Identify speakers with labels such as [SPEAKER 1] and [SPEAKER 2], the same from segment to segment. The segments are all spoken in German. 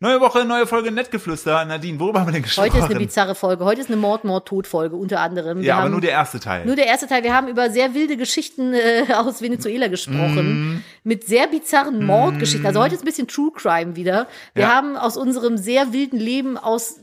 [SPEAKER 1] Neue Woche, neue Folge Nettgeflüster. Nadine, worüber haben wir denn gesprochen?
[SPEAKER 2] Heute ist eine bizarre Folge. Heute ist eine Mord-Mord-Tod-Folge unter anderem. Wir
[SPEAKER 1] ja, aber
[SPEAKER 2] haben
[SPEAKER 1] nur der erste Teil.
[SPEAKER 2] nur der erste Teil. Wir haben über sehr wilde Geschichten äh, aus Venezuela
[SPEAKER 1] Mhm.
[SPEAKER 2] gesprochen. Mit sehr bizarren Mordgeschichten. Also heute ist ein bisschen True Crime wieder. Wir
[SPEAKER 1] Ja.
[SPEAKER 2] haben aus unserem sehr wilden Leben, aus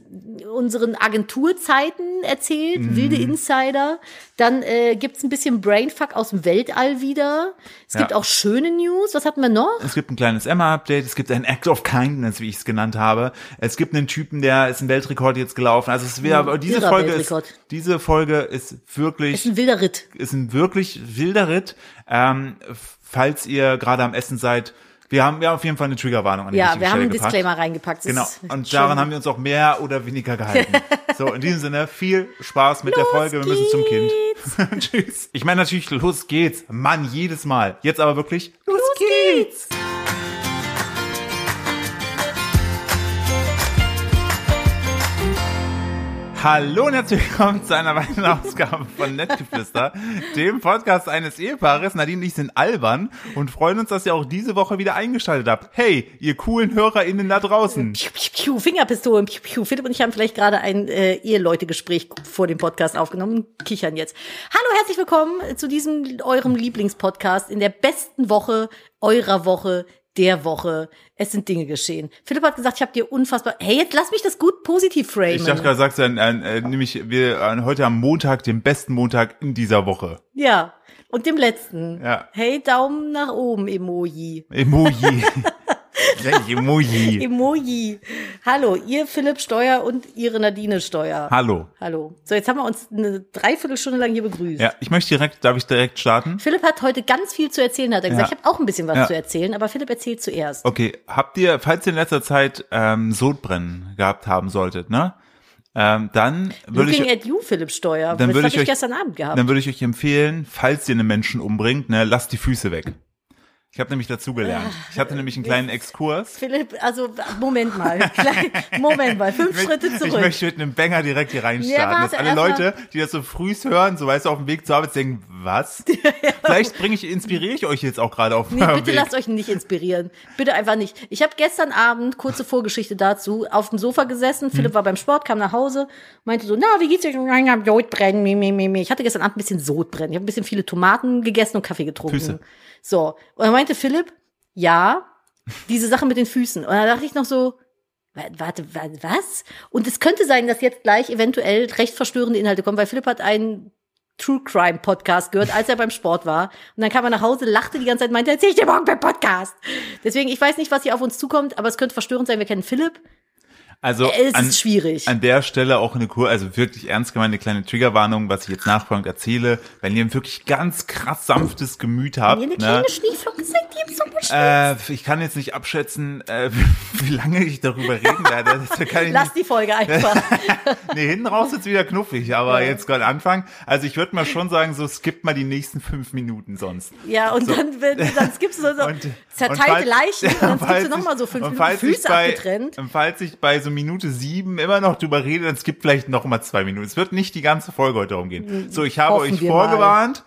[SPEAKER 2] unseren Agenturzeiten erzählt,
[SPEAKER 1] Mhm.
[SPEAKER 2] wilde Insider. Dann äh, gibt's ein bisschen Brainfuck aus dem Weltall wieder. Es gibt
[SPEAKER 1] Ja.
[SPEAKER 2] auch schöne News. Was hatten wir noch?
[SPEAKER 1] es gibt ein kleines Emma-Update, es gibt ein Act of Kindness, wie ich es genannt habe. Es gibt einen Typen, der ist ein Weltrekord jetzt gelaufen. Also es wäre, diese
[SPEAKER 2] irrer
[SPEAKER 1] Folge ist,
[SPEAKER 2] Weltrekord.
[SPEAKER 1] diese Folge ist wirklich
[SPEAKER 2] Ist ein wilder Ritt.
[SPEAKER 1] ist ein wirklich wilder Ritt. Ähm, falls ihr gerade am Essen seid, wir haben ja auf jeden Fall eine Triggerwarnung an die
[SPEAKER 2] Ja,
[SPEAKER 1] richtige
[SPEAKER 2] wir haben
[SPEAKER 1] Stelle
[SPEAKER 2] einen
[SPEAKER 1] gepackt.
[SPEAKER 2] Disclaimer reingepackt. Das
[SPEAKER 1] Genau.
[SPEAKER 2] ist
[SPEAKER 1] Und
[SPEAKER 2] schon-
[SPEAKER 1] daran haben wir uns auch mehr oder weniger gehalten. so, in diesem Sinne, viel Spaß mit der
[SPEAKER 2] Los
[SPEAKER 1] Folge. Wir müssen zum Kind.
[SPEAKER 2] geht's.
[SPEAKER 1] Tschüss. Ich meine natürlich, los geht's. Mann, jedes Mal. Jetzt aber wirklich, los, geht's. Hallo und herzlich willkommen zu einer weiteren Ausgabe von Nettgeflüster, dem Podcast eines Ehepaares. Nadine und ich sind albern und freuen uns, dass ihr auch diese Woche wieder eingeschaltet habt. Hey, ihr coolen HörerInnen da draußen.
[SPEAKER 2] Piu, piu, piu, Fingerpistolen, piu, piu. Philipp und ich haben vielleicht gerade ein äh, Eheleute-Gespräch vor dem Podcast aufgenommen, kichern jetzt. Hallo, herzlich willkommen äh, zu diesem eurem Lieblingspodcast in der besten Woche eurer Woche, der Woche. Es sind Dinge geschehen. Philipp hat gesagt, ich habe dir unfassbar. Hey, jetzt lass mich das gut positiv framen.
[SPEAKER 1] Ich dachte gerade, sagst du, ein, ein, äh, nämlich wir äh, heute am Montag, dem besten Montag in dieser Woche.
[SPEAKER 2] ja. Und dem letzten.
[SPEAKER 1] Ja.
[SPEAKER 2] Hey, Daumen nach oben, Emoji.
[SPEAKER 1] Emoji. Gleich Emoji.
[SPEAKER 2] Emoji. Hallo, ihr Philipp Steuer und ihre Nadine Steuer.
[SPEAKER 1] Hallo.
[SPEAKER 2] Hallo. So, jetzt haben wir uns eine Dreiviertelstunde lang hier begrüßt.
[SPEAKER 1] Ja, ich möchte direkt, darf ich direkt starten?
[SPEAKER 2] Philipp hat heute ganz viel zu erzählen, hat er gesagt.
[SPEAKER 1] Ja.
[SPEAKER 2] Ich habe auch ein bisschen was
[SPEAKER 1] Ja. Oh,
[SPEAKER 2] zu erzählen, aber Philipp erzählt zuerst.
[SPEAKER 1] Okay, habt ihr, falls ihr in letzter Zeit ähm, Sodbrennen gehabt haben solltet, ne? Ähm, dann würde
[SPEAKER 2] Looking
[SPEAKER 1] ich,
[SPEAKER 2] at you, Philipp Steuer.
[SPEAKER 1] Dann
[SPEAKER 2] das
[SPEAKER 1] würde
[SPEAKER 2] habe
[SPEAKER 1] ich
[SPEAKER 2] ich
[SPEAKER 1] euch-
[SPEAKER 2] gestern Abend gehabt.
[SPEAKER 1] dann würde ich euch empfehlen, falls ihr einen Menschen umbringt, ne, lasst die Füße weg. Ich habe nämlich dazugelernt. Ich hatte nämlich einen kleinen Exkurs.
[SPEAKER 2] Philipp, also Moment mal. Klein- Moment mal, fünf
[SPEAKER 1] Ich möchte-
[SPEAKER 2] Schritte zurück.
[SPEAKER 1] Ich möchte mit einem Banger direkt hier reinstarten.
[SPEAKER 2] Ja,
[SPEAKER 1] dass
[SPEAKER 2] warte,
[SPEAKER 1] alle
[SPEAKER 2] erst
[SPEAKER 1] Leute, die das so früh hören, so weißt du, auf dem Weg zur Arbeit denken, was? Vielleicht bringe ich, inspiriere ich euch jetzt auch gerade auf
[SPEAKER 2] Nee,
[SPEAKER 1] eurem
[SPEAKER 2] bitte
[SPEAKER 1] Weg.
[SPEAKER 2] lasst euch nicht inspirieren. Bitte einfach nicht. Ich habe gestern Abend, kurze Vorgeschichte dazu, auf dem Sofa gesessen. Philipp war beim Sport, kam nach Hause, meinte so, na, wie geht's euch? Nein, ich hab Sodbrennen, mi, mi, mi, mi. Ich hatte gestern Abend ein bisschen Sodbrennen. Ich habe ein bisschen viele Tomaten gegessen und Kaffee getrunken.
[SPEAKER 1] Füße.
[SPEAKER 2] So. Und dann meinte Philipp, ja, diese Sache mit den Füßen. Und da dachte ich noch so, wa- Warte, wa- was? Und es könnte sein, dass jetzt gleich eventuell recht verstörende Inhalte kommen, weil Philipp hat einen True Crime Podcast gehört, als er beim Sport war. Und dann kam er nach Hause, lachte die ganze Zeit, meinte, erzähl ich dir morgen beim Podcast. Deswegen, ich weiß nicht, was hier auf uns zukommt, aber es könnte verstörend sein. Wir kennen Philipp.
[SPEAKER 1] Also
[SPEAKER 2] Es
[SPEAKER 1] an,
[SPEAKER 2] ist schwierig.
[SPEAKER 1] an der Stelle auch eine Kur, also wirklich ernst gemeinte kleine Triggerwarnung, was ich jetzt nachfolgend erzähle. Wenn ihr ein wirklich ganz krass sanftes Gemüt habt,
[SPEAKER 2] Hier
[SPEAKER 1] ne,
[SPEAKER 2] eine kleine Schneeflocke seid ihr im Sommer
[SPEAKER 1] äh, ich kann jetzt nicht abschätzen, äh, wie lange ich darüber reden werde. Das kann ich
[SPEAKER 2] Lass die Folge einfach.
[SPEAKER 1] Nee, hinten raus ist wieder knuffig, aber jetzt gerade Anfang. Also ich würde mal schon sagen, so skippt mal die nächsten fünf Minuten sonst.
[SPEAKER 2] Ja, und dann, wenn, dann gibst du so, so
[SPEAKER 1] Und- und
[SPEAKER 2] zerteilte
[SPEAKER 1] falls-
[SPEAKER 2] Leichen und dann gibst
[SPEAKER 1] falls
[SPEAKER 2] du nochmal
[SPEAKER 1] ich-
[SPEAKER 2] so fünf
[SPEAKER 1] und
[SPEAKER 2] Minuten
[SPEAKER 1] falls ich
[SPEAKER 2] Füße
[SPEAKER 1] bei,
[SPEAKER 2] abgetrennt.
[SPEAKER 1] Und falls ich bei so Minute sieben immer noch drüber rede, dann skippt vielleicht nochmal zwei Minuten. Es wird nicht die ganze Folge heute darum gehen. So, ich habe
[SPEAKER 2] Hm, Hoffen
[SPEAKER 1] euch
[SPEAKER 2] wir mal.
[SPEAKER 1] vorgewarnt.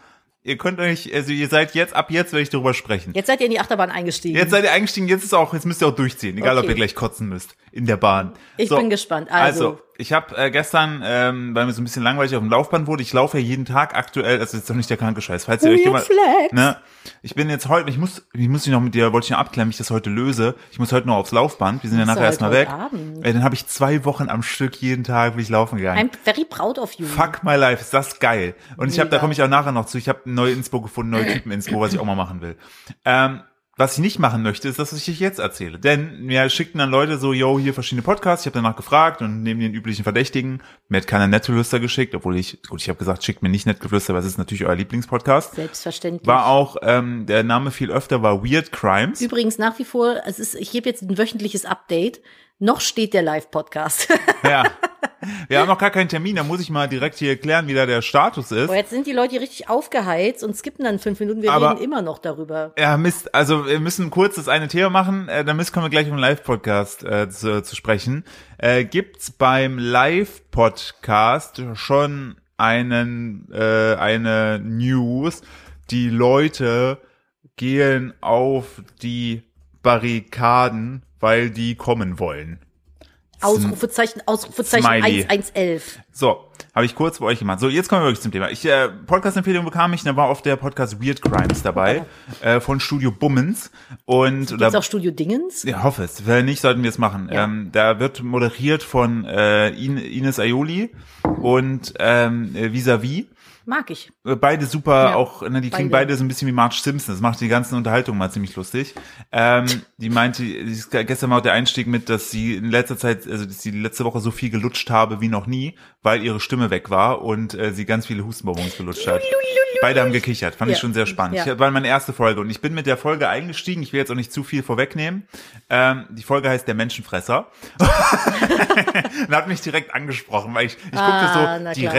[SPEAKER 1] Ihr könnt euch, also ihr seid jetzt, ab jetzt werde ich darüber sprechen. Jetzt,
[SPEAKER 2] Jetzt seid ihr in die Achterbahn eingestiegen.
[SPEAKER 1] seid ihr eingestiegen, jetzt ist auch, jetzt müsst ihr auch durchziehen. Egal, ob
[SPEAKER 2] Okay.
[SPEAKER 1] ihr gleich kotzen müsst. In der Bahn.
[SPEAKER 2] Ich bin gespannt. Also.
[SPEAKER 1] ich habe äh, gestern, ähm, weil mir so ein bisschen langweilig auf dem Laufband wurde, ich laufe ja jeden Tag aktuell, also jetzt doch nicht der kranke Scheiß, falls ihr
[SPEAKER 2] Weird
[SPEAKER 1] euch jemand,
[SPEAKER 2] flex.
[SPEAKER 1] ne, ich bin jetzt heute, ich muss, ich muss mich noch mit dir, wollte ich noch abklären, wie ich das heute löse. Ich muss heute noch aufs Laufband, wir sind ja
[SPEAKER 2] Musst du
[SPEAKER 1] nachher erstmal
[SPEAKER 2] heute
[SPEAKER 1] weg.
[SPEAKER 2] Abend.
[SPEAKER 1] Äh, dann habe ich zwei Wochen am Stück jeden Tag bin ich laufen gegangen.
[SPEAKER 2] I'm very proud of you.
[SPEAKER 1] Fuck my life, ist das geil. Und ich habe, da
[SPEAKER 2] Mega.
[SPEAKER 1] komme ich auch nachher noch zu. Ich habe neue Inspo gefunden, neue Typen Inspo, was ich auch mal machen will. Ähm, was ich nicht machen möchte, ist das, was ich euch jetzt erzähle. Denn mir schickten dann Leute so, yo, hier verschiedene Podcasts. Ich habe danach gefragt und neben den üblichen Verdächtigen. Mir hat keiner Nettgeflüster geschickt, obwohl ich, gut, ich habe gesagt, schickt mir nicht Nettgeflüster, weil es ist natürlich euer Lieblingspodcast.
[SPEAKER 2] Selbstverständlich.
[SPEAKER 1] War auch, ähm, der Name viel öfter war Weird Crimes.
[SPEAKER 2] Übrigens nach wie vor, es ist, ich gebe jetzt ein wöchentliches Update. Noch steht der Live-Podcast.
[SPEAKER 1] Ja. Wir haben noch gar keinen Termin, da muss ich mal direkt hier klären, wie da der Status ist.
[SPEAKER 2] Boah, jetzt sind die Leute hier richtig aufgeheizt und skippen dann fünf Minuten. Wir
[SPEAKER 1] Aber-
[SPEAKER 2] reden immer noch darüber.
[SPEAKER 1] Ja, Mist, also wir müssen kurz das eine Thema machen, äh, dann müssen kommen wir gleich um den Live-Podcast äh, zu, zu sprechen. Äh, gibt's beim Live-Podcast schon einen äh, eine News, die Leute gehen auf die Barrikaden, weil die kommen wollen.
[SPEAKER 2] Ausrufezeichen, Ausrufezeichen
[SPEAKER 1] Smiley.
[SPEAKER 2] 1111.
[SPEAKER 1] So, habe ich kurz bei euch gemacht. So, jetzt kommen wir wirklich zum Thema. Ich äh, Podcast-Empfehlung bekam ich, da war auf der Podcast Weird Crimes dabei äh, von Studio Bummens und
[SPEAKER 2] Gibt's
[SPEAKER 1] oder
[SPEAKER 2] auch Studio Dingens?
[SPEAKER 1] ich hoffe es. Wenn nicht, sollten wir es machen.
[SPEAKER 2] Ja.
[SPEAKER 1] Ähm, da wird moderiert von äh, In Ines Aioli und ähm, äh, Vis-a-vis.
[SPEAKER 2] Mag ich.
[SPEAKER 1] Äh, Beide super,
[SPEAKER 2] Ja,
[SPEAKER 1] auch, ne, die klingen
[SPEAKER 2] beide.
[SPEAKER 1] beide so ein bisschen wie Marge Simpson. Das macht die ganzen Unterhaltungen mal ziemlich lustig. Ähm, die meinte, die ist- gestern war auch der Einstieg mit, dass sie in letzter Zeit, also dass sie letzte Woche so viel gelutscht habe wie noch nie, weil ihre Stimme weg war und äh, sie ganz viele Hustenbonbons gelutscht hat. Beide haben gekichert, fand ich
[SPEAKER 2] Ja.
[SPEAKER 1] schon sehr spannend.
[SPEAKER 2] Ja.
[SPEAKER 1] Ich, war meine erste Folge und ich bin mit der Folge eingestiegen. Ich will jetzt auch nicht zu viel vorwegnehmen. Ähm, die Folge heißt Der Menschenfresser. Und hat mich direkt angesprochen, weil ich, ich
[SPEAKER 2] Ah,
[SPEAKER 1] guckte so,
[SPEAKER 2] na
[SPEAKER 1] die
[SPEAKER 2] klar.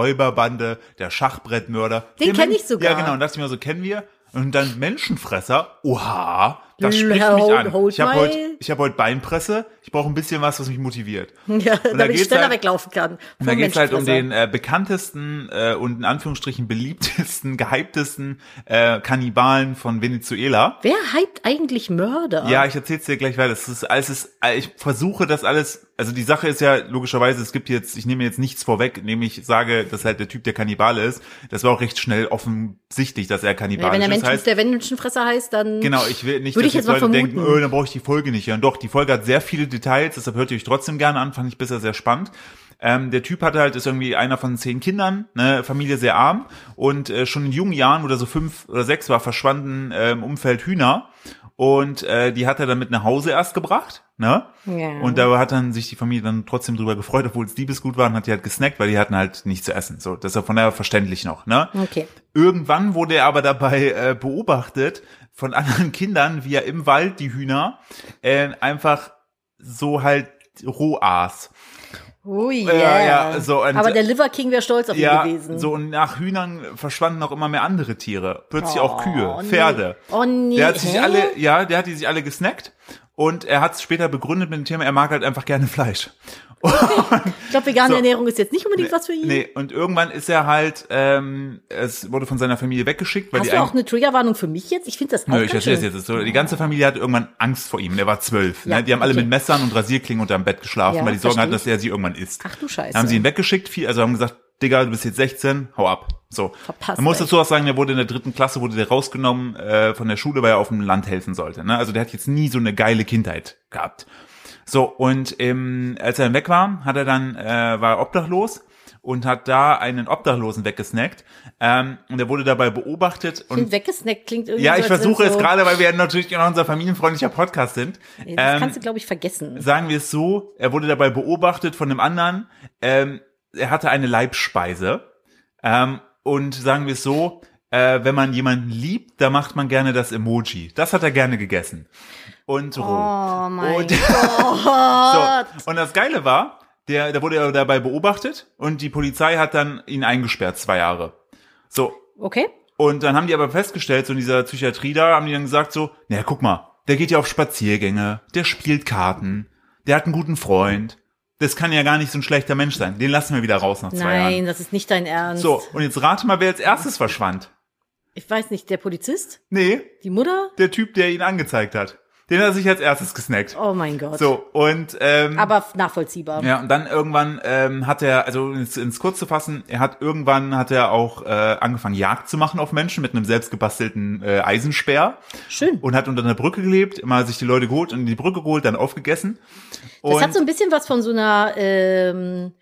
[SPEAKER 1] Rentner-Räuberbande, der Schachbrettmörder.
[SPEAKER 2] Den
[SPEAKER 1] der
[SPEAKER 2] kenn
[SPEAKER 1] Men-
[SPEAKER 2] ich sogar.
[SPEAKER 1] Ja, genau. Und dachte ich mir so, kennen wir? Und dann Menschenfresser. Oha, das
[SPEAKER 2] L-
[SPEAKER 1] spricht mich
[SPEAKER 2] hold-
[SPEAKER 1] an.
[SPEAKER 2] hold
[SPEAKER 1] ich habe
[SPEAKER 2] my-
[SPEAKER 1] heute hab heut Beinpresse. Ich brauche ein bisschen was, was mich motiviert.
[SPEAKER 2] Ja,
[SPEAKER 1] da
[SPEAKER 2] damit ich
[SPEAKER 1] geht's
[SPEAKER 2] schneller
[SPEAKER 1] halt-
[SPEAKER 2] weglaufen kann.
[SPEAKER 1] Und da
[SPEAKER 2] vom
[SPEAKER 1] geht es halt um
[SPEAKER 2] Menschenfresser.
[SPEAKER 1] den äh, bekanntesten äh, und in Anführungsstrichen beliebtesten, gehyptesten äh, Kannibalen von Venezuela.
[SPEAKER 2] Wer hypt eigentlich Mörder?
[SPEAKER 1] Ja, ich erzähl's dir gleich weiter. Es ist, es ist, ich versuche das alles, also die Sache ist ja logischerweise, es gibt jetzt, ich nehme jetzt nichts vorweg, indem ich sage, dass halt der Typ der Kannibale ist. Das war auch recht schnell offensichtlich, dass er Kannibale
[SPEAKER 2] wenn der,
[SPEAKER 1] ist.
[SPEAKER 2] Mensch,
[SPEAKER 1] Das heißt,
[SPEAKER 2] der Menschenfresser heißt, dann
[SPEAKER 1] genau, ich will nicht,
[SPEAKER 2] Würde
[SPEAKER 1] dass
[SPEAKER 2] ich jetzt mal
[SPEAKER 1] Leute denken,
[SPEAKER 2] vermuten.
[SPEAKER 1] öh, dann brauche ich die Folge nicht hören. Doch, die Folge hat sehr viele Details, deshalb hört ihr euch trotzdem gerne an, fand ich bisher sehr spannend. Ähm, der Typ hatte halt, ist irgendwie einer von zehn Kindern, ne, Familie sehr arm und äh, schon in jungen Jahren, wo er so fünf oder sechs war, verschwanden äh, im Umfeld Hühner und äh, die hat er dann mit nach Hause erst gebracht, ne?
[SPEAKER 2] Ja.
[SPEAKER 1] Und da hat dann sich die Familie dann trotzdem drüber gefreut, obwohl es Diebesgut war und hat die halt gesnackt, weil die hatten halt nichts zu essen. So, das ist ja von daher verständlich noch, ne?
[SPEAKER 2] Okay.
[SPEAKER 1] Irgendwann wurde er aber dabei äh, beobachtet von anderen Kindern, wie er im Wald die Hühner äh, einfach so halt roh aß.
[SPEAKER 2] Oh yeah.
[SPEAKER 1] ja, so, und-
[SPEAKER 2] Aber der Liver King wäre stolz auf
[SPEAKER 1] Ja,
[SPEAKER 2] ihn gewesen.
[SPEAKER 1] so und nach Hühnern verschwanden auch immer mehr andere Tiere. Plötzlich
[SPEAKER 2] Oh,
[SPEAKER 1] auch Kühe,
[SPEAKER 2] nee.
[SPEAKER 1] Pferde.
[SPEAKER 2] Oh nee.
[SPEAKER 1] Der hat sich
[SPEAKER 2] Hä?
[SPEAKER 1] alle, ja, der hat die sich alle gesnackt und er hat es später begründet mit dem Thema, er mag halt einfach gerne Fleisch.
[SPEAKER 2] ich glaube, vegane
[SPEAKER 1] So.
[SPEAKER 2] Ernährung ist jetzt nicht unbedingt was für ihn.
[SPEAKER 1] Nee, und irgendwann ist er halt, ähm, es wurde von seiner Familie weggeschickt, weil
[SPEAKER 2] Hast
[SPEAKER 1] die
[SPEAKER 2] du auch eine Triggerwarnung für mich jetzt? Ich finde das auch
[SPEAKER 1] Nö,
[SPEAKER 2] ganz
[SPEAKER 1] ich verstehe das
[SPEAKER 2] schön.
[SPEAKER 1] jetzt. Es ist So, die ganze Familie hat irgendwann Angst vor ihm. Der war zwölf.
[SPEAKER 2] Ja,
[SPEAKER 1] ne? Die haben alle
[SPEAKER 2] okay.
[SPEAKER 1] mit Messern und Rasierklingen unterm Bett geschlafen,
[SPEAKER 2] Ja,
[SPEAKER 1] weil die Sorgen
[SPEAKER 2] verstehe
[SPEAKER 1] hatten, dass er sie irgendwann isst.
[SPEAKER 2] Ach du Scheiße.
[SPEAKER 1] Dann haben sie ihn weggeschickt, viel, also haben gesagt, Digga, du bist jetzt 16, hau ab. So.
[SPEAKER 2] Verpasst
[SPEAKER 1] Man muss
[SPEAKER 2] euch.
[SPEAKER 1] dazu auch sagen, der wurde in der dritten Klasse, wurde der rausgenommen äh, von der Schule, weil er auf dem Land helfen sollte. Ne? Also der hat jetzt nie so eine geile Kindheit gehabt. So, und ähm, als er dann weg war, hat er dann, äh, war er obdachlos und hat da einen Obdachlosen weggesnackt. Ähm, und er wurde dabei beobachtet und
[SPEAKER 2] Kind weggesnackt klingt irgendwie
[SPEAKER 1] ja,
[SPEAKER 2] so,
[SPEAKER 1] ich
[SPEAKER 2] als
[SPEAKER 1] versuche
[SPEAKER 2] wenn's
[SPEAKER 1] es
[SPEAKER 2] so,
[SPEAKER 1] gerade, weil wir natürlich noch unser familienfreundlicher Podcast sind.
[SPEAKER 2] Nee, Das
[SPEAKER 1] Ähm,
[SPEAKER 2] kannst du, glaube ich, vergessen.
[SPEAKER 1] sagen wir es so, er wurde dabei beobachtet von einem anderen. Ähm, er hatte eine Leibspeise. Ähm, und sagen wir es so, äh, wenn man jemanden liebt, da macht man gerne das Emoji. Das hat er gerne gegessen. Und roh.
[SPEAKER 2] Oh mein
[SPEAKER 1] und,
[SPEAKER 2] Gott.
[SPEAKER 1] so, und das Geile war, der, da wurde er dabei beobachtet und die Polizei hat dann ihn eingesperrt, zwei Jahre. So,
[SPEAKER 2] Okay.
[SPEAKER 1] und dann haben die aber festgestellt, so in dieser Psychiatrie da, haben die dann gesagt so, naja, guck mal, der geht ja auf Spaziergänge, der spielt Karten, der hat einen guten Freund. Das kann ja gar nicht so ein schlechter Mensch sein. Den lassen wir wieder raus nach zwei
[SPEAKER 2] Nein,
[SPEAKER 1] Jahren.
[SPEAKER 2] das ist nicht dein Ernst.
[SPEAKER 1] So, und jetzt rate mal, wer als erstes verschwand.
[SPEAKER 2] Ich weiß nicht, der Polizist?
[SPEAKER 1] Nee,
[SPEAKER 2] Die Mutter?
[SPEAKER 1] der Typ, der ihn angezeigt hat. Den hat er sich als erstes gesnackt.
[SPEAKER 2] Oh mein Gott.
[SPEAKER 1] So, und ähm,
[SPEAKER 2] Aber f- nachvollziehbar.
[SPEAKER 1] Ja, und dann irgendwann ähm, hat er, also ins, ins Kurz zu fassen, er hat irgendwann hat er auch äh, angefangen, Jagd zu machen auf Menschen mit einem selbstgebastelten äh, Eisenspeer
[SPEAKER 2] Schön.
[SPEAKER 1] und hat unter einer Brücke gelebt, immer sich die Leute geholt und in die Brücke geholt, dann aufgegessen. Und
[SPEAKER 2] Das hat so ein bisschen was von so einer ähm,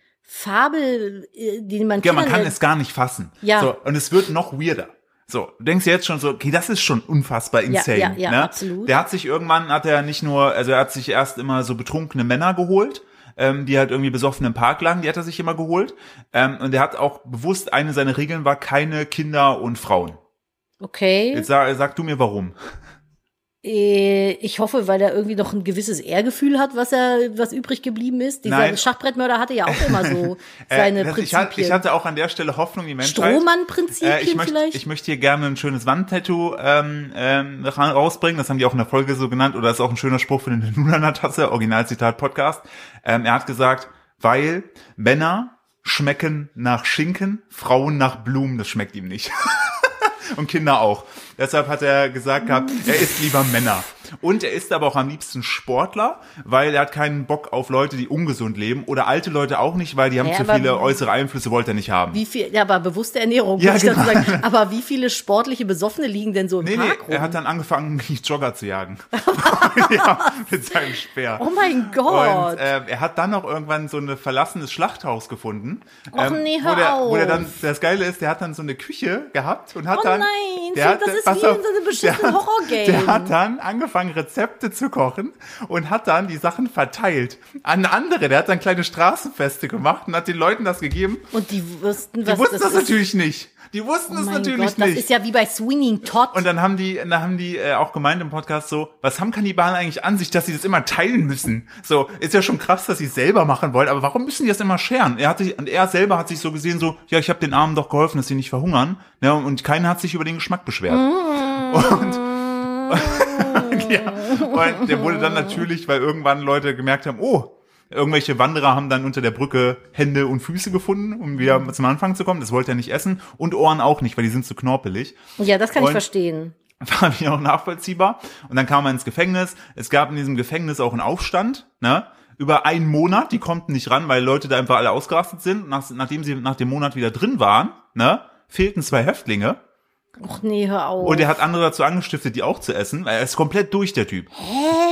[SPEAKER 2] Fabel, äh, die man
[SPEAKER 1] ja, man
[SPEAKER 2] Kindern-
[SPEAKER 1] kann es gar nicht fassen.
[SPEAKER 2] Ja.
[SPEAKER 1] So, und es wird noch weirder. So, du denkst dir jetzt schon so, okay, das ist schon unfassbar insane.
[SPEAKER 2] ja, ja,
[SPEAKER 1] ne?
[SPEAKER 2] absolut.
[SPEAKER 1] Der hat sich irgendwann, hat er nicht nur, also er hat sich erst immer so betrunkene Männer geholt, ähm, die halt irgendwie besoffen im Park lagen, die hat er sich immer geholt. Ähm, und er hat auch bewusst, eine seiner Regeln war keine Kinder und Frauen.
[SPEAKER 2] Okay.
[SPEAKER 1] Jetzt sag, sag du mir warum.
[SPEAKER 2] Äh, Ich hoffe, weil er irgendwie noch ein gewisses Ehrgefühl hat, was er, was übrig geblieben ist. Dieser
[SPEAKER 1] Nein.
[SPEAKER 2] Schachbrettmörder hatte ja auch immer so
[SPEAKER 1] Äh,
[SPEAKER 2] seine
[SPEAKER 1] das- ich,
[SPEAKER 2] Prinzipien.
[SPEAKER 1] hat- ich hatte auch an der Stelle Hoffnung, die Menschheit.
[SPEAKER 2] Strohmann-Prinzipien
[SPEAKER 1] Äh, ich, möchte,
[SPEAKER 2] vielleicht?
[SPEAKER 1] ich möchte hier gerne ein schönes Wandtattoo ähm, ähm, ra- rausbringen. Das haben die auch in der Folge so genannt. Oder ist auch ein schöner Spruch von der Nunana-Tasse, Originalzitat-Podcast. Ähm, er hat gesagt, weil Männer schmecken nach Schinken, Frauen nach Blumen. Das schmeckt ihm nicht. Und Kinder auch. Deshalb hat er gesagt gehabt, er isst lieber Männer. Und er ist aber auch am liebsten Sportler, weil er hat keinen Bock auf Leute, die ungesund leben oder alte Leute auch nicht, weil die haben
[SPEAKER 2] Ja,
[SPEAKER 1] zu
[SPEAKER 2] aber-
[SPEAKER 1] viele äußere Einflüsse, wollte er nicht haben.
[SPEAKER 2] Wie viel, ja, aber bewusste Ernährung,
[SPEAKER 1] Ja,
[SPEAKER 2] muss ich dazu
[SPEAKER 1] genau.
[SPEAKER 2] sagen. Aber wie viele sportliche Besoffene liegen denn so im
[SPEAKER 1] Nee, nee,
[SPEAKER 2] Park
[SPEAKER 1] er
[SPEAKER 2] rum?
[SPEAKER 1] hat dann angefangen, die Jogger zu jagen. ja, mit seinem Speer.
[SPEAKER 2] Oh mein
[SPEAKER 1] Und
[SPEAKER 2] Gott.
[SPEAKER 1] ähm, er hat dann noch irgendwann so ein verlassenes Schlachthaus gefunden. ähm,
[SPEAKER 2] Och, nee, hör
[SPEAKER 1] wo der, Wo der
[SPEAKER 2] auf.
[SPEAKER 1] dann, das Geile ist, der hat dann so eine Küche gehabt und hat
[SPEAKER 2] Oh
[SPEAKER 1] dann.
[SPEAKER 2] nein,
[SPEAKER 1] der
[SPEAKER 2] so-
[SPEAKER 1] hat,
[SPEAKER 2] das ist
[SPEAKER 1] pass
[SPEAKER 2] wie in
[SPEAKER 1] auf,
[SPEAKER 2] so einem beschissenen
[SPEAKER 1] der hat-
[SPEAKER 2] Horrorgame.
[SPEAKER 1] Der hat dann angefangen, Rezepte zu kochen und hat dann die Sachen verteilt an andere. Der hat dann kleine Straßenfeste gemacht und hat den Leuten das gegeben.
[SPEAKER 2] Und die wussten,
[SPEAKER 1] Die
[SPEAKER 2] was
[SPEAKER 1] wussten
[SPEAKER 2] das,
[SPEAKER 1] das,
[SPEAKER 2] ist.
[SPEAKER 1] natürlich nicht. Die wussten
[SPEAKER 2] oh
[SPEAKER 1] das
[SPEAKER 2] mein
[SPEAKER 1] natürlich
[SPEAKER 2] Gott, das
[SPEAKER 1] nicht.
[SPEAKER 2] ist ja wie bei Swinging Todd.
[SPEAKER 1] Und dann haben die, dann haben die äh, auch gemeint im Podcast so, was haben Kannibalen eigentlich an sich, dass sie das immer teilen müssen? So, ist ja schon krass, dass sie es selber machen wollen, aber warum müssen die das immer scheren? Er hat sich, und er selber hat sich so gesehen, so, ja, ich habe den Armen doch geholfen, dass sie nicht verhungern. Ne? Und keiner hat sich über den Geschmack beschwert. Und, ja, und der wurde dann natürlich, weil irgendwann Leute gemerkt haben, oh, Irgendwelche Wanderer haben dann unter der Brücke Hände und Füße gefunden, um wieder zum Anfang zu kommen. Das wollte er nicht essen. Und Ohren auch nicht, weil die sind zu knorpelig
[SPEAKER 2] ja, das kann ich
[SPEAKER 1] äh, und-
[SPEAKER 2] verstehen.
[SPEAKER 1] war mir auch nachvollziehbar. Und dann kam er ins Gefängnis. Es gab in diesem Gefängnis auch einen Aufstand, ne? Über einen Monat, die konnten nicht ran, weil Leute da einfach alle ausgerastet sind. Nach, nachdem sie nach dem Monat wieder drin waren, ne? Fehlten zwei Häftlinge.
[SPEAKER 2] Och nee, hör auf.
[SPEAKER 1] Und er hat andere dazu angestiftet, die auch zu essen. weil Er ist komplett durch, der Typ.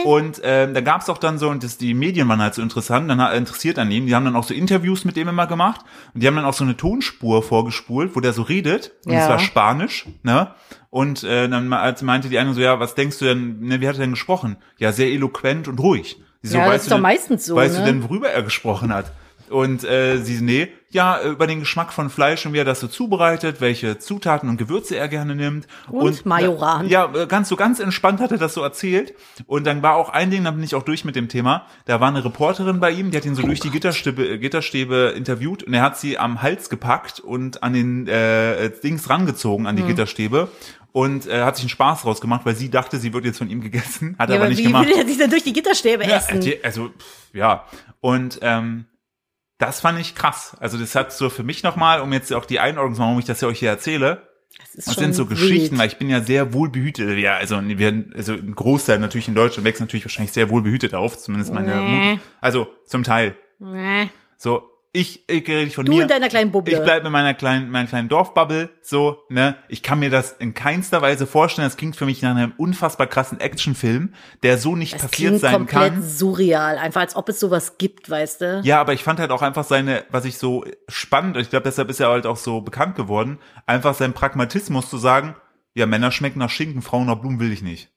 [SPEAKER 1] Und ähm, da gab's auch dann so, und das, die Medien waren halt so interessant, dann hat- interessiert an ihm. Die haben dann auch so Interviews mit dem immer gemacht. Und die haben dann auch so eine Tonspur vorgespult, wo der so redet. Und
[SPEAKER 2] Ja.
[SPEAKER 1] das war Spanisch, ne? Und äh, dann me- als meinte die eine so, ja, was denkst du denn, ne, wie hat er denn gesprochen? Ja, sehr eloquent und ruhig. Sie so,
[SPEAKER 2] Ja, das
[SPEAKER 1] weißt
[SPEAKER 2] ist
[SPEAKER 1] du
[SPEAKER 2] doch
[SPEAKER 1] denn-
[SPEAKER 2] meistens so,
[SPEAKER 1] Weißt
[SPEAKER 2] ne?
[SPEAKER 1] du denn, worüber er gesprochen hat? Und äh, sie, nee, ja, über den Geschmack von Fleisch und wie er das so zubereitet, welche Zutaten und Gewürze er gerne nimmt.
[SPEAKER 2] Und Majoran.
[SPEAKER 1] Ja, äh, ganz so ganz entspannt hat er das so erzählt. Und dann war auch ein Ding, da bin ich auch durch mit dem Thema. Da war eine Reporterin bei ihm, die hat ihn so
[SPEAKER 2] Oh
[SPEAKER 1] durch die Gitterstäbe, äh, Gitterstäbe interviewt und er hat sie am Hals gepackt und an den äh, äh, Dings rangezogen,
[SPEAKER 2] Hm.
[SPEAKER 1] an die Gitterstäbe. Und äh, hat sich einen Spaß draus gemacht, weil sie dachte, sie wird jetzt von ihm gegessen. Hat
[SPEAKER 2] ja,
[SPEAKER 1] aber,
[SPEAKER 2] aber
[SPEAKER 1] nicht
[SPEAKER 2] wie
[SPEAKER 1] gemacht.
[SPEAKER 2] will er sich denn durch die Gitterstäbe
[SPEAKER 1] Ja,
[SPEAKER 2] essen?
[SPEAKER 1] die- also, pff, ja. Und ähm, das fand ich krass. Also, das hat so für mich nochmal, um jetzt auch die Einordnung zu machen, warum ich das ja euch hier erzähle.
[SPEAKER 2] Das, ist
[SPEAKER 1] Das
[SPEAKER 2] schon
[SPEAKER 1] sind so
[SPEAKER 2] wild.
[SPEAKER 1] Geschichten, weil ich bin ja sehr wohlbehütet. Ja, also, wir, also ein Großteil natürlich in Deutschland wächst natürlich wahrscheinlich sehr wohlbehütet auf, zumindest meine
[SPEAKER 2] Nee.
[SPEAKER 1] Mut. Also zum Teil.
[SPEAKER 2] Nee.
[SPEAKER 1] So, ich, ich rede nicht von
[SPEAKER 2] Du
[SPEAKER 1] mir.
[SPEAKER 2] in deiner kleinen Bubble.
[SPEAKER 1] Ich bleibe in meiner kleinen, meiner kleinen Dorfbubble, so, ne. Ich kann mir das in keinster Weise vorstellen. Das klingt für mich nach einem unfassbar krassen Actionfilm, der so nicht
[SPEAKER 2] das
[SPEAKER 1] passiert
[SPEAKER 2] klingt
[SPEAKER 1] sein
[SPEAKER 2] komplett
[SPEAKER 1] kann.
[SPEAKER 2] surreal. Einfach als ob es sowas gibt, weißt du?
[SPEAKER 1] Ja, aber ich fand halt auch einfach seine, was ich so spannend, und ich glaube, deshalb ist er halt auch so bekannt geworden, einfach sein Pragmatismus zu sagen, ja, Männer schmecken nach Schinken, Frauen nach Blumen will ich nicht.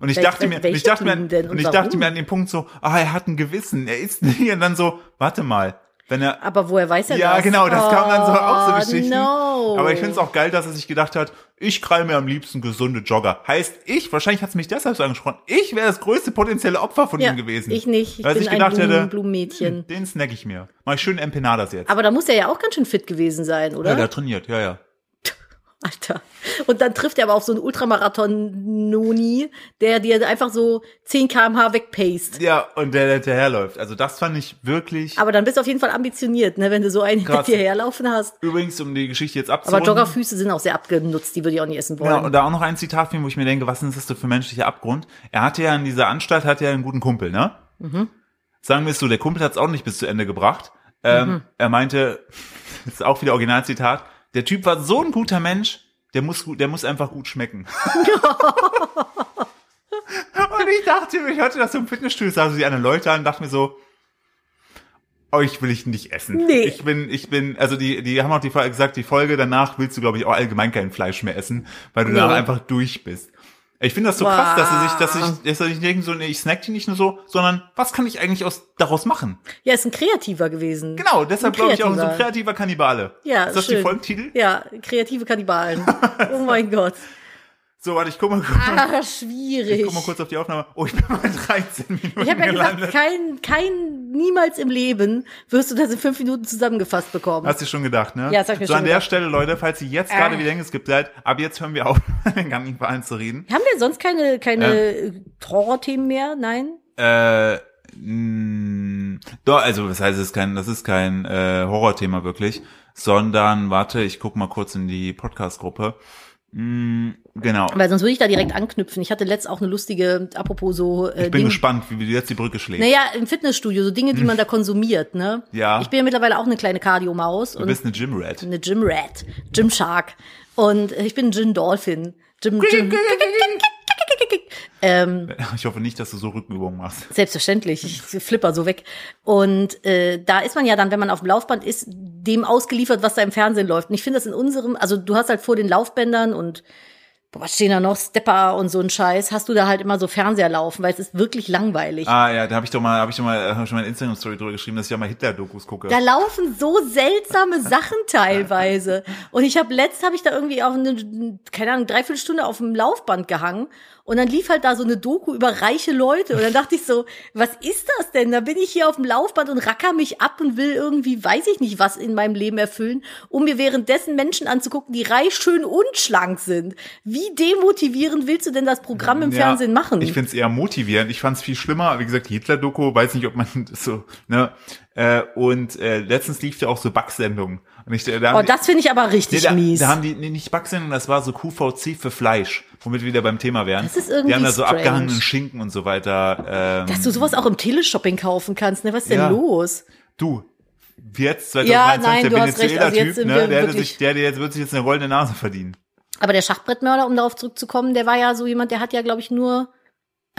[SPEAKER 1] Und ich
[SPEAKER 2] Wel-
[SPEAKER 1] dachte mir, und ich
[SPEAKER 2] welche
[SPEAKER 1] dachte mir,
[SPEAKER 2] Blumen denn
[SPEAKER 1] und
[SPEAKER 2] und
[SPEAKER 1] ich dachte
[SPEAKER 2] warum?
[SPEAKER 1] mir an den Punkt so, ah, er hat ein Gewissen, er isst nicht, und dann so, warte mal, wenn er,
[SPEAKER 2] Aber woher weiß er
[SPEAKER 1] ja,
[SPEAKER 2] das?
[SPEAKER 1] genau, das
[SPEAKER 2] oh,
[SPEAKER 1] kam dann so auch so Geschichten.
[SPEAKER 2] No.
[SPEAKER 1] Aber ich finde es auch geil, dass er sich gedacht hat, ich krall mir am liebsten gesunde Jogger. Heißt ich, wahrscheinlich hat es mich deshalb so angesprochen, ich wäre das größte potenzielle Opfer von
[SPEAKER 2] ja,
[SPEAKER 1] ihm gewesen.
[SPEAKER 2] Ich nicht. Ich
[SPEAKER 1] Weil
[SPEAKER 2] bin
[SPEAKER 1] ich gedacht
[SPEAKER 2] ein Blumen,
[SPEAKER 1] hätte, hm.
[SPEAKER 2] Blumenmädchen.
[SPEAKER 1] den snack ich mir. Mach ich schön Empanadas jetzt.
[SPEAKER 2] Aber da muss er ja auch ganz schön fit gewesen sein, oder?
[SPEAKER 1] Ja, der trainiert, ja, ja.
[SPEAKER 2] Alter. Und dann trifft er aber auf so einen Ultramarathon-Noni, der dir einfach so 10 kmh wegpaced.
[SPEAKER 1] Ja, und der der hinterherläuft. Also das fand ich wirklich.
[SPEAKER 2] Aber dann bist du auf jeden Fall ambitioniert, ne, wenn du so einen
[SPEAKER 1] Krass.
[SPEAKER 2] mit dir herlaufen hast.
[SPEAKER 1] übrigens, um die Geschichte jetzt
[SPEAKER 2] Aber
[SPEAKER 1] abzurunden.
[SPEAKER 2] Joggerfüße sind auch sehr abgenutzt, die würde ich auch nicht essen wollen.
[SPEAKER 1] ja, Genau, und da auch noch ein Zitat von ihm, wo ich mir denke, was ist das denn für ein menschlicher Abgrund? Er hatte ja in dieser Anstalt hatte er einen guten Kumpel, ne?
[SPEAKER 2] Mhm.
[SPEAKER 1] Sagen wir es so, der Kumpel hat es auch nicht bis zu Ende gebracht. Ähm,
[SPEAKER 2] Mhm.
[SPEAKER 1] Er meinte, das ist auch wieder Originalzitat, der Typ war so ein guter Mensch, der muss, gut, der muss einfach gut schmecken. Und ich dachte, mir, ich hörte das so im Fitnessstudio, sah so die anderen Leute an, dachte mir so, euch will ich nicht essen.
[SPEAKER 2] Nee.
[SPEAKER 1] Ich bin, ich bin, also die, die haben auch die Folge gesagt, die Folge danach willst du, glaube ich, auch allgemein kein Fleisch mehr essen, weil du
[SPEAKER 2] Nee.
[SPEAKER 1] danach einfach durch bist. Ich finde das so
[SPEAKER 2] Wow.
[SPEAKER 1] krass, dass er sich, dass ich, dass er sich denken so, nee, ich snack die nicht nur so, sondern was kann ich eigentlich aus, daraus machen?
[SPEAKER 2] ja, ist ein Kreativer gewesen.
[SPEAKER 1] Genau, deshalb
[SPEAKER 2] Ein
[SPEAKER 1] glaube ich auch so
[SPEAKER 2] Kreativer.
[SPEAKER 1] ein kreativer Kannibale.
[SPEAKER 2] Ja,
[SPEAKER 1] ist das
[SPEAKER 2] schön.
[SPEAKER 1] die Folgentitel?
[SPEAKER 2] Ja, kreative Kannibalen. oh mein Gott.
[SPEAKER 1] So, warte, ich guck mal,
[SPEAKER 2] Ah,
[SPEAKER 1] ich
[SPEAKER 2] schwierig.
[SPEAKER 1] guck mal kurz auf die Aufnahme. Oh, ich bin bei 13 Minuten
[SPEAKER 2] Ich habe ja gesagt,
[SPEAKER 1] gelandet.
[SPEAKER 2] kein, kein, niemals im Leben wirst du das in fünf Minuten zusammengefasst bekommen.
[SPEAKER 1] Hast du schon gedacht, ne?
[SPEAKER 2] Ja, das hab ich mir
[SPEAKER 1] so
[SPEAKER 2] schon
[SPEAKER 1] an der
[SPEAKER 2] gedacht. Äh.
[SPEAKER 1] Stelle, Leute, falls ihr jetzt gerade wieder hingeskippt seid, ab jetzt hören wir auf, den Kannibalen zu reden.
[SPEAKER 2] Haben wir sonst keine, keine Horrorthemen mehr? Nein?
[SPEAKER 1] Äh, mh, doch, also das heißt, es ist kein, das ist kein äh, Horrorthema wirklich, sondern warte, ich guck mal kurz in die Podcast-Gruppe. Mm, Genau.
[SPEAKER 2] Weil sonst würde ich da direkt anknüpfen. Ich hatte letzt auch eine lustige, apropos so äh,
[SPEAKER 1] Ich bin
[SPEAKER 2] Dinge-
[SPEAKER 1] gespannt, wie du jetzt die Brücke schlägst.
[SPEAKER 2] Naja, im Fitnessstudio, so Dinge, die man da konsumiert, ne?
[SPEAKER 1] Ja.
[SPEAKER 2] Ich bin ja mittlerweile auch eine kleine Kardiomaus
[SPEAKER 1] du
[SPEAKER 2] und
[SPEAKER 1] bist eine Gym Rat.
[SPEAKER 2] eine Gym Rat, Gym Shark. Und äh, ich bin ein Gym Dolphin. Gym, Gym. Ähm,
[SPEAKER 1] Ich hoffe nicht, dass du so Rückenübungen machst.
[SPEAKER 2] Selbstverständlich, ich flipper so weg. Und äh, da ist man ja dann, wenn man auf dem Laufband ist, dem ausgeliefert, was da im Fernsehen läuft. Und ich finde das in unserem, also du hast halt vor den Laufbändern und boah, was stehen da noch, Stepper und so ein Scheiß, hast du da halt immer so Fernseher laufen, weil es ist wirklich langweilig.
[SPEAKER 1] Ah ja, da habe ich doch mal, habe ich doch mal, hab ich schon mal in Instagram Story drüber geschrieben, dass ich ja mal Hitler-Dokus gucke.
[SPEAKER 2] Da laufen so seltsame Sachen teilweise. Und ich habe letzt habe ich da irgendwie auch eine, keine Ahnung, dreiviertel Stunde auf dem Laufband gehangen und dann lief halt da so eine Doku über reiche Leute. Und dann dachte ich so, was ist das denn? Da bin ich hier auf dem Laufband und racker mich ab und will irgendwie, weiß ich nicht, was in meinem Leben erfüllen, um mir währenddessen Menschen anzugucken, die reich, schön und schlank sind. Wie demotivierend willst du denn das Programm im
[SPEAKER 1] Ja,
[SPEAKER 2] Fernsehen machen?
[SPEAKER 1] Ich finde es eher motivierend. Ich fand es viel schlimmer. Wie gesagt, die Hitler-Doku, weiß nicht, ob man das so, ne? Äh, und äh, letztens lief ja auch so Backsendung. Und ich, äh, da
[SPEAKER 2] Oh,
[SPEAKER 1] haben die-
[SPEAKER 2] das finde ich aber richtig
[SPEAKER 1] da,
[SPEAKER 2] mies.
[SPEAKER 1] da haben die, nee, nicht Backsendung, das war so QVC für Fleisch, womit wir wieder beim Thema wären.
[SPEAKER 2] Das ist irgendwie
[SPEAKER 1] Die haben da so
[SPEAKER 2] strange.
[SPEAKER 1] abgehangenen Schinken und so weiter. Ähm,
[SPEAKER 2] Dass du sowas auch im Teleshopping kaufen kannst, ne? Was ist denn
[SPEAKER 1] Ja.
[SPEAKER 2] los?
[SPEAKER 1] du, jetzt
[SPEAKER 2] Ja, nein,
[SPEAKER 1] 2023,
[SPEAKER 2] du
[SPEAKER 1] der
[SPEAKER 2] hast recht, also jetzt
[SPEAKER 1] Venezuela-Typ,
[SPEAKER 2] sind
[SPEAKER 1] ne,
[SPEAKER 2] wir
[SPEAKER 1] der, hätte
[SPEAKER 2] wirklich-
[SPEAKER 1] sich, der, der jetzt wird sich jetzt eine goldene Nase verdienen.
[SPEAKER 2] Aber der Schachbrettmörder, um darauf zurückzukommen, der war ja so jemand, der hat ja, glaube ich, nur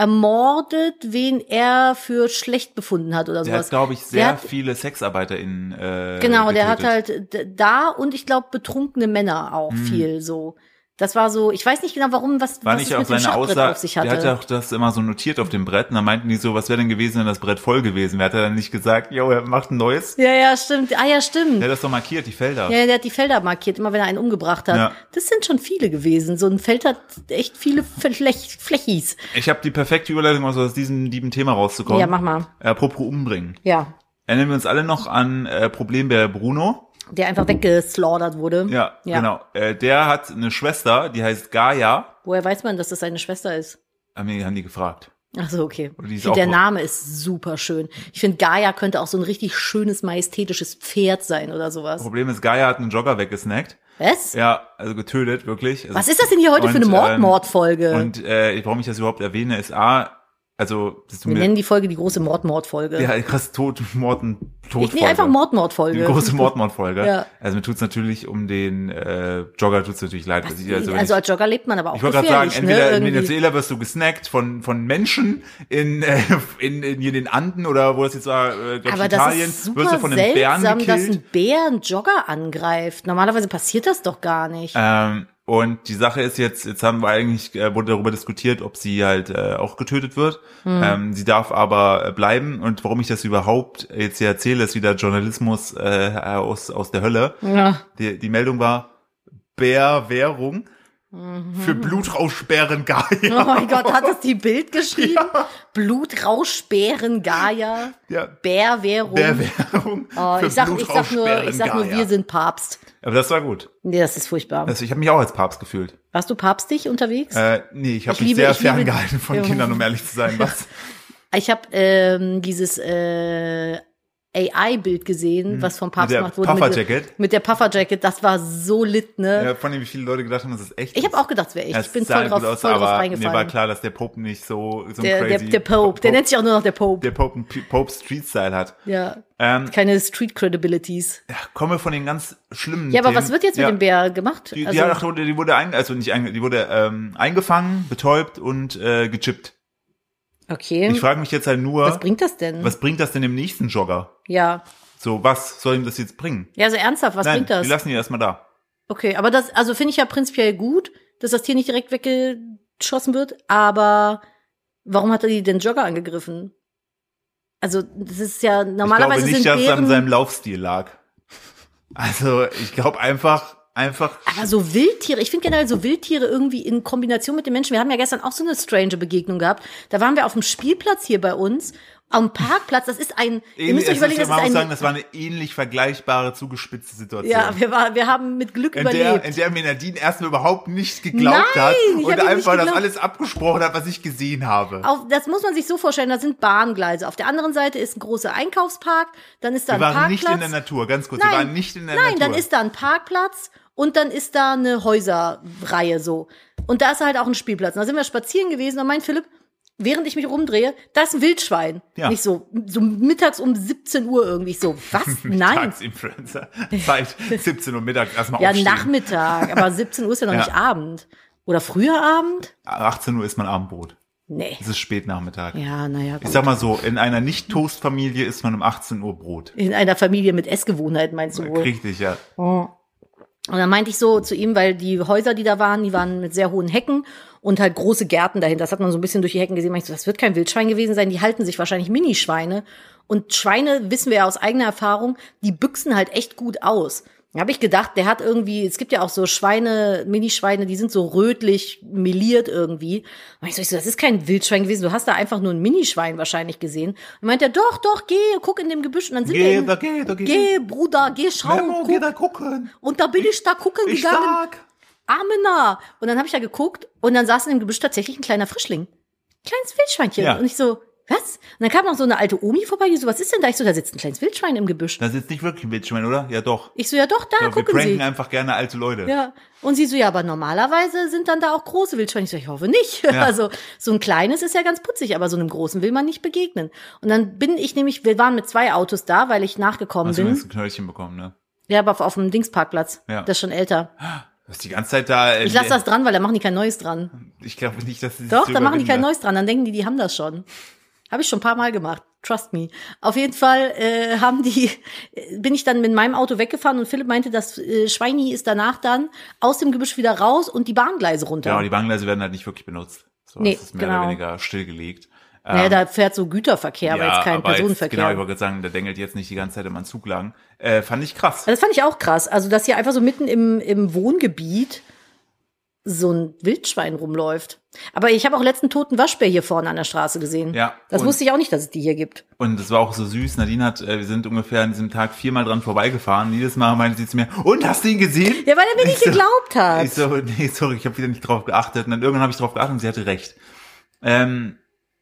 [SPEAKER 2] ermordet, wen er für schlecht befunden hat oder
[SPEAKER 1] Der hat,
[SPEAKER 2] sowas.
[SPEAKER 1] glaube ich, sehr
[SPEAKER 2] hat-
[SPEAKER 1] viele SexarbeiterInnen äh,
[SPEAKER 2] genau, der hat
[SPEAKER 1] getötet. Mhm.
[SPEAKER 2] halt d- da und ich glaube betrunkene Männer auch viel so. Das war so, ich weiß nicht genau, warum, was,
[SPEAKER 1] War
[SPEAKER 2] was
[SPEAKER 1] nicht
[SPEAKER 2] es
[SPEAKER 1] auch
[SPEAKER 2] mit dem
[SPEAKER 1] seine
[SPEAKER 2] Schachbrett
[SPEAKER 1] Aussage,
[SPEAKER 2] auf sich
[SPEAKER 1] der
[SPEAKER 2] hatte.
[SPEAKER 1] hat ja auch das immer so notiert auf dem Brett und dann meinten die so, was wäre denn gewesen, wenn das Brett voll gewesen wäre? Hat er dann nicht gesagt, jo, er macht ein neues?
[SPEAKER 2] ja, ja, stimmt. Ah ja, stimmt.
[SPEAKER 1] Der hat das doch markiert, die Felder.
[SPEAKER 2] Ja, der hat die Felder markiert, immer wenn er einen umgebracht hat.
[SPEAKER 1] Ja.
[SPEAKER 2] Das sind schon viele gewesen. So ein Feld hat echt viele Flech Flechis.
[SPEAKER 1] Ich habe die perfekte Überleitung, um aus diesem lieben Thema rauszukommen.
[SPEAKER 2] Ja, mach mal.
[SPEAKER 1] Apropos umbringen.
[SPEAKER 2] Ja,
[SPEAKER 1] Erinnern wir uns alle noch an äh, Problembär Bruno?
[SPEAKER 2] der einfach weggeslaughtert wurde.
[SPEAKER 1] Ja, genau. Äh, der hat eine Schwester, die heißt Gaia.
[SPEAKER 2] Woher weiß man, dass das seine Schwester ist?
[SPEAKER 1] Haben die, haben die gefragt.
[SPEAKER 2] Ach so, okay.
[SPEAKER 1] Und die ist
[SPEAKER 2] Ich find, der
[SPEAKER 1] auch-
[SPEAKER 2] Name ist super schön. Ich finde, Gaia könnte auch so ein richtig schönes, majestätisches Pferd sein oder sowas.
[SPEAKER 1] Problem ist, Gaia hat einen Jogger weggesnackt.
[SPEAKER 2] Was?
[SPEAKER 1] Oh. Ja, also getötet, wirklich. Also
[SPEAKER 2] Was ist das denn hier heute für eine
[SPEAKER 1] Und,
[SPEAKER 2] Mord
[SPEAKER 1] ähm,
[SPEAKER 2] Mordfolge?
[SPEAKER 1] Und äh, warum ich das überhaupt erwähne, ist A, also das tut
[SPEAKER 2] Wir
[SPEAKER 1] mir
[SPEAKER 2] nennen die Folge die große Mord Mordfolge.
[SPEAKER 1] Ja, krass, Tod, Morden, Tod.
[SPEAKER 2] ich nehme einfach Mord
[SPEAKER 1] Die
[SPEAKER 2] Mordfolge.
[SPEAKER 1] große Mordmordfolge.
[SPEAKER 2] Ja.
[SPEAKER 1] Also mir tut's natürlich um den äh, Jogger tut's natürlich leid. dass ich-
[SPEAKER 2] also,
[SPEAKER 1] wenn ich
[SPEAKER 2] als Jogger lebt man aber auch
[SPEAKER 1] ich wollte gerade sagen,
[SPEAKER 2] gefährlich, ne?
[SPEAKER 1] entweder in
[SPEAKER 2] Irgendwie.
[SPEAKER 1] Venezuela wirst du gesnackt von von Menschen in äh, in, in, in den Anden oder wo das jetzt war, äh, glaub ich,
[SPEAKER 2] Aber das
[SPEAKER 1] Italien,
[SPEAKER 2] ist
[SPEAKER 1] wirst du
[SPEAKER 2] super
[SPEAKER 1] von einem Bären
[SPEAKER 2] seltsam, dass
[SPEAKER 1] gekillt.
[SPEAKER 2] ein Bär einen Jogger angreift. Normalerweise passiert das doch gar nicht.
[SPEAKER 1] Ähm, und die Sache ist jetzt, jetzt haben wir eigentlich, äh, wurde darüber diskutiert, ob sie halt äh, auch getötet wird.
[SPEAKER 2] Hm.
[SPEAKER 1] Ähm, sie darf aber äh, bleiben. Und warum ich das überhaupt jetzt hier erzähle, ist wieder Journalismus äh, aus, aus der Hölle.
[SPEAKER 2] Ja.
[SPEAKER 1] Die, die Meldung war Bärwährung für Blutrauschbären Gaia.
[SPEAKER 2] Mhm. Oh mein Gott, hat das die Bild geschrieben? Blutrauschbären Gaia.
[SPEAKER 1] Ja.
[SPEAKER 2] Bärwährung.
[SPEAKER 1] Bärwährung
[SPEAKER 2] Oh,
[SPEAKER 1] für
[SPEAKER 2] ich sag, ich sag nur, ich sag nur,
[SPEAKER 1] Blutrauschbären
[SPEAKER 2] wir sind Papst.
[SPEAKER 1] Aber das war gut.
[SPEAKER 2] Nee, das ist furchtbar.
[SPEAKER 1] Also ich habe mich auch als Papst gefühlt.
[SPEAKER 2] Warst du papstig unterwegs?
[SPEAKER 1] Äh, nee, ich habe
[SPEAKER 2] Ich
[SPEAKER 1] mich
[SPEAKER 2] liebe-
[SPEAKER 1] sehr
[SPEAKER 2] ich liebe-
[SPEAKER 1] ferngehalten von
[SPEAKER 2] Ja.
[SPEAKER 1] Kindern, um ehrlich zu sein. Was?
[SPEAKER 2] Ich habe ähm, dieses äh, AI-Bild gesehen, was vom Papst
[SPEAKER 1] Mhm. Mit der
[SPEAKER 2] gemacht wurde. mit der-
[SPEAKER 1] Pufferjacket?
[SPEAKER 2] Mit der Pufferjacket, das war so lit, ne?
[SPEAKER 1] Ja, von dem, wie viele Leute gedacht haben, das ist echt.
[SPEAKER 2] Ich habe auch gedacht, es wäre echt.
[SPEAKER 1] Ja,
[SPEAKER 2] ich bin
[SPEAKER 1] es sah
[SPEAKER 2] voll drauf,
[SPEAKER 1] gut aus,
[SPEAKER 2] voll drauf
[SPEAKER 1] aber Mir war
[SPEAKER 2] reingefallen.
[SPEAKER 1] klar, dass der Pope nicht so, so ein
[SPEAKER 2] Der, der,
[SPEAKER 1] crazy
[SPEAKER 2] der Pope, der nennt sich auch nur noch der Pope.
[SPEAKER 1] der Pope, ein P- Pope Street Style hat.
[SPEAKER 2] ja.
[SPEAKER 1] Ähm,
[SPEAKER 2] Keine Street Credibilities.
[SPEAKER 1] ja, komme von den ganz schlimmen.
[SPEAKER 2] Ja, aber
[SPEAKER 1] Themen.
[SPEAKER 2] was wird jetzt mit
[SPEAKER 1] Ja,
[SPEAKER 2] dem Bär gemacht?
[SPEAKER 1] Die, die,
[SPEAKER 2] Also-
[SPEAKER 1] hat- wurde, die wurde ein, also nicht einge, die wurde ähm, eingefangen, betäubt und äh, gechippt. Ich
[SPEAKER 2] okay.
[SPEAKER 1] frage mich jetzt halt nur,
[SPEAKER 2] Was bringt das denn?
[SPEAKER 1] was bringt das denn dem nächsten Jogger?
[SPEAKER 2] ja.
[SPEAKER 1] So, was soll ihm das jetzt bringen?
[SPEAKER 2] Ja, also ernsthaft, was
[SPEAKER 1] Nein,
[SPEAKER 2] bringt das?
[SPEAKER 1] die lassen ihn erstmal da.
[SPEAKER 2] Okay, aber das, also finde ich ja prinzipiell gut, dass das Tier nicht direkt weggeschossen wird, aber warum hat er die denn Jogger angegriffen? Also, das ist ja normalerweise
[SPEAKER 1] ich glaube nicht,
[SPEAKER 2] sind
[SPEAKER 1] dass es an
[SPEAKER 2] Bären,
[SPEAKER 1] seinem Laufstil lag. Also, ich glaube einfach, einfach
[SPEAKER 2] aber so Wildtiere, ich finde generell so Wildtiere irgendwie in Kombination mit den Menschen. Wir haben ja gestern auch so eine strange Begegnung gehabt. Da waren wir auf dem Spielplatz hier bei uns am Parkplatz, das ist ein, ihr
[SPEAKER 1] Ähnlich-
[SPEAKER 2] müsst euch
[SPEAKER 1] es
[SPEAKER 2] überlegen,
[SPEAKER 1] ist,
[SPEAKER 2] das
[SPEAKER 1] man muss
[SPEAKER 2] ist
[SPEAKER 1] sagen,
[SPEAKER 2] ein,
[SPEAKER 1] das war eine ähnlich vergleichbare, zugespitzte Situation.
[SPEAKER 2] ja, wir, war, wir haben mit Glück
[SPEAKER 1] in der,
[SPEAKER 2] überlebt.
[SPEAKER 1] in der mir Nadine erstmal überhaupt nicht geglaubt
[SPEAKER 2] Nein,
[SPEAKER 1] hat
[SPEAKER 2] ich hab
[SPEAKER 1] und
[SPEAKER 2] ihr nicht
[SPEAKER 1] einfach das
[SPEAKER 2] geglaubt.
[SPEAKER 1] alles abgesprochen hat, was ich gesehen habe.
[SPEAKER 2] Auf, das muss man sich so vorstellen, da sind Bahngleise. Auf der anderen Seite ist ein großer Einkaufspark, dann ist da
[SPEAKER 1] wir
[SPEAKER 2] ein
[SPEAKER 1] waren
[SPEAKER 2] Parkplatz.
[SPEAKER 1] nicht in der Natur, ganz kurz. wir
[SPEAKER 2] Nein.
[SPEAKER 1] waren nicht in der
[SPEAKER 2] Nein,
[SPEAKER 1] Natur.
[SPEAKER 2] dann ist da ein Parkplatz und dann ist da eine Häuserreihe so. Und da ist halt auch ein Spielplatz. Und da sind wir spazieren gewesen und mein Philipp, während ich mich rumdrehe, da ist ein Wildschwein.
[SPEAKER 1] Ja.
[SPEAKER 2] Nicht so, so mittags um 17 Uhr irgendwie. Ich so, was? Nein.
[SPEAKER 1] Tagsinfluencer. Zeit 17 Uhr mittags erstmal
[SPEAKER 2] Ja,
[SPEAKER 1] aufstehen.
[SPEAKER 2] Nachmittag. Aber 17 Uhr ist ja noch
[SPEAKER 1] Ja.
[SPEAKER 2] nicht Abend. Oder früher Abend?
[SPEAKER 1] 18 Uhr ist mein Abendbrot.
[SPEAKER 2] Nee.
[SPEAKER 1] Es ist Spätnachmittag.
[SPEAKER 2] Ja, naja.
[SPEAKER 1] Ich
[SPEAKER 2] Gut.
[SPEAKER 1] sag mal so, in einer Nicht-Toast-Familie isst man um 18 Uhr Brot.
[SPEAKER 2] In einer Familie mit Essgewohnheiten meinst du wohl?
[SPEAKER 1] Richtig, ja.
[SPEAKER 2] Oh. Und dann meinte ich so zu ihm, weil die Häuser, die da waren, die waren mit sehr hohen Hecken und halt große Gärten dahinter. Das hat man so ein bisschen durch die Hecken gesehen. Meinte ich so, das wird kein Wildschwein gewesen sein. Die halten sich wahrscheinlich Minischweine. Und Schweine, wissen wir ja aus eigener Erfahrung, die büchsen halt echt gut aus. Da habe ich gedacht, der hat irgendwie, es gibt ja auch so Schweine, Minischweine, die sind so rötlich meliert irgendwie. Und ich so, ich so, das ist kein Wildschwein gewesen, du hast da einfach nur ein Minischwein wahrscheinlich gesehen. Und meinte er, doch, doch, geh, guck in dem Gebüsch. Und dann sind wir
[SPEAKER 1] Geh,
[SPEAKER 2] in,
[SPEAKER 1] da, geh, da, geh.
[SPEAKER 2] geh, Bruder, geh, schau,
[SPEAKER 1] Memo,
[SPEAKER 2] guck.
[SPEAKER 1] geh da gucken.
[SPEAKER 2] Und da bin ich da gucken
[SPEAKER 1] Ich
[SPEAKER 2] gegangen.
[SPEAKER 1] sag.
[SPEAKER 2] Amener. Und dann habe ich da geguckt und dann saß in dem Gebüsch tatsächlich ein kleiner Frischling. Kleines Wildschweinchen.
[SPEAKER 1] Ja.
[SPEAKER 2] Und ich so, was? Und dann kam noch so eine alte Omi vorbei, die so, was ist denn da? Ich so, da sitzt ein kleines Wildschwein im Gebüsch.
[SPEAKER 1] Da sitzt nicht wirklich ein Wildschwein, oder? Ja, doch.
[SPEAKER 2] Ich so, ja doch, da,
[SPEAKER 1] Ja, wir
[SPEAKER 2] gucken
[SPEAKER 1] pranken
[SPEAKER 2] Sie.
[SPEAKER 1] einfach gerne alte Leute.
[SPEAKER 2] Ja. Und sie so, ja, aber normalerweise sind dann da auch große Wildschweine. Ich so, ich hoffe nicht.
[SPEAKER 1] Ja.
[SPEAKER 2] Also so ein kleines ist ja ganz putzig, aber so einem großen will man nicht begegnen. Und dann bin ich nämlich, wir waren mit zwei Autos da, weil ich nachgekommen
[SPEAKER 1] Hast du
[SPEAKER 2] bin.
[SPEAKER 1] übrigens ein Knöllchen bekommen, ne?
[SPEAKER 2] Ja, aber auf, auf dem Dingsparkplatz.
[SPEAKER 1] Ja. Ah,
[SPEAKER 2] Das ist schon älter.
[SPEAKER 1] Du hast die ganze Zeit da. äh,
[SPEAKER 2] Ich lasse das dran, weil da machen die kein Neues dran.
[SPEAKER 1] Ich glaube nicht, dass sie sich
[SPEAKER 2] Doch,
[SPEAKER 1] zu
[SPEAKER 2] da machen die
[SPEAKER 1] überwinden
[SPEAKER 2] kein
[SPEAKER 1] hat.
[SPEAKER 2] Neues dran. Dann denken die, die haben das schon. Habe ich schon ein paar Mal gemacht. Trust me. Auf jeden Fall äh, haben die, äh, bin ich dann mit meinem Auto weggefahren und Philipp meinte, das äh, Schweini ist danach dann aus dem Gebüsch wieder raus und die Bahngleise runter.
[SPEAKER 1] Ja, aber die Bahngleise werden halt nicht wirklich benutzt. So,
[SPEAKER 2] Nee,
[SPEAKER 1] das ist mehr oder
[SPEAKER 2] genau.
[SPEAKER 1] weniger stillgelegt.
[SPEAKER 2] naja,
[SPEAKER 1] Ähm,
[SPEAKER 2] da fährt so Güterverkehr, aber jetzt kein
[SPEAKER 1] aber jetzt-
[SPEAKER 2] Personenverkehr.
[SPEAKER 1] genau, ich wollte gerade sagen, da dengelt jetzt nicht die ganze Zeit immer ein Zug lang. Äh, fand ich krass.
[SPEAKER 2] das fand ich auch krass. Also, dass hier einfach so mitten im, im Wohngebiet so ein Wildschwein rumläuft. Aber ich habe auch letzten toten Waschbär hier vorne an der Straße gesehen.
[SPEAKER 1] Ja,
[SPEAKER 2] Das
[SPEAKER 1] und-
[SPEAKER 2] wusste ich auch nicht, dass es die hier gibt.
[SPEAKER 1] Und es war auch so süß. Nadine hat, äh, wir sind ungefähr an diesem Tag viermal dran vorbeigefahren. Jedes Mal meinte sie zu mir, und hast du ihn gesehen?
[SPEAKER 2] Ja, weil er mir nicht
[SPEAKER 1] Ich so-
[SPEAKER 2] geglaubt hat.
[SPEAKER 1] Ich so, nee, sorry, ich habe wieder nicht drauf geachtet. Und dann irgendwann habe ich drauf geachtet und sie hatte recht. Ähm,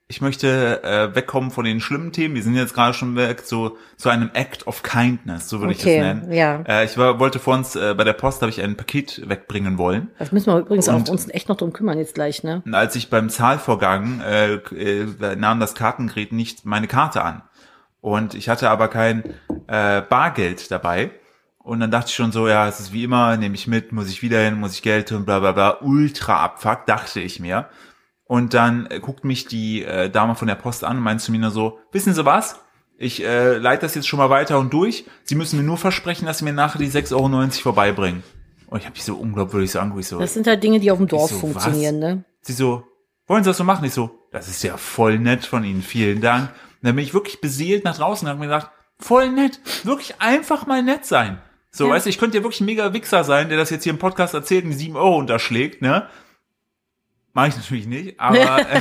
[SPEAKER 1] ich möchte äh, wegkommen von den schlimmen Themen. Wir sind jetzt gerade schon weg zu, zu einem Act of Kindness, so würde ich
[SPEAKER 2] Okay,
[SPEAKER 1] das nennen.
[SPEAKER 2] ja.
[SPEAKER 1] Äh, ich war, wollte vor uns, äh, bei der Post habe ich ein Paket wegbringen wollen.
[SPEAKER 2] Das müssen wir übrigens
[SPEAKER 1] Und-
[SPEAKER 2] auch uns echt noch drum kümmern jetzt gleich, ne?
[SPEAKER 1] Und als ich beim Zahlvorgang äh, äh, nahm das Kartengerät nicht meine Karte an. Und ich hatte aber kein äh, Bargeld dabei. Und dann dachte ich schon so, ja, es ist wie immer, nehme ich mit, muss ich wieder hin, muss ich Geld tun, bla bla bla. Ultra abfuck, dachte ich mir. Und dann äh, guckt mich die äh, Dame von der Post an und meint zu mir nur so, wissen Sie was? Ich äh, leite das jetzt schon mal weiter und durch. Sie müssen mir nur versprechen, dass Sie mir nachher die 6,90 Euro vorbeibringen. Und ich habe mich so unglaubwürdig so angeguckt. ich So,
[SPEAKER 2] Das sind halt Dinge, die auf dem Dorf
[SPEAKER 1] so, was?
[SPEAKER 2] funktionieren, ne?
[SPEAKER 1] Sie so, wollen Sie das so machen? Ich so, das ist ja voll nett von Ihnen, vielen Dank. Und dann bin ich wirklich beseelt nach draußen und habe mir gedacht, voll nett, wirklich einfach mal nett sein. So,
[SPEAKER 2] Ja.
[SPEAKER 1] weißt du, ich könnte ja wirklich ein mega Wichser sein, der das jetzt hier im Podcast erzählt und die 7 Euro unterschlägt, ne? Mach ich natürlich nicht, aber äh,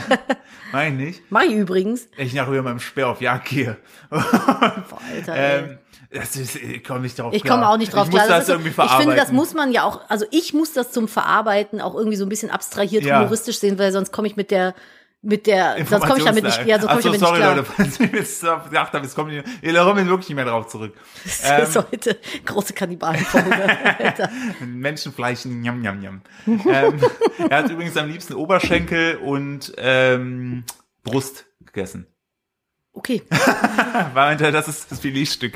[SPEAKER 1] mach ich nicht.
[SPEAKER 2] Mach ich übrigens.
[SPEAKER 1] Ich nachher mit meinem Speer auf Jagd gehe.
[SPEAKER 2] Boah, Oh, Alter, ey.
[SPEAKER 1] Ähm, das ist, ich komme nicht drauf
[SPEAKER 2] ich komme auch nicht drauf
[SPEAKER 1] ich muss
[SPEAKER 2] klar.
[SPEAKER 1] Das
[SPEAKER 2] ist so-
[SPEAKER 1] irgendwie
[SPEAKER 2] ich
[SPEAKER 1] verarbeiten.
[SPEAKER 2] finde, das muss man ja auch, also ich muss das zum Verarbeiten auch irgendwie so ein bisschen abstrahiert,
[SPEAKER 1] Ja.
[SPEAKER 2] humoristisch sehen, weil sonst komme ich mit der, mit der, sonst komme ich damit nicht, ja, sonst komme ich
[SPEAKER 1] Ach so, sorry,
[SPEAKER 2] damit nicht klar.
[SPEAKER 1] Leute, falls ich jetzt gedacht habe, jetzt komme ich, nicht- da komme ich wirklich nicht mehr drauf zurück. Ähm,
[SPEAKER 2] Das ist heute große Kannibalenfolge.
[SPEAKER 1] Menschenfleisch, njam, njam, njam. ähm, er hat übrigens am liebsten Oberschenkel und ähm, Brust gegessen.
[SPEAKER 2] Okay,
[SPEAKER 1] Weil er meinte, das ist das Filetstück.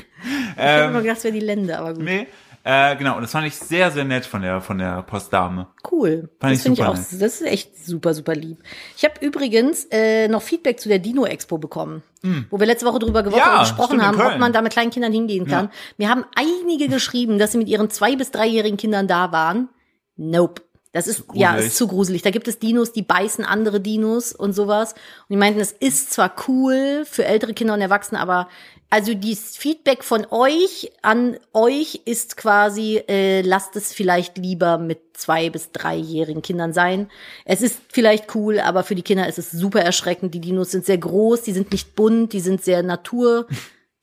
[SPEAKER 2] ich habe immer
[SPEAKER 1] Ähm,
[SPEAKER 2] gedacht, es wäre die Länder, aber gut.
[SPEAKER 1] nee, äh, genau, und das fand ich sehr, sehr nett von der, von der Postdame.
[SPEAKER 2] Cool.
[SPEAKER 1] Fand ich
[SPEAKER 2] das finde ich
[SPEAKER 1] super
[SPEAKER 2] auch,
[SPEAKER 1] nett.
[SPEAKER 2] das ist echt super, super lieb. Ich habe übrigens äh, noch Feedback zu der Dino-Expo bekommen, wo wir letzte Woche drüber gewo-
[SPEAKER 1] Hm. Ja, stimmt,
[SPEAKER 2] gesprochen
[SPEAKER 1] in
[SPEAKER 2] haben,
[SPEAKER 1] Köln.
[SPEAKER 2] ob man da mit kleinen Kindern hingehen kann. Mir haben einige geschrieben, dass sie mit ihren zwei- bis dreijährigen Kindern da waren. Nope. Das ist,
[SPEAKER 1] gruselig.
[SPEAKER 2] ja, ist zu gruselig. Da gibt es Dinos, die beißen andere Dinos und sowas. Und die meinten, es ist zwar cool für ältere Kinder und Erwachsene, aber also dieses Feedback von euch an euch ist quasi, äh, lasst es vielleicht lieber mit zwei- bis dreijährigen Kindern sein. Es ist vielleicht cool, aber für die Kinder ist es super erschreckend. Die Dinos sind sehr groß, die sind nicht bunt, die sind sehr Natur,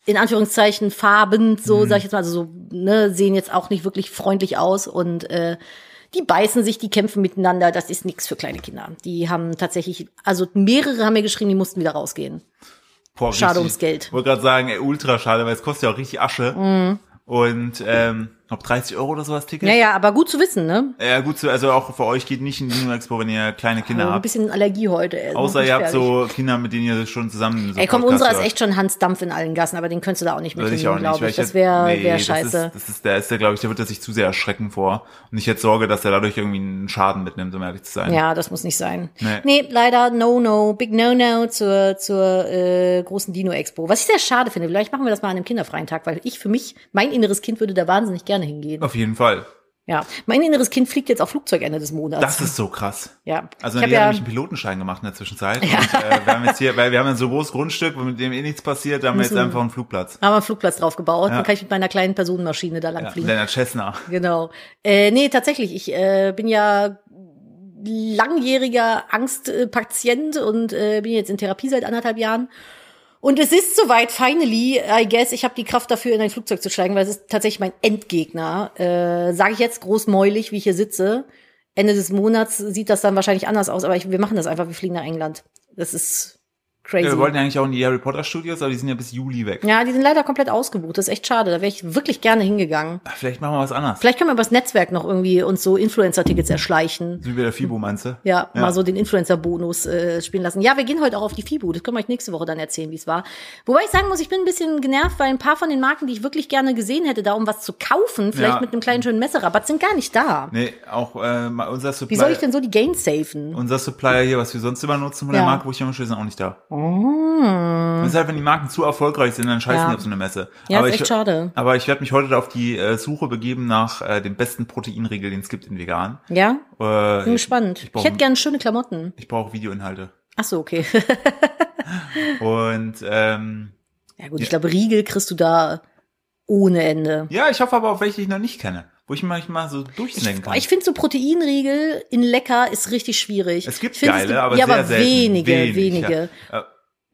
[SPEAKER 2] in Anführungszeichen farbend,
[SPEAKER 1] Mhm.
[SPEAKER 2] so sag ich jetzt mal, also so, ne, sehen jetzt auch nicht wirklich freundlich aus und äh, die beißen sich, die kämpfen miteinander, das ist nichts für kleine Kinder. Die haben tatsächlich, also mehrere haben mir geschrien, die mussten wieder rausgehen.
[SPEAKER 1] Boah, richtig-
[SPEAKER 2] Schade ums Geld.
[SPEAKER 1] Ich wollte gerade sagen, ey, ultra schade, weil es kostet ja auch richtig Asche.
[SPEAKER 2] Mm.
[SPEAKER 1] Und ähm, ob 30 Euro oder sowas Ticket?
[SPEAKER 2] Ja, ja, aber gut zu wissen, ne?
[SPEAKER 1] Ja, gut, so- also auch für euch geht nicht in die Dino Expo, wenn ihr kleine Kinder
[SPEAKER 2] Also ein
[SPEAKER 1] habt.
[SPEAKER 2] bisschen Allergie heute. äh, ey,
[SPEAKER 1] Genau. Außer ihr habt
[SPEAKER 2] gefährlich.
[SPEAKER 1] so Kinder, mit denen ihr schon zusammen so
[SPEAKER 2] Ey, komm,
[SPEAKER 1] Podcast
[SPEAKER 2] unserer ist
[SPEAKER 1] hört.
[SPEAKER 2] echt schon Hans Dampf in allen Gassen, aber den könntest du da auch nicht
[SPEAKER 1] Würde
[SPEAKER 2] mitnehmen,
[SPEAKER 1] ich auch nicht.
[SPEAKER 2] glaube
[SPEAKER 1] weil
[SPEAKER 2] ich. Das
[SPEAKER 1] hätte-
[SPEAKER 2] wäre wär
[SPEAKER 1] das
[SPEAKER 2] scheiße.
[SPEAKER 1] Ist, das ist, der ist der, glaube ich, der wird er sich zu sehr erschrecken vor. Und ich hätte Sorge, dass er dadurch irgendwie einen Schaden mitnimmt, um ehrlich zu sein.
[SPEAKER 2] ja, das muss nicht sein.
[SPEAKER 1] Nee.
[SPEAKER 2] Nee, leider no no, big no no zur zur äh, großen Dino Expo. Was ich sehr schade finde. Vielleicht machen wir das mal an einem kinderfreien Tag, weil ich für mich mein inneres Kind würde da wahnsinnig gerne hingehen.
[SPEAKER 1] Auf jeden Fall.
[SPEAKER 2] Ja, mein inneres Kind fliegt jetzt auf Flugzeug Ende des Monats.
[SPEAKER 1] Das ist so krass.
[SPEAKER 2] ja,
[SPEAKER 1] Also ich
[SPEAKER 2] ich habe
[SPEAKER 1] die haben
[SPEAKER 2] ja
[SPEAKER 1] nämlich einen Pilotenschein gemacht in der Zwischenzeit. Und, äh, wir haben jetzt hier, weil wir haben ein so großes Grundstück, mit dem eh nichts passiert, da haben wir jetzt einfach einen Flugplatz.
[SPEAKER 2] haben wir einen Flugplatz drauf gebaut,
[SPEAKER 1] Ja.
[SPEAKER 2] dann kann ich mit meiner kleinen Personenmaschine da lang
[SPEAKER 1] Ja,
[SPEAKER 2] fliegen.
[SPEAKER 1] Leonard Chesner.
[SPEAKER 2] Genau. Äh, nee, tatsächlich. Ich äh, bin ja langjähriger Angstpatient und äh, bin jetzt in Therapie seit anderthalb Jahren. Und es ist soweit, finally, I guess, ich habe die Kraft dafür, in ein Flugzeug zu steigen, weil es ist tatsächlich mein Endgegner. Äh, Sage ich jetzt großmäulig, wie ich hier sitze. Ende des Monats sieht das dann wahrscheinlich anders aus, aber ich, wir machen das einfach, wir fliegen nach England. Das ist crazy.
[SPEAKER 1] Ja, wir wollten ja eigentlich auch in die Harry Potter Studios, aber die sind ja bis Juli weg.
[SPEAKER 2] ja, die sind leider komplett ausgebucht. Das ist echt schade. Da wäre ich wirklich gerne hingegangen.
[SPEAKER 1] Vielleicht machen wir was anderes.
[SPEAKER 2] Vielleicht können wir über das Netzwerk noch irgendwie uns so Influencer-Tickets erschleichen.
[SPEAKER 1] Sind wir der FIBO, meinst du?
[SPEAKER 2] Ja,
[SPEAKER 1] Ja.
[SPEAKER 2] mal so den Influencer-Bonus äh, spielen lassen. Ja, wir gehen heute auch auf die FIBU. Das können wir euch nächste Woche dann erzählen, wie es war. Wobei ich sagen muss, ich bin ein bisschen genervt, weil ein paar von den Marken, die ich wirklich gerne gesehen hätte, da um was zu kaufen, vielleicht
[SPEAKER 1] Ja.
[SPEAKER 2] mit einem kleinen schönen Messerabatt, sind gar nicht da.
[SPEAKER 1] Nee, auch äh, mal unser
[SPEAKER 2] Wie soll
[SPEAKER 1] Supplier,
[SPEAKER 2] ich denn so die Gains safen?
[SPEAKER 1] unser Supplier hier, was wir sonst immer nutzen von der
[SPEAKER 2] Ja.
[SPEAKER 1] Marke, wo ich immer stehe, sind auch nicht da.
[SPEAKER 2] Oh.
[SPEAKER 1] Und deshalb, halt, wenn die Marken zu erfolgreich sind, dann scheißen
[SPEAKER 2] Ja.
[SPEAKER 1] die auf so eine Messe.
[SPEAKER 2] Ja,
[SPEAKER 1] aber
[SPEAKER 2] ist echt
[SPEAKER 1] ich,
[SPEAKER 2] schade.
[SPEAKER 1] Aber ich werde mich heute auf die äh, Suche begeben nach äh, dem besten Proteinriegel, den es gibt in vegan.
[SPEAKER 2] Ja,
[SPEAKER 1] Äh,
[SPEAKER 2] bin gespannt.
[SPEAKER 1] Ich, ich
[SPEAKER 2] Ich hätte
[SPEAKER 1] brauche
[SPEAKER 2] gerne schöne Klamotten.
[SPEAKER 1] brauch Videoinhalte.
[SPEAKER 2] Ach so, okay.
[SPEAKER 1] Und ähm,
[SPEAKER 2] Ja gut,
[SPEAKER 1] Ja.
[SPEAKER 2] ich glaube, Riegel kriegst du da ohne Ende.
[SPEAKER 1] ja, ich hoffe aber auf welche, die ich noch nicht kenne. Wo ich manchmal so durchsnacken kann.
[SPEAKER 2] Ich finde so Proteinriegel in lecker ist richtig schwierig.
[SPEAKER 1] es gibt
[SPEAKER 2] Ich find,
[SPEAKER 1] geile,
[SPEAKER 2] gibt-
[SPEAKER 1] aber
[SPEAKER 2] ja,
[SPEAKER 1] sehr
[SPEAKER 2] aber
[SPEAKER 1] selten.
[SPEAKER 2] wenige,
[SPEAKER 1] Wenig,
[SPEAKER 2] wenige.
[SPEAKER 1] Ja, äh,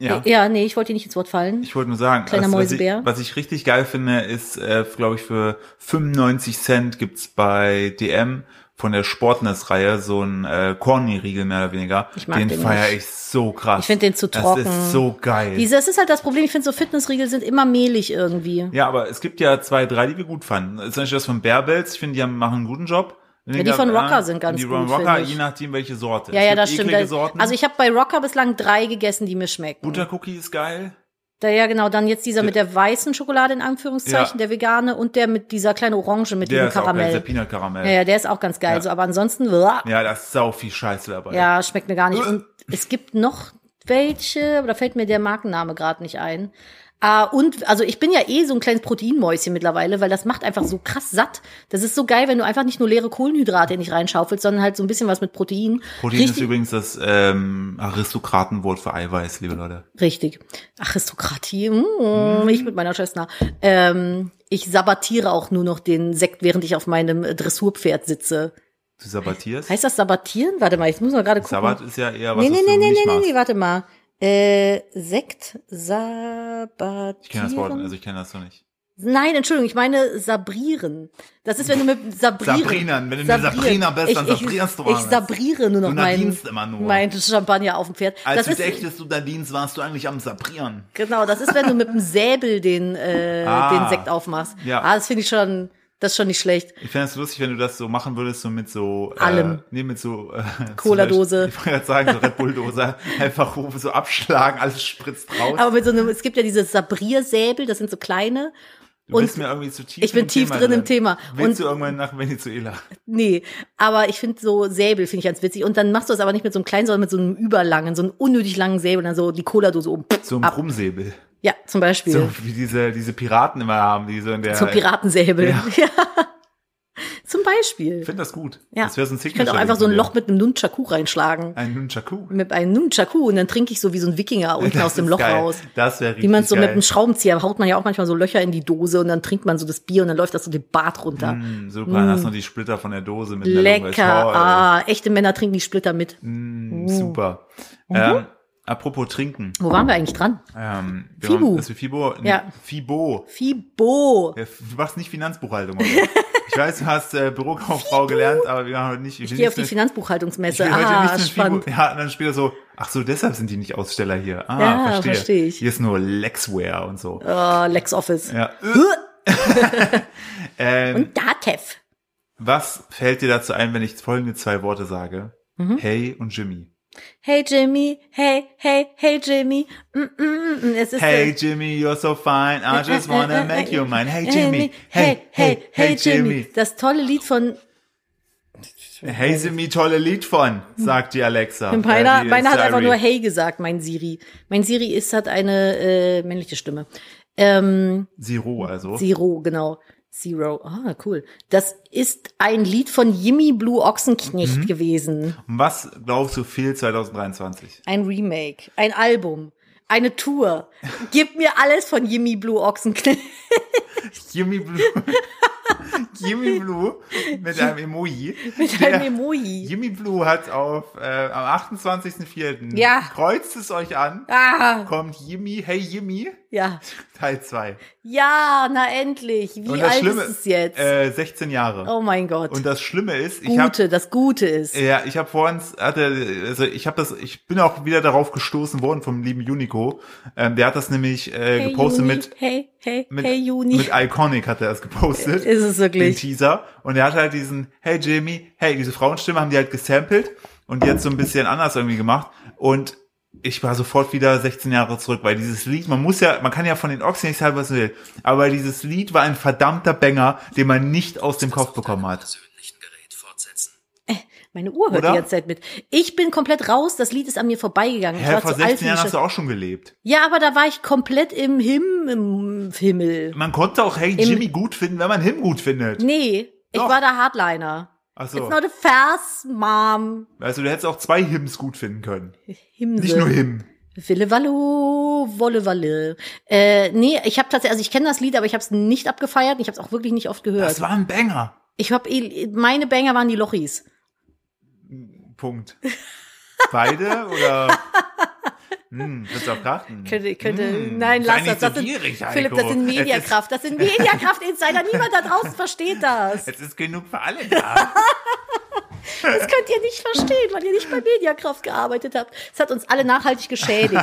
[SPEAKER 2] Ja.
[SPEAKER 1] ja.
[SPEAKER 2] nee, ich wollte dir nicht ins Wort fallen.
[SPEAKER 1] ich wollte nur sagen,
[SPEAKER 2] Kleiner
[SPEAKER 1] was- was, ich,
[SPEAKER 2] Mäusebär.
[SPEAKER 1] was ich richtig geil finde, ist, äh, glaube ich, für 95 Cent gibt's bei DM von der Sportness-Reihe so ein äh, Corny-Riegel mehr oder weniger.
[SPEAKER 2] Ich mag den
[SPEAKER 1] feiere
[SPEAKER 2] nicht.
[SPEAKER 1] ich so krass.
[SPEAKER 2] Ich find den zu
[SPEAKER 1] Das
[SPEAKER 2] trocken.
[SPEAKER 1] ist so geil.
[SPEAKER 2] Diese, das ist halt das Problem, ich finde so Fitnessriegel sind immer mehlig irgendwie.
[SPEAKER 1] Ja, aber es gibt ja zwei, drei, die wir gut fanden. Zum Beispiel das von Bearbells, ich finde, die haben, machen einen guten Job. Ja,
[SPEAKER 2] die von Rocker sind ganz
[SPEAKER 1] die
[SPEAKER 2] gut,
[SPEAKER 1] Die von Rocker,
[SPEAKER 2] finde ich.
[SPEAKER 1] je nachdem, welche Sorte.
[SPEAKER 2] Ja,
[SPEAKER 1] Es
[SPEAKER 2] ja,
[SPEAKER 1] gibt
[SPEAKER 2] das stimmt.
[SPEAKER 1] eklige Sorten.
[SPEAKER 2] Also ich habe bei Rocker bislang drei gegessen, die mir schmecken.
[SPEAKER 1] Buttercookie ist geil.
[SPEAKER 2] Da, ja, genau, dann jetzt dieser mit der weißen Schokolade in Anführungszeichen,
[SPEAKER 1] Ja.
[SPEAKER 2] der vegane und der mit dieser kleinen Orange mit
[SPEAKER 1] Der
[SPEAKER 2] diesem
[SPEAKER 1] ist auch geil,
[SPEAKER 2] Karamell.
[SPEAKER 1] der Peanut Karamell.
[SPEAKER 2] ja,
[SPEAKER 1] Ja,
[SPEAKER 2] ja, der ist auch ganz geil,
[SPEAKER 1] Ja.
[SPEAKER 2] so aber ansonsten uah,
[SPEAKER 1] da ist sau viel Scheiße dabei.
[SPEAKER 2] ja, schmeckt mir gar nicht.
[SPEAKER 1] Äh.
[SPEAKER 2] Und es gibt noch welche, aber da fällt mir der Markenname gerade nicht ein. Ah, und also ich bin ja eh so ein kleines Proteinmäuschen mittlerweile, weil das macht einfach so krass satt. Das ist so geil, wenn du einfach nicht nur leere Kohlenhydrate in dich reinschaufelst, sondern halt so ein bisschen was mit Protein.
[SPEAKER 1] Protein ist übrigens das ähm, Aristokratenwort für Eiweiß, liebe Leute.
[SPEAKER 2] Richtig. Aristokratie. Mm, ich mit meiner Schwester. Ähm, ich sabbatiere auch nur noch den Sekt, während ich auf meinem äh, Dressurpferd sitze.
[SPEAKER 1] Du sabbatierst.
[SPEAKER 2] Heißt das sabbatieren? Warte mal, ich muss mal gerade gucken.
[SPEAKER 1] Sabbat ist ja eher was,
[SPEAKER 2] Nee, nee,
[SPEAKER 1] was
[SPEAKER 2] nee,
[SPEAKER 1] du
[SPEAKER 2] nee,
[SPEAKER 1] nicht
[SPEAKER 2] nee,
[SPEAKER 1] machst.
[SPEAKER 2] nee, warte mal. Äh, Sekt,
[SPEAKER 1] Ich kenne das Wort,
[SPEAKER 2] sabbatieren.
[SPEAKER 1] also ich kenne das noch nicht.
[SPEAKER 2] Nein, Entschuldigung, ich meine sabrieren. Das ist, wenn du mit sabrieren.
[SPEAKER 1] Sabrinern, wenn du eine Sabrina bist, dann sabrierst du
[SPEAKER 2] Ich, ich
[SPEAKER 1] alles.
[SPEAKER 2] sabriere nur noch
[SPEAKER 1] Du
[SPEAKER 2] meinen
[SPEAKER 1] nadienst immer nur.
[SPEAKER 2] mein Champagner auf dem Pferd.
[SPEAKER 1] Als
[SPEAKER 2] das
[SPEAKER 1] du
[SPEAKER 2] ist,
[SPEAKER 1] dächtest, du Dienst warst du eigentlich am Sabrieren.
[SPEAKER 2] Genau, das ist, wenn du mit dem Säbel den, äh,
[SPEAKER 1] Ah.
[SPEAKER 2] den Sekt aufmachst.
[SPEAKER 1] Ja.
[SPEAKER 2] Ah, das finde ich schon, das ist schon nicht schlecht.
[SPEAKER 1] Ich fände es lustig, wenn du das so machen würdest, so mit so Äh,
[SPEAKER 2] Allem.
[SPEAKER 1] nee, mit so äh, zum Beispiel-
[SPEAKER 2] Cola-Dose.
[SPEAKER 1] Ich wollte gerade sagen, so Red Bull-Dose. Einfach oben so abschlagen, alles spritzt raus.
[SPEAKER 2] Aber mit so einem, es gibt ja diese Sabriersäbel, das sind so kleine.
[SPEAKER 1] du bist
[SPEAKER 2] und
[SPEAKER 1] mir irgendwie zu tief
[SPEAKER 2] ich bin
[SPEAKER 1] im
[SPEAKER 2] tief
[SPEAKER 1] Thema
[SPEAKER 2] drin im Thema.
[SPEAKER 1] Willst
[SPEAKER 2] Und-
[SPEAKER 1] du irgendwann nach Venezuela?
[SPEAKER 2] Nee, aber ich finde so Säbel finde ich ganz witzig. Und dann machst du es aber nicht mit so einem kleinen, sondern mit so einem überlangen, so einem unnötig langen Säbel und dann so die Cola-Dose oben.
[SPEAKER 1] So ein
[SPEAKER 2] ab.
[SPEAKER 1] Krummsäbel.
[SPEAKER 2] Ja, zum Beispiel.
[SPEAKER 1] So wie diese, diese Piraten immer haben, die so in der...
[SPEAKER 2] Zum Piratensäbel. Ja. Zum Beispiel.
[SPEAKER 1] Ich finde das gut.
[SPEAKER 2] Ja.
[SPEAKER 1] Das wäre so ein
[SPEAKER 2] Ich könnte auch einfach so ein Loch mit einem Nunchaku reinschlagen.
[SPEAKER 1] Ein Nunchaku.
[SPEAKER 2] Mit einem Nunchaku und dann trinke ich so wie so ein Wikinger unten
[SPEAKER 1] Das
[SPEAKER 2] aus dem
[SPEAKER 1] ist
[SPEAKER 2] Loch
[SPEAKER 1] geil.
[SPEAKER 2] raus.
[SPEAKER 1] Das wäre richtig
[SPEAKER 2] Wie man so mit
[SPEAKER 1] geil.
[SPEAKER 2] einem Schraubenzieher haut man ja auch manchmal so Löcher in die Dose und dann trinkt man so das Bier und dann läuft das so den Bart runter.
[SPEAKER 1] Mm, super, dann hast du noch die Splitter von der Dose mit einer Lunge. Ist
[SPEAKER 2] Lecker.
[SPEAKER 1] toll.
[SPEAKER 2] Ah, Uh. echte Männer trinken die Splitter mit.
[SPEAKER 1] Mm, super.
[SPEAKER 2] Mhm.
[SPEAKER 1] Ähm, apropos trinken.
[SPEAKER 2] Wo waren wir eigentlich dran?
[SPEAKER 1] Ähm, wir
[SPEAKER 2] Fibu.
[SPEAKER 1] Haben, das wir Fibo. nee,
[SPEAKER 2] Ja.
[SPEAKER 1] Fibo.
[SPEAKER 2] Fibo.
[SPEAKER 1] Ja, Du machst nicht Finanzbuchhaltung. Oder? ich weiß, du hast äh, Bürokauffrau gelernt, aber wir haben heute nicht.
[SPEAKER 2] Ich gehe auf die
[SPEAKER 1] nicht- ich
[SPEAKER 2] Finanzbuchhaltungsmesse.
[SPEAKER 1] will heute
[SPEAKER 2] Ah,
[SPEAKER 1] nicht mit
[SPEAKER 2] spannend.
[SPEAKER 1] Fibo- Ja, und dann später so, ach so, deshalb sind die nicht Aussteller hier. Ah,
[SPEAKER 2] Ja,
[SPEAKER 1] verstehe.
[SPEAKER 2] verstehe ich.
[SPEAKER 1] Hier ist nur Lexware und so.
[SPEAKER 2] Oh, LexOffice.
[SPEAKER 1] Ja. Ähm,
[SPEAKER 2] Und Datev.
[SPEAKER 1] was fällt dir dazu ein, wenn ich folgende zwei Worte sage?
[SPEAKER 2] Mhm.
[SPEAKER 1] Hey und Jimmy.
[SPEAKER 2] Hey Jimmy, hey, hey, hey Jimmy. Mm, mm, mm, mm. Es ist
[SPEAKER 1] Hey Jimmy, you're so fine. I just wanna make you mine. Hey Jimmy. Hey, hey, hey Jimmy.
[SPEAKER 2] Das tolle Lied von
[SPEAKER 1] Hey Jimmy, tolle Lied von, sagt die Alexa.
[SPEAKER 2] meiner,
[SPEAKER 1] Äh, die
[SPEAKER 2] meiner hat einfach
[SPEAKER 1] Siri.
[SPEAKER 2] nur Hey gesagt, mein Siri. Mein Siri ist, hat eine äh, männliche Stimme. Ähm,
[SPEAKER 1] Zero, also.
[SPEAKER 2] Zero, genau. Zero. Ah, cool. Das ist ein Lied von Jimmy Blue Ochsenknecht
[SPEAKER 1] Mhm.
[SPEAKER 2] gewesen.
[SPEAKER 1] Und Was glaubst du fehlt 2023?
[SPEAKER 2] Ein Remake, ein Album, eine Tour. Gib mir alles von Jimmy Blue Ochsenknecht.
[SPEAKER 1] Jimmy Blue. Jimmy Blue mit einem Emoji.
[SPEAKER 2] Mit
[SPEAKER 1] Der-
[SPEAKER 2] einem Emoji.
[SPEAKER 1] Jimmy Blue hat auf äh, am 28.04.
[SPEAKER 2] Ja.
[SPEAKER 1] kreuzt es euch an.
[SPEAKER 2] Ah,
[SPEAKER 1] Kommt Jimmy, hey Jimmy,
[SPEAKER 2] ja.
[SPEAKER 1] Teil 2.
[SPEAKER 2] Ja, na endlich. Wie alt ist es jetzt?
[SPEAKER 1] Äh, 16 Jahre.
[SPEAKER 2] oh mein Gott.
[SPEAKER 1] Und das Schlimme ist, ich Äh, habe
[SPEAKER 2] Gute, das Gute ist.
[SPEAKER 1] Ja, ich habe vorhin, hatte, also ich habe das, ich bin auch wieder darauf gestoßen worden vom lieben Unico. Ähm, der hat das nämlich äh,
[SPEAKER 2] hey,
[SPEAKER 1] gepostet
[SPEAKER 2] Juni,
[SPEAKER 1] mit,
[SPEAKER 2] hey, hey,
[SPEAKER 1] mit,
[SPEAKER 2] hey, Juni.
[SPEAKER 1] mit Iconic hat er das gepostet.
[SPEAKER 2] ist es
[SPEAKER 1] den
[SPEAKER 2] wirklich.
[SPEAKER 1] Teaser. Und er hat halt diesen, hey Jamie, hey, diese Frauenstimme haben die halt gesampelt und jetzt so ein bisschen anders irgendwie gemacht. Und ich war sofort wieder 16 Jahre zurück, weil dieses Lied, man muss ja, man kann ja von den Ochsen nicht sagen, was man will, aber dieses Lied war ein verdammter Banger, den man nicht aus dem Kopf bekommen hat.
[SPEAKER 3] persönlichen Gerät fortsetzen.
[SPEAKER 2] Meine Uhr hört
[SPEAKER 1] Oder?
[SPEAKER 2] die ganze Zeit mit. Ich bin komplett raus, das Lied ist an mir vorbeigegangen. ich
[SPEAKER 1] Hä,
[SPEAKER 2] war
[SPEAKER 1] vor
[SPEAKER 2] zu alt für
[SPEAKER 1] 16
[SPEAKER 2] die
[SPEAKER 1] Jahren hast du
[SPEAKER 2] Scheiße.
[SPEAKER 1] auch schon gelebt.
[SPEAKER 2] Ja, aber da war ich komplett im, Him im Himmel.
[SPEAKER 1] Man konnte auch Hey Jimmy gut finden, wenn man him gut findet.
[SPEAKER 2] Nee, ich
[SPEAKER 1] Doch.
[SPEAKER 2] war da Hardliner.
[SPEAKER 1] Ach
[SPEAKER 2] It's
[SPEAKER 1] so.
[SPEAKER 2] not a fast mom.
[SPEAKER 1] Also du hättest auch zwei Hims gut finden können.
[SPEAKER 2] Himse.
[SPEAKER 1] Nicht nur him.
[SPEAKER 2] Wille Wallo, Wolle Walle. Äh, nee, ich habe tatsächlich, also ich kenne das Lied, aber ich habe es nicht abgefeiert und ich habe es auch wirklich nicht oft gehört.
[SPEAKER 1] Das war ein Banger.
[SPEAKER 2] Ich habe meine Banger waren die Lochis.
[SPEAKER 1] Punkt. Beide oder? Hm, willst du auch Karten?
[SPEAKER 2] Könnte, könnte,
[SPEAKER 1] Hm,
[SPEAKER 2] nein,
[SPEAKER 1] sei
[SPEAKER 2] lass
[SPEAKER 1] nicht
[SPEAKER 2] das. Das
[SPEAKER 1] so
[SPEAKER 2] sind,
[SPEAKER 1] gierig,
[SPEAKER 2] Philipp, das
[SPEAKER 1] Heiko.
[SPEAKER 2] sind
[SPEAKER 1] Es ist-
[SPEAKER 2] Mediakraft. Das sind Mediakraft-Insider. Niemand da draußen versteht das.
[SPEAKER 1] Es ist genug für alle da.
[SPEAKER 2] Das könnt ihr nicht verstehen, weil ihr nicht bei Mediakraft gearbeitet habt. Es hat uns alle nachhaltig geschädigt.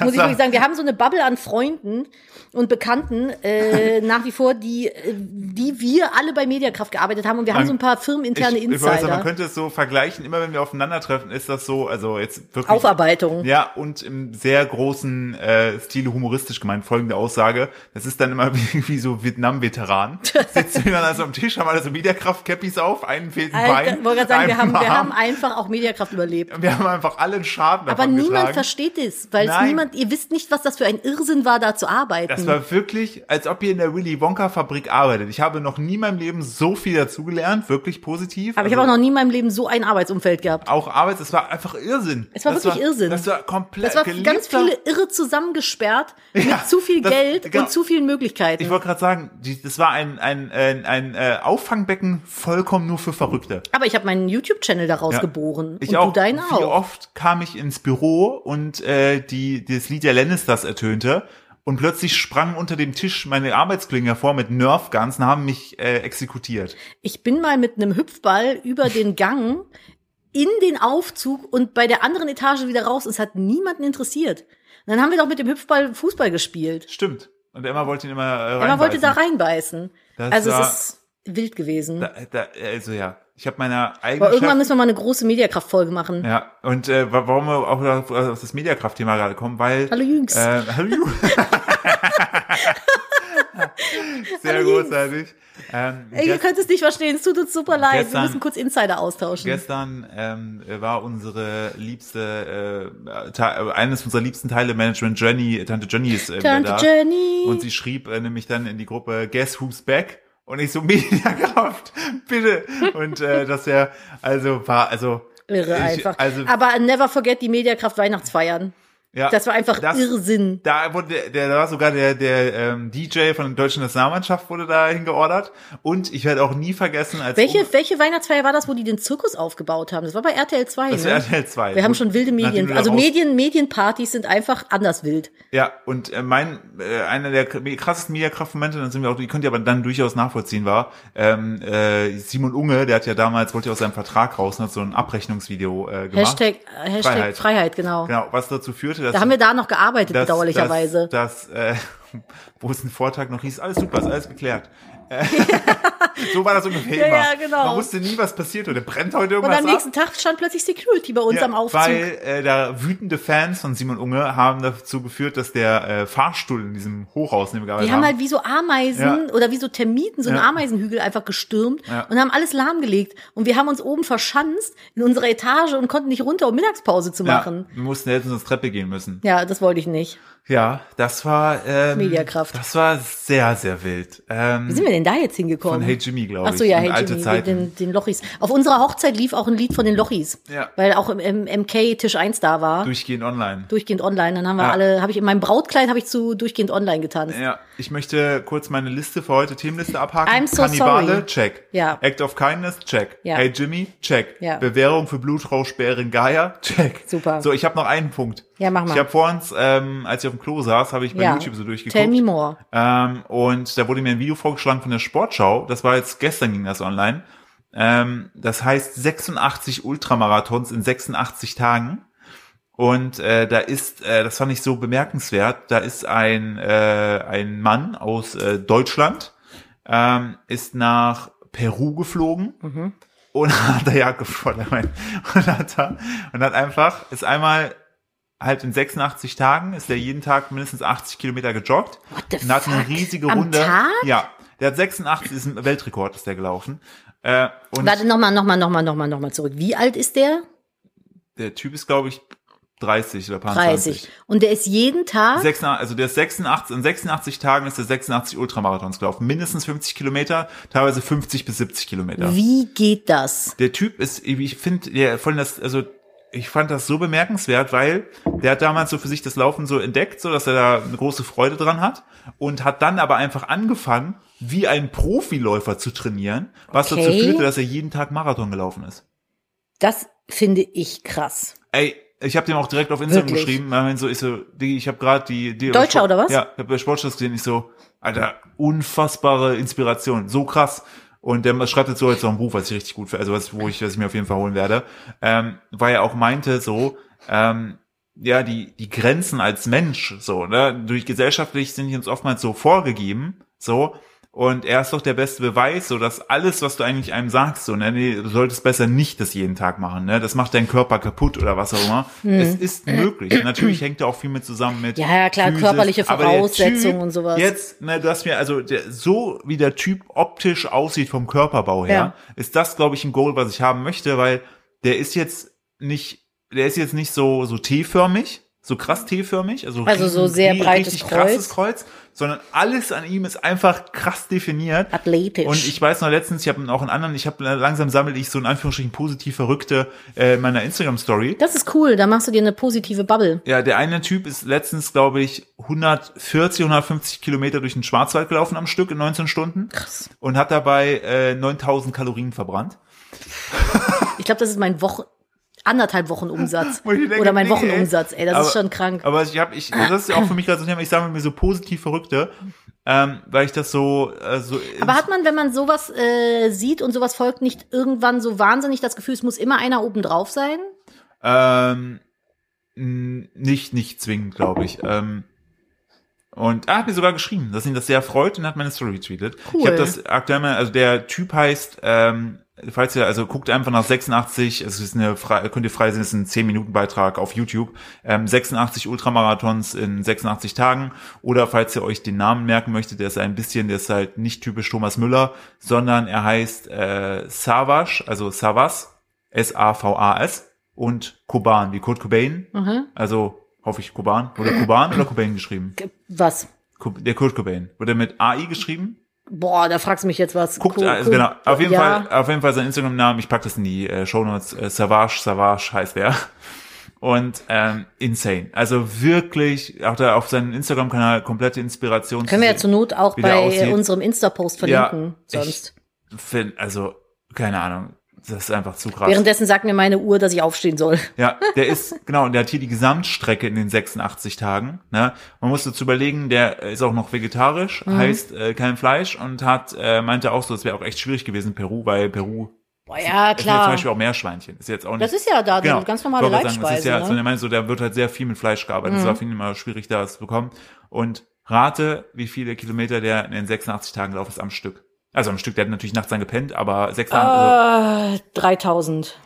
[SPEAKER 2] Muss ich
[SPEAKER 1] war-
[SPEAKER 2] wirklich sagen, wir haben so eine Bubble an Freunden und Bekannten äh, nach wie vor, die, äh, die wir alle bei Mediakraft gearbeitet haben. Und wir haben
[SPEAKER 1] Man-
[SPEAKER 2] so ein paar firmeninterne
[SPEAKER 1] ich, ich weiß, aber man
[SPEAKER 2] Insider.
[SPEAKER 1] könnte es so vergleichen, immer wenn wir aufeinandertreffen, ist das so, also jetzt wirklich.
[SPEAKER 2] Aufarbeitung.
[SPEAKER 1] Ja, und im sehr großen äh, Stile humoristisch gemeint, folgende Aussage. Das ist dann immer wie, wie so Vietnam-Veteran. Sitzen wir dann also am Tisch, haben alle so Wiederkraft-Cappies auf, einen fehlt ein
[SPEAKER 2] Alter,
[SPEAKER 1] Bein.
[SPEAKER 2] Äh, wollte gerade sagen, wir haben,
[SPEAKER 1] einen
[SPEAKER 2] wir haben
[SPEAKER 1] Arm.
[SPEAKER 2] einfach auch Mediakraft überlebt.
[SPEAKER 1] wir haben einfach alle einen Schaden
[SPEAKER 2] Aber
[SPEAKER 1] davon
[SPEAKER 2] niemand
[SPEAKER 1] getragen.
[SPEAKER 2] versteht es, weil es
[SPEAKER 1] Nein.
[SPEAKER 2] niemand, ihr wisst nicht, was das für ein Irrsinn war, da zu arbeiten.
[SPEAKER 1] Das war wirklich, als ob ihr in der Willy Wonka Fabrik arbeitet. Ich habe noch nie in meinem Leben so viel dazugelernt, wirklich positiv. Also
[SPEAKER 2] aber ich habe auch noch nie in meinem Leben so ein Arbeitsumfeld gehabt.
[SPEAKER 1] auch Arbeit, es war einfach Irrsinn.
[SPEAKER 2] Es war
[SPEAKER 1] das
[SPEAKER 2] wirklich Irrsinn.
[SPEAKER 1] Das war komplett
[SPEAKER 2] Es war
[SPEAKER 1] Äh, geliebter-
[SPEAKER 2] ganz viele Irre zusammengesperrt
[SPEAKER 1] Ja,
[SPEAKER 2] mit zu viel
[SPEAKER 1] das-
[SPEAKER 2] Geld
[SPEAKER 1] genau.
[SPEAKER 2] und zu vielen Möglichkeiten.
[SPEAKER 1] Ich wollte gerade sagen, die, das war ein, ein, ein, ein äh, Auffangbecken vollkommen nur für Verrückte.
[SPEAKER 2] Aber ich habe meinen YouTube-Channel daraus
[SPEAKER 1] Ja.
[SPEAKER 2] geboren.
[SPEAKER 1] Ich
[SPEAKER 2] und
[SPEAKER 1] auch.
[SPEAKER 2] du deinen
[SPEAKER 1] Wie
[SPEAKER 2] auch.
[SPEAKER 1] oft kam ich ins Büro und äh, die, das Lied der Lannisters ertönte und plötzlich sprangen unter dem Tisch meine Arbeitsklingen hervor mit Nerfguns und haben mich äh, exekutiert.
[SPEAKER 2] Ich bin mal mit einem Hüpfball über den Gang in den Aufzug und bei der anderen Etage wieder raus. Es hat niemanden interessiert. Und dann haben wir doch mit dem Hüpfball Fußball gespielt.
[SPEAKER 1] Stimmt. Und Emma wollte ihn immer äh,
[SPEAKER 2] Man wollte
[SPEAKER 1] reinbeißen.
[SPEAKER 2] da reinbeißen.
[SPEAKER 1] Das
[SPEAKER 2] also
[SPEAKER 1] war-
[SPEAKER 2] es ist wild gewesen.
[SPEAKER 1] Da, da, also ja, ich habe meiner
[SPEAKER 2] Aber
[SPEAKER 1] eigenen
[SPEAKER 2] irgendwann
[SPEAKER 1] Chef,
[SPEAKER 2] müssen wir mal eine große Mediakraft-Folge machen.
[SPEAKER 1] ja, und äh, wa- warum wir auch wieder auf auf das Mediakraft-Thema gerade kommen, weil
[SPEAKER 2] Hallo Jüngs.
[SPEAKER 1] Äh, hallo Jüngs. Sehr
[SPEAKER 2] Hallo Jüngs.
[SPEAKER 1] großartig. Ähm,
[SPEAKER 2] Ey, ihr
[SPEAKER 1] gest
[SPEAKER 2] könnt es nicht verstehen. Es tut uns super leid.
[SPEAKER 1] Gestern-
[SPEAKER 2] wir müssen kurz Insider austauschen.
[SPEAKER 1] gestern ähm, war unsere liebste äh, Te- äh, eines unserer liebsten Teile Management Journey, Tante Johnny ist äh, wieder
[SPEAKER 2] Tante
[SPEAKER 1] da.
[SPEAKER 2] Jenny.
[SPEAKER 1] Und sie schrieb äh, nämlich dann in die Gruppe Guess Who's Back? Und ich so, Mediakraft, bitte. Und äh, dass er, also war, also.
[SPEAKER 2] Irre
[SPEAKER 1] ich,
[SPEAKER 2] einfach.
[SPEAKER 1] Also,
[SPEAKER 2] Aber never forget die Mediakraft Weihnachtsfeiern.
[SPEAKER 1] ja,
[SPEAKER 2] Das war einfach
[SPEAKER 1] das-
[SPEAKER 2] Irrsinn.
[SPEAKER 1] Da wurde der, der da war sogar der der ähm, DJ von der deutschen Nationalmannschaft wurde da hingeordert und ich werde auch nie vergessen als
[SPEAKER 2] Welche,
[SPEAKER 1] Um-
[SPEAKER 2] welche Weihnachtsfeier war das, wo die den Zirkus aufgebaut haben? Das war bei RTL 2,
[SPEAKER 1] das
[SPEAKER 2] ne?
[SPEAKER 1] war RTL 2.
[SPEAKER 2] Wir haben schon wilde
[SPEAKER 1] Nachdem
[SPEAKER 2] Medien.
[SPEAKER 1] du da
[SPEAKER 2] Also
[SPEAKER 1] raus-
[SPEAKER 2] Medien, Medienpartys sind einfach anders wild.
[SPEAKER 1] Ja, und äh, mein äh, einer der k- krassesten Mediakraftmomente, dann sind wir auch, die könnt ihr aber dann durchaus nachvollziehen, war ähm, äh, Simon Unge, der hat ja damals wollte ja aus seinem Vertrag raus und hat so ein Abrechnungsvideo äh, gemacht.
[SPEAKER 2] Hashtag, äh, Hashtag Freiheit,
[SPEAKER 1] Freiheit.
[SPEAKER 2] genau.
[SPEAKER 1] Genau, was dazu führte, dass
[SPEAKER 2] Da haben wir da noch gearbeitet,
[SPEAKER 1] dass-
[SPEAKER 2] bedauerlicherweise.
[SPEAKER 1] dass, dass, äh, wo es einen Vortag noch hieß, alles super, ist alles geklärt. Äh, so war das ungefähr
[SPEAKER 2] Ja,
[SPEAKER 1] immer.
[SPEAKER 2] ja, genau.
[SPEAKER 1] Man wusste nie, was passiert oder brennt heute
[SPEAKER 2] und
[SPEAKER 1] irgendwas
[SPEAKER 2] am
[SPEAKER 1] ab?
[SPEAKER 2] nächsten Tag stand plötzlich Security bei uns
[SPEAKER 1] Ja,
[SPEAKER 2] am Aufzug.
[SPEAKER 1] Weil äh, da wütende Fans von Simon Unge haben dazu geführt, dass der äh, Fahrstuhl in diesem Hochhaus, in dem wir
[SPEAKER 2] die
[SPEAKER 1] gearbeitet
[SPEAKER 2] haben
[SPEAKER 1] haben,
[SPEAKER 2] halt wie so Ameisen
[SPEAKER 1] Also Ja.
[SPEAKER 2] oder wie so Termiten, so einen
[SPEAKER 1] Ja.
[SPEAKER 2] Ameisenhügel einfach gestürmt
[SPEAKER 1] Ja.
[SPEAKER 2] und haben alles lahmgelegt. Und wir haben uns oben verschanzt in unserer Etage und konnten nicht runter, um Mittagspause zu machen.
[SPEAKER 1] Ja, wir mussten jetzt ins Treppe gehen müssen.
[SPEAKER 2] Ja, das wollte ich nicht.
[SPEAKER 1] Ja, das war ähm,
[SPEAKER 2] Mediakraft.
[SPEAKER 1] Das war sehr, sehr wild.
[SPEAKER 2] Wie
[SPEAKER 1] Ähm,
[SPEAKER 2] sind wir denn da jetzt hingekommen?
[SPEAKER 1] von Hey Jimmy, glaube ich.
[SPEAKER 2] Ach so, ja,
[SPEAKER 1] und
[SPEAKER 2] hey
[SPEAKER 1] alte
[SPEAKER 2] Jimmy, den,
[SPEAKER 1] Zeiten.
[SPEAKER 2] den, den Lochis. Auf unserer Hochzeit lief auch ein Lied von den Lochis,
[SPEAKER 1] Ja.
[SPEAKER 2] weil auch im, im MK Tisch 1 da war,
[SPEAKER 1] durchgehend online.
[SPEAKER 2] durchgehend online. Dann haben wir
[SPEAKER 1] Ja.
[SPEAKER 2] alle, habe ich in meinem Brautkleid habe ich zu durchgehend online getanzt.
[SPEAKER 1] Ja, ich möchte kurz meine Liste für heute, Themenliste abhaken.
[SPEAKER 2] I'm so
[SPEAKER 1] Kannibale,
[SPEAKER 2] sorry.
[SPEAKER 1] check.
[SPEAKER 2] Ja.
[SPEAKER 1] Act of Kindness, check.
[SPEAKER 2] Ja.
[SPEAKER 1] Hey Jimmy, check.
[SPEAKER 2] Ja.
[SPEAKER 1] Bewährung für Blutrauschbären Gaia, check.
[SPEAKER 2] Super.
[SPEAKER 1] So, ich habe noch einen Punkt.
[SPEAKER 2] Ja, mach mal.
[SPEAKER 1] Ich habe vorhin, ähm, als ich auf dem Klo saß, habe ich bei
[SPEAKER 2] Ja.
[SPEAKER 1] YouTube so durchgeguckt.
[SPEAKER 2] Tell me more.
[SPEAKER 1] Ähm, und da wurde mir ein Video vorgeschlagen von der Sportschau. Das war jetzt, gestern ging das online. Ähm, das heißt 86 Ultramarathons in 86 Tagen. Und äh, da ist, äh, das fand ich so bemerkenswert, da ist ein, äh, ein Mann aus äh, Deutschland, ähm, ist nach Peru geflogen
[SPEAKER 2] Mhm.
[SPEAKER 1] und hat da ja gefordert und hat da, und hat einfach, ist einmal halt in 86 Tagen, ist er jeden Tag mindestens 80 Kilometer gejoggt
[SPEAKER 2] What the
[SPEAKER 1] und hat eine
[SPEAKER 2] fuck?
[SPEAKER 1] riesige
[SPEAKER 2] Am
[SPEAKER 1] Runde.
[SPEAKER 2] Tag?
[SPEAKER 1] Ja, der hat 86, ist ein Weltrekord, ist der gelaufen. Äh, und
[SPEAKER 2] Warte, nochmal, nochmal, nochmal, nochmal, nochmal zurück. Wie alt ist der?
[SPEAKER 1] der Typ ist, glaube ich, 30 oder paar
[SPEAKER 2] 30. Und der ist jeden Tag,
[SPEAKER 1] 86, also der ist 86, in 86 Tagen ist er 86 Ultramarathons gelaufen. Mindestens 50 Kilometer, teilweise 50 bis 70 Kilometer.
[SPEAKER 2] wie geht das?
[SPEAKER 1] Der Typ ist, ich finde, der von das, also ich fand das so bemerkenswert, weil der hat damals so für sich das Laufen so entdeckt, so dass er da eine große Freude dran hat und hat dann aber einfach angefangen, wie ein Profiläufer zu trainieren, was dazu
[SPEAKER 2] Okay.
[SPEAKER 1] führte, dass er jeden Tag Marathon gelaufen ist.
[SPEAKER 2] Das finde ich krass.
[SPEAKER 1] Ey, ich habe dem auch direkt auf Instagram
[SPEAKER 2] Wirklich?
[SPEAKER 1] geschrieben, weil man so ich so, Digi, ich habe gerade die, die
[SPEAKER 2] Deutscher
[SPEAKER 1] Sport-
[SPEAKER 2] oder was?
[SPEAKER 1] Ja, ich habe bei Sportschutz gesehen, ich so, Alter, unfassbare Inspiration, so krass. Und der schreibt jetzt so jetzt noch ein Buch, was ich richtig gut finde, also was, wo ich, was ich mir auf jeden Fall holen werde, ähm, weil er auch meinte so, ähm, ja, die, die Grenzen als Mensch, so, ne, durch gesellschaftlich sind die uns oftmals so vorgegeben, so, und er ist doch der beste Beweis, so, dass alles, was du eigentlich einem sagst, so, ne, nee, du solltest besser nicht das jeden Tag machen, ne, das macht deinen Körper kaputt oder was auch immer. Es ist möglich. Natürlich hängt da auch viel mit zusammen mit.
[SPEAKER 2] Hm. Mhm. Ja, ja, klar,
[SPEAKER 1] Physis,
[SPEAKER 2] körperliche
[SPEAKER 1] aber der
[SPEAKER 2] Voraussetzungen
[SPEAKER 1] Typ
[SPEAKER 2] und sowas.
[SPEAKER 1] Jetzt, ne, dass wir, also, der, so wie der Typ optisch aussieht vom Körperbau her, ist das, glaube ich, ein Goal, was ich haben möchte, weil der ist jetzt nicht, der ist jetzt nicht so, so T-förmig, so krass T-förmig, also,
[SPEAKER 2] Also so
[SPEAKER 1] riesen-
[SPEAKER 2] sehr
[SPEAKER 1] ri-
[SPEAKER 2] breites
[SPEAKER 1] richtig
[SPEAKER 2] Kreuz.
[SPEAKER 1] krasses Kreuz, sondern alles an ihm ist einfach krass definiert.
[SPEAKER 2] Athletisch.
[SPEAKER 1] Und ich weiß noch letztens, ich habe auch einen anderen, ich habe langsam sammel ich so in Anführungsstrichen positiv Verrückte äh, in meiner Instagram-Story.
[SPEAKER 2] das ist cool, da machst du dir eine positive Bubble.
[SPEAKER 1] Ja, der eine Typ ist letztens, glaube ich, 140, 150 Kilometer durch den Schwarzwald gelaufen am Stück in 19 Stunden
[SPEAKER 2] Krass.
[SPEAKER 1] und hat dabei äh, 9000 Kalorien verbrannt.
[SPEAKER 2] Ich glaube, das ist mein Wochen, anderthalb Wochen Umsatz.
[SPEAKER 1] Wo ich denke,
[SPEAKER 2] Oder mein
[SPEAKER 1] nee,
[SPEAKER 2] Wochenumsatz, ey, das ist
[SPEAKER 1] aber-
[SPEAKER 2] schon krank.
[SPEAKER 1] Aber ich habe, ich, das ist ja auch für mich gerade so ein Thema, ich sammle mir so positiv Verrückte, ähm, weil ich das so, äh, so
[SPEAKER 2] Aber hat man, wenn man sowas äh, sieht und sowas folgt, nicht irgendwann so wahnsinnig das Gefühl, es muss immer einer oben drauf sein?
[SPEAKER 1] Ähm, n- nicht, nicht zwingend, glaube ich. Ähm, und ah, hat mir sogar geschrieben, dass ihn das sehr freut und hat meine Story retweetet.
[SPEAKER 2] Cool.
[SPEAKER 1] Ich habe das aktuell mal, also der Typ heißt, ähm, falls ihr, also guckt einfach nach 86, es ist eine frei, könnt ihr frei sehen, es ist ein 10-Minuten-Beitrag auf YouTube, ähm, 86 Ultramarathons in 86 Tagen. Oder falls ihr euch den Namen merken möchtet, der ist ein bisschen, der ist halt nicht typisch Thomas Müller, sondern er heißt äh, Savas, also Savas, S-A-V-A-S und Kuban, wie Kurt Cobain.
[SPEAKER 2] Mhm.
[SPEAKER 1] Also hoffe ich Kuban. Wurde Kuban oder Cobain geschrieben?
[SPEAKER 2] Was?
[SPEAKER 1] Kub- Der Kurt Cobain. Wurde mit AI geschrieben?
[SPEAKER 2] Boah, da fragst du mich jetzt was.
[SPEAKER 1] Guckt,
[SPEAKER 2] Cool,
[SPEAKER 1] also
[SPEAKER 2] cool.
[SPEAKER 1] genau, auf jeden
[SPEAKER 2] ja.
[SPEAKER 1] Fall, auf jeden Fall sein Instagram-Namen. Ich pack das in die äh, Shownotes. Äh, Savage, Savage heißt er. Und ähm, insane. Also wirklich, auch da auf seinem Instagram-Kanal komplette Inspiration.
[SPEAKER 2] Können wir ja zur Not auch
[SPEAKER 1] Also, wie der
[SPEAKER 2] bei
[SPEAKER 1] aussieht.
[SPEAKER 2] unserem Insta-Post
[SPEAKER 1] Ja,
[SPEAKER 2] verlinken,
[SPEAKER 1] ich-
[SPEAKER 2] sonst.
[SPEAKER 1] finden. Also keine Ahnung, das ist einfach zu krass.
[SPEAKER 2] Währenddessen sagt mir meine Uhr, dass ich aufstehen soll.
[SPEAKER 1] Ja, der ist, genau, und der hat hier die Gesamtstrecke in den 86 Tagen. Ne? Man muss dazu überlegen, der ist auch noch vegetarisch,
[SPEAKER 2] Mhm.
[SPEAKER 1] heißt äh, kein Fleisch und hat, äh, meinte auch so, es wäre auch echt schwierig gewesen in Peru, weil Peru
[SPEAKER 2] Boah, ja,
[SPEAKER 1] es sind ja zum
[SPEAKER 2] klar.
[SPEAKER 1] Beispiel auch Meerschweinchen. Ist jetzt auch nicht. genau.
[SPEAKER 2] Das ist ja da, die ganz normale
[SPEAKER 1] wollte gerade sagen, das
[SPEAKER 2] Leibspeise.
[SPEAKER 1] Ist ja, so,
[SPEAKER 2] ne? Mhm.
[SPEAKER 1] der meinte so, da wird halt sehr viel mit Fleisch gearbeitet. Es war für ihn immer schwierig, da was zu bekommen. Und rate, wie viele Kilometer der in den 86 Tagen laufen ist am Stück. Also am Stück, der hat natürlich nachts dann gepennt, aber 6, also
[SPEAKER 2] Äh, 3000.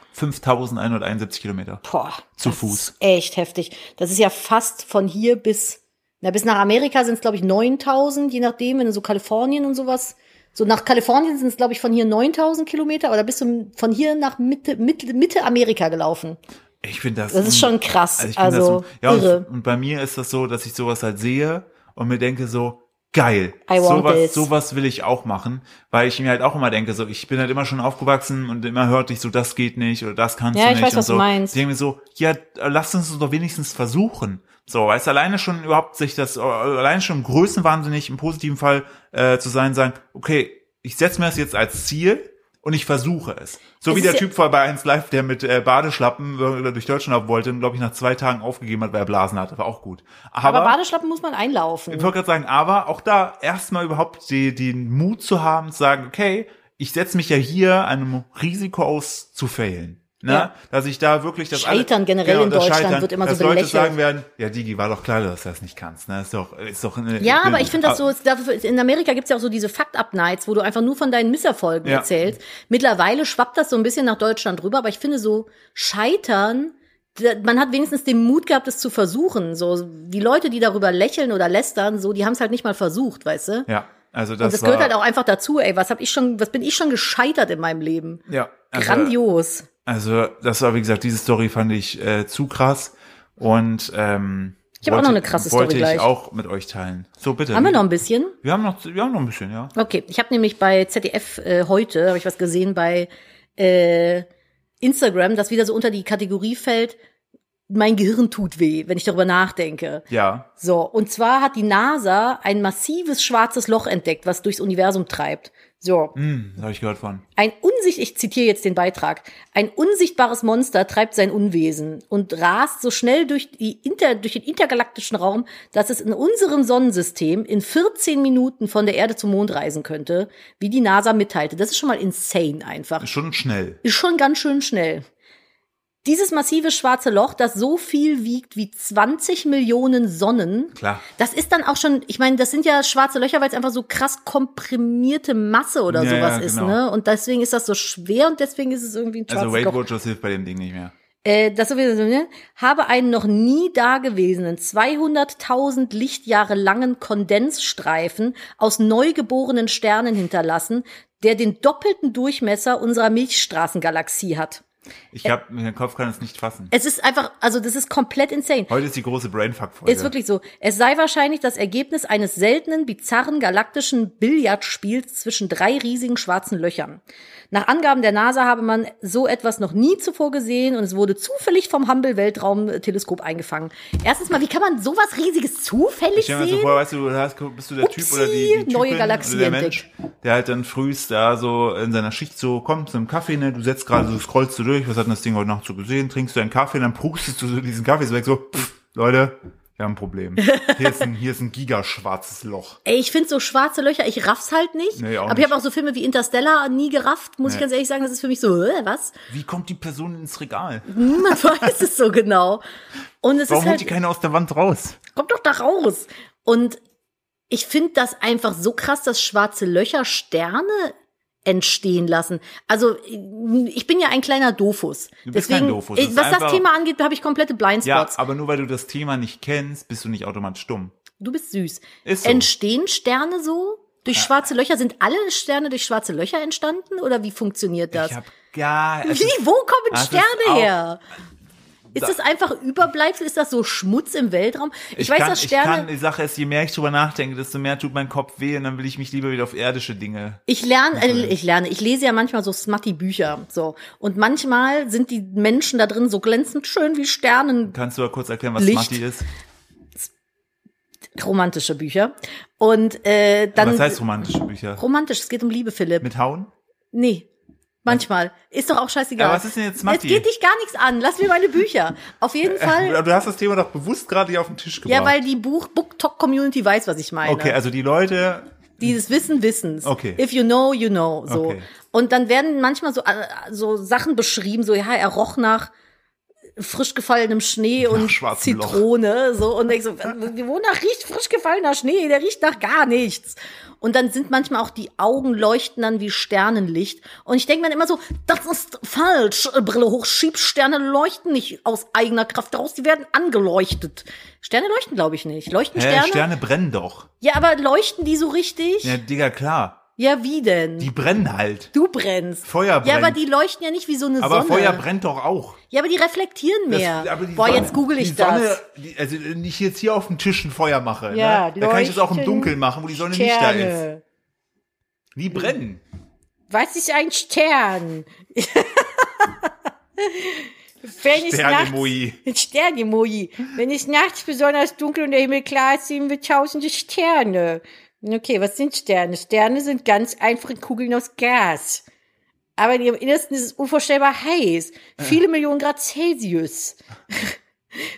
[SPEAKER 1] 5171 Kilometer.
[SPEAKER 2] Boah,
[SPEAKER 1] Zu
[SPEAKER 2] das
[SPEAKER 1] Fuß.
[SPEAKER 2] Ist echt heftig. Das ist ja fast von hier bis, na, bis nach Amerika sind es, glaube ich, 9000, je nachdem, wenn du so Kalifornien und sowas. So nach Kalifornien sind es, glaube ich, von hier 9000 Kilometer oder bist du von hier nach Mitte, Mitte, Mitte Amerika gelaufen.
[SPEAKER 1] Ich finde das.
[SPEAKER 2] Das ist schon krass.
[SPEAKER 1] Also,
[SPEAKER 2] Also,
[SPEAKER 1] ich find das, so- ja,
[SPEAKER 2] irre.
[SPEAKER 1] und, und bei mir ist das so, dass ich sowas halt sehe und mir denke so, geil.
[SPEAKER 2] I want
[SPEAKER 1] Sowas,
[SPEAKER 2] this.
[SPEAKER 1] sowas will ich auch machen, weil ich mir halt auch immer denke, so, ich bin halt immer schon aufgewachsen und immer hörte ich so, das geht nicht oder das kannst
[SPEAKER 2] Ja,
[SPEAKER 1] du
[SPEAKER 2] ich
[SPEAKER 1] nicht.
[SPEAKER 2] weiß,
[SPEAKER 1] und
[SPEAKER 2] was
[SPEAKER 1] so.
[SPEAKER 2] du meinst.
[SPEAKER 1] Ich denke mir so, ja, lass uns das doch wenigstens versuchen. So, weißt du, alleine schon überhaupt sich das, oh, alleine schon größenwahnsinnig im positiven Fall äh, zu sein, sagen, okay, ich setze mir das jetzt als Ziel und ich versuche es. So
[SPEAKER 2] Es
[SPEAKER 1] wie
[SPEAKER 2] ist
[SPEAKER 1] der
[SPEAKER 2] ja-
[SPEAKER 1] Typ vor bei 1 Live, der mit äh, Badeschlappen äh, durch Deutschland laufen wollte und, glaube ich, nach zwei Tagen aufgegeben hat, weil er Blasen hatte. War auch gut.
[SPEAKER 2] Aber,
[SPEAKER 1] Aber,
[SPEAKER 2] Badeschlappen muss man einlaufen.
[SPEAKER 1] ich wollte gerade sagen, aber auch da erstmal überhaupt die, den Mut zu haben, zu sagen, okay, ich setze mich ja hier einem Risiko aus, zu failen. Ne?
[SPEAKER 2] Ja.
[SPEAKER 1] Dass ich da wirklich das Genau,
[SPEAKER 2] Scheitern generell in
[SPEAKER 1] das
[SPEAKER 2] Deutschland wird immer so
[SPEAKER 1] dass Leute
[SPEAKER 2] belächelt.
[SPEAKER 1] sagen werden, ja, Digi, war doch klar, dass du das nicht kannst. Ne? Ist doch, ist doch eine,
[SPEAKER 2] Ja, aber ich finde
[SPEAKER 1] Ah,
[SPEAKER 2] das so, es darf- in Amerika gibt's ja auch so diese Fucked-Up-Nights, wo du einfach nur von deinen Misserfolgen
[SPEAKER 1] Ja.
[SPEAKER 2] erzählst. Mittlerweile schwappt das so ein bisschen nach Deutschland rüber, aber ich finde so Scheitern, da- man hat wenigstens den Mut gehabt, es zu versuchen. So die Leute, die darüber lächeln oder lästern, so die haben es halt nicht mal versucht, weißt du?
[SPEAKER 1] Ja, also das,
[SPEAKER 2] Und das
[SPEAKER 1] war,
[SPEAKER 2] gehört halt auch einfach dazu, ey, was hab ich schon, was bin ich schon gescheitert in meinem Leben?
[SPEAKER 1] ja, also-
[SPEAKER 2] Grandios.
[SPEAKER 1] Also, das war, wie gesagt, diese Story fand ich äh, zu krass. Und ähm,
[SPEAKER 2] Ich hab auch noch eine krasse Story
[SPEAKER 1] wollte ich
[SPEAKER 2] gleich.
[SPEAKER 1] auch mit euch teilen. So, bitte.
[SPEAKER 2] Haben wir noch ein bisschen?
[SPEAKER 1] Wir haben noch, wir haben noch ein bisschen, ja.
[SPEAKER 2] Okay, ich habe nämlich bei ZDF äh, heute, habe ich was gesehen, bei äh, Instagram, das wieder so unter die Kategorie fällt, mein Gehirn tut weh, wenn ich darüber nachdenke.
[SPEAKER 1] Ja.
[SPEAKER 2] So, und zwar hat die NASA ein massives schwarzes Loch entdeckt, was durchs Universum treibt. So,
[SPEAKER 1] Hm, das habe ich gehört von.
[SPEAKER 2] ein unsicht, ich zitiere jetzt den Beitrag, ein unsichtbares Monster treibt sein Unwesen und rast so schnell durch, die Inter, durch den intergalaktischen Raum, dass es in unserem Sonnensystem in 14 Minuten von der Erde zum Mond reisen könnte, wie die NASA mitteilte. Das ist schon mal insane einfach
[SPEAKER 1] Schon schnell.
[SPEAKER 2] ist schon ganz schön schnell. Dieses massive schwarze Loch, das so viel wiegt wie 20 Millionen Sonnen.
[SPEAKER 1] Klar.
[SPEAKER 2] Das ist dann auch schon, ich meine, das sind ja schwarze Löcher, weil es einfach so krass komprimierte Masse oder
[SPEAKER 1] Ja,
[SPEAKER 2] sowas
[SPEAKER 1] ja,
[SPEAKER 2] ist,
[SPEAKER 1] genau.
[SPEAKER 2] ne? Und deswegen ist das so schwer und deswegen ist es irgendwie ein schwarzes
[SPEAKER 1] Also Weight
[SPEAKER 2] Loch.
[SPEAKER 1] Watchers hilft bei dem Ding nicht mehr.
[SPEAKER 2] Äh, das sowieso, ne? Habe einen noch nie dagewesenen 200.000 Lichtjahre langen Kondensstreifen aus neugeborenen Sternen hinterlassen, der den doppelten Durchmesser unserer Milchstraßengalaxie hat.
[SPEAKER 1] Ich hab, mein Kopf kann es nicht fassen.
[SPEAKER 2] Es ist einfach, also das ist komplett insane.
[SPEAKER 1] Heute ist die große Brainfuck-Folge.
[SPEAKER 2] Ist wirklich so. Es sei wahrscheinlich das Ergebnis eines seltenen, bizarren galaktischen Billardspiels zwischen drei riesigen schwarzen Löchern. Nach Angaben der NASA habe man so etwas noch nie zuvor gesehen und es wurde zufällig vom Hubble-Weltraumteleskop eingefangen. Erstens mal, wie kann man sowas Riesiges zufällig
[SPEAKER 1] Ich stell mir so
[SPEAKER 2] sehen?
[SPEAKER 1] vor, weißt du, du hast, bist du der Typ
[SPEAKER 2] Upsi,
[SPEAKER 1] oder die, die
[SPEAKER 2] neue
[SPEAKER 1] Typin
[SPEAKER 2] Galaxie
[SPEAKER 1] oder der Mensch,
[SPEAKER 2] entdeckt.
[SPEAKER 1] der halt dann frühst da so in seiner Schicht so kommt zum Kaffee, ne, du setzt gerade so, scrollst du durch, was hat denn das Ding heute Nacht so gesehen, trinkst du einen Kaffee, dann prustest du so diesen Kaffee so weg, so, pff, Leute, wir haben ein Problem. Hier ist ein, hier ist ein gigaschwarzes Loch.
[SPEAKER 2] Ey, ich finde so schwarze Löcher, ich raff's halt nicht.
[SPEAKER 1] Nee, auch
[SPEAKER 2] aber ich habe auch so Filme wie Interstellar nie gerafft, muss
[SPEAKER 1] Nee.
[SPEAKER 2] ich ganz ehrlich sagen, das ist für mich so, äh, was?
[SPEAKER 1] Wie kommt die Person ins Regal?
[SPEAKER 2] Niemand weiß es so genau. Und es
[SPEAKER 1] Warum
[SPEAKER 2] ist
[SPEAKER 1] holt
[SPEAKER 2] halt
[SPEAKER 1] die keine aus der Wand raus?
[SPEAKER 2] kommt doch da raus. Und ich finde das einfach so krass, dass schwarze Löcher Sterne entstehen lassen. Also ich bin ja ein kleiner Dofus.
[SPEAKER 1] Du bist kein Dofus, es ist
[SPEAKER 2] was
[SPEAKER 1] einfach-
[SPEAKER 2] das Thema angeht, habe ich komplette
[SPEAKER 1] Ja,
[SPEAKER 2] Blindspots.
[SPEAKER 1] aber nur weil du das Thema nicht kennst, bist du nicht automatisch dumm.
[SPEAKER 2] du bist süß.
[SPEAKER 1] Ist so.
[SPEAKER 2] Entstehen Sterne so durch schwarze Löcher? Sind alle Sterne durch schwarze Löcher entstanden oder wie funktioniert das?
[SPEAKER 1] Ich hab gar, es
[SPEAKER 2] Wie,
[SPEAKER 1] ist-
[SPEAKER 2] wo kommen
[SPEAKER 1] das ist
[SPEAKER 2] Sterne
[SPEAKER 1] auch-
[SPEAKER 2] her? Ist das einfach Überbleibsel? Ist das so Schmutz im Weltraum? Ich, weiß,
[SPEAKER 1] kann,
[SPEAKER 2] dass Sterne.
[SPEAKER 1] Ich kann, die Sache ist, je mehr ich drüber nachdenke, desto mehr tut mein Kopf weh und dann will ich mich lieber wieder auf irdische Dinge.
[SPEAKER 2] Ich lerne, äh, ich lerne, ich lese ja manchmal so smutty Bücher, so. Und manchmal sind die Menschen da drin so glänzend schön wie Sternen,
[SPEAKER 1] Kannst du mal kurz erklären, was
[SPEAKER 2] Licht.
[SPEAKER 1] Smutty ist?
[SPEAKER 2] romantische Bücher. Und äh, dann
[SPEAKER 1] was heißt romantische Bücher?
[SPEAKER 2] romantisch, es geht um Liebe, Philipp.
[SPEAKER 1] Mit Hauen?
[SPEAKER 2] nee. Manchmal. Ist doch auch scheißegal.
[SPEAKER 1] Aber was ist denn jetzt Smutty?
[SPEAKER 2] Es geht dich gar nichts an. Lass mir meine Bücher. Auf jeden Fall.
[SPEAKER 1] Du hast das Thema doch bewusst gerade hier auf den Tisch gebracht.
[SPEAKER 2] Ja, weil die Buch Booktok Community weiß, was ich meine.
[SPEAKER 1] Okay, also die Leute,
[SPEAKER 2] Dieses Wissen Wissens.
[SPEAKER 1] Okay.
[SPEAKER 2] If you know, you know. So.
[SPEAKER 1] Okay.
[SPEAKER 2] Und dann werden manchmal so, äh, so Sachen beschrieben, so, ja, er roch nach frisch gefallenem Schnee und
[SPEAKER 1] schwarzem Loch.
[SPEAKER 2] Zitrone. So. Und ich so, w- wonach riecht frisch gefallener Schnee? Der riecht nach gar nichts. Und dann sind manchmal auch die Augen leuchten dann wie Sternenlicht. Und ich denke mir dann immer so, das ist falsch. Brille hoch, schieb, Sterne leuchten nicht aus eigener Kraft raus, die werden angeleuchtet. Sterne leuchten, glaube ich, nicht. Leuchten
[SPEAKER 1] hä,
[SPEAKER 2] Sterne?
[SPEAKER 1] Sterne? brennen doch.
[SPEAKER 2] Ja, aber leuchten die so richtig?
[SPEAKER 1] Ja, Digga, klar.
[SPEAKER 2] Ja, wie denn?
[SPEAKER 1] Die brennen halt.
[SPEAKER 2] du brennst.
[SPEAKER 1] Feuer
[SPEAKER 2] Ja, aber
[SPEAKER 1] brennt.
[SPEAKER 2] die leuchten ja nicht wie so eine
[SPEAKER 1] Aber
[SPEAKER 2] Sonne.
[SPEAKER 1] Feuer brennt doch auch.
[SPEAKER 2] ja, aber die reflektieren
[SPEAKER 1] Das-
[SPEAKER 2] mehr.
[SPEAKER 1] aber die
[SPEAKER 2] Boah,
[SPEAKER 1] Sonne-
[SPEAKER 2] jetzt google ich
[SPEAKER 1] die Sonne,
[SPEAKER 2] das.
[SPEAKER 1] Die, also wenn ich jetzt hier auf dem Tisch ein Feuer mache,
[SPEAKER 2] Ja,
[SPEAKER 1] ne? da kann ich das auch im
[SPEAKER 2] leuchten
[SPEAKER 1] Dunkeln machen, wo die Sonne nicht da ist.
[SPEAKER 2] Sterne.
[SPEAKER 1] Die brennen.
[SPEAKER 2] Was ist ein Stern? Wenn ich nachts,
[SPEAKER 1] Sterne-Moi.
[SPEAKER 2] ein Stern-Emoji. Wenn es nachts besonders dunkel und der Himmel klar ist, sehen wir tausende Sterne. Okay, was sind Sterne? Sterne sind ganz einfache Kugeln aus Gas. Aber in ihrem Innersten ist es unvorstellbar heiß. Viele Millionen Grad Celsius.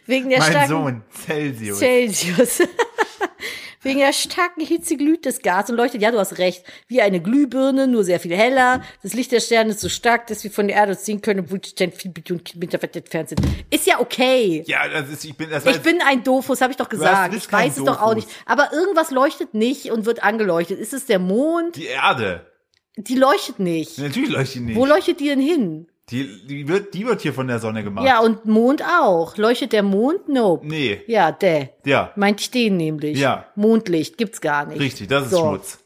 [SPEAKER 2] Wegen der
[SPEAKER 1] Mein
[SPEAKER 2] starken
[SPEAKER 1] Sohn, Celsius.
[SPEAKER 2] Celsius. Wegen der starken Hitze glüht das Gas und leuchtet. Ja, du hast recht. Wie eine Glühbirne, nur sehr viel heller. Das Licht der Sterne ist so stark, dass wir von der Erde uns sehen können, obwohl die Sterne viel Millionen Kilometer weit entfernt sind. Ist ja okay.
[SPEAKER 1] ja, das ist, ich bin, das war
[SPEAKER 2] Ich
[SPEAKER 1] jetzt-
[SPEAKER 2] bin ein Doofus, habe ich doch gesagt.
[SPEAKER 1] bist
[SPEAKER 2] Ich
[SPEAKER 1] kein
[SPEAKER 2] weiß es doch auch
[SPEAKER 1] Doofus.
[SPEAKER 2] nicht. Aber irgendwas leuchtet nicht und wird angeleuchtet. Ist es der Mond?
[SPEAKER 1] die Erde.
[SPEAKER 2] Die leuchtet nicht.
[SPEAKER 1] Natürlich leuchtet die nicht.
[SPEAKER 2] Wo leuchtet die denn hin?
[SPEAKER 1] Die, die, wird, die wird hier von der Sonne gemacht.
[SPEAKER 2] Ja, und Mond auch. Leuchtet der Mond? Nope.
[SPEAKER 1] Nee,
[SPEAKER 2] Ja, der.
[SPEAKER 1] ja,
[SPEAKER 2] Meinte ich den nämlich.
[SPEAKER 1] Ja.
[SPEAKER 2] Mondlicht gibt's gar nicht.
[SPEAKER 1] richtig, das ist
[SPEAKER 2] So.
[SPEAKER 1] Schmutz.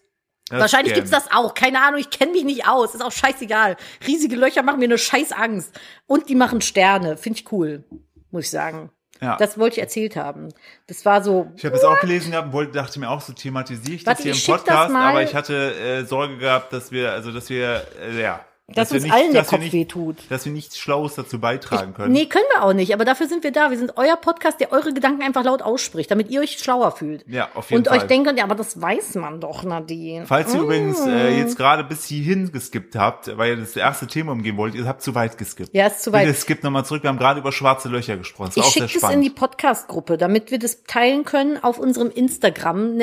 [SPEAKER 1] Das
[SPEAKER 2] Wahrscheinlich
[SPEAKER 1] ist
[SPEAKER 2] gibt's das auch. Keine Ahnung, ich kenne mich nicht aus. Ist auch scheißegal. Riesige Löcher machen mir eine scheiß Angst. Und die machen Sterne. Finde ich cool, muss ich sagen.
[SPEAKER 1] Ja.
[SPEAKER 2] Das wollte ich erzählt haben. Das war so.
[SPEAKER 1] Ich habe es auch gelesen gehabt und wollte, dachte mir auch, so thematisiere ich
[SPEAKER 2] Warte,
[SPEAKER 1] das hier
[SPEAKER 2] ich
[SPEAKER 1] im
[SPEAKER 2] schick das
[SPEAKER 1] Podcast,
[SPEAKER 2] mal.
[SPEAKER 1] aber ich hatte äh, Sorge gehabt, dass wir, also dass wir, äh, ja,
[SPEAKER 2] Dass
[SPEAKER 1] wir
[SPEAKER 2] uns allen der
[SPEAKER 1] dass wir
[SPEAKER 2] Kopf
[SPEAKER 1] nicht-
[SPEAKER 2] wehtut.
[SPEAKER 1] Dass wir nichts Schlaues dazu beitragen können.
[SPEAKER 2] Nee, können wir auch nicht, aber dafür sind wir da. Wir sind euer Podcast, der eure Gedanken einfach laut ausspricht, damit ihr euch schlauer fühlt.
[SPEAKER 1] Ja, auf jeden
[SPEAKER 2] Und
[SPEAKER 1] Fall.
[SPEAKER 2] euch denkt, ja, aber das weiß man doch, Nadine.
[SPEAKER 1] Falls ihr übrigens
[SPEAKER 2] Mm.
[SPEAKER 1] äh, jetzt gerade bis hierhin geskippt habt, weil ihr das erste Thema umgehen wollt, ihr habt zu weit geskippt.
[SPEAKER 2] Ja, ist zu
[SPEAKER 1] Bitte
[SPEAKER 2] weit.
[SPEAKER 1] skippt nochmal zurück, wir haben gerade über schwarze Löcher gesprochen. Das war
[SPEAKER 2] Ich
[SPEAKER 1] auch sehr
[SPEAKER 2] schicke das in
[SPEAKER 1] spannend.
[SPEAKER 2] die Podcast-Gruppe, damit wir das teilen können auf unserem Instagram,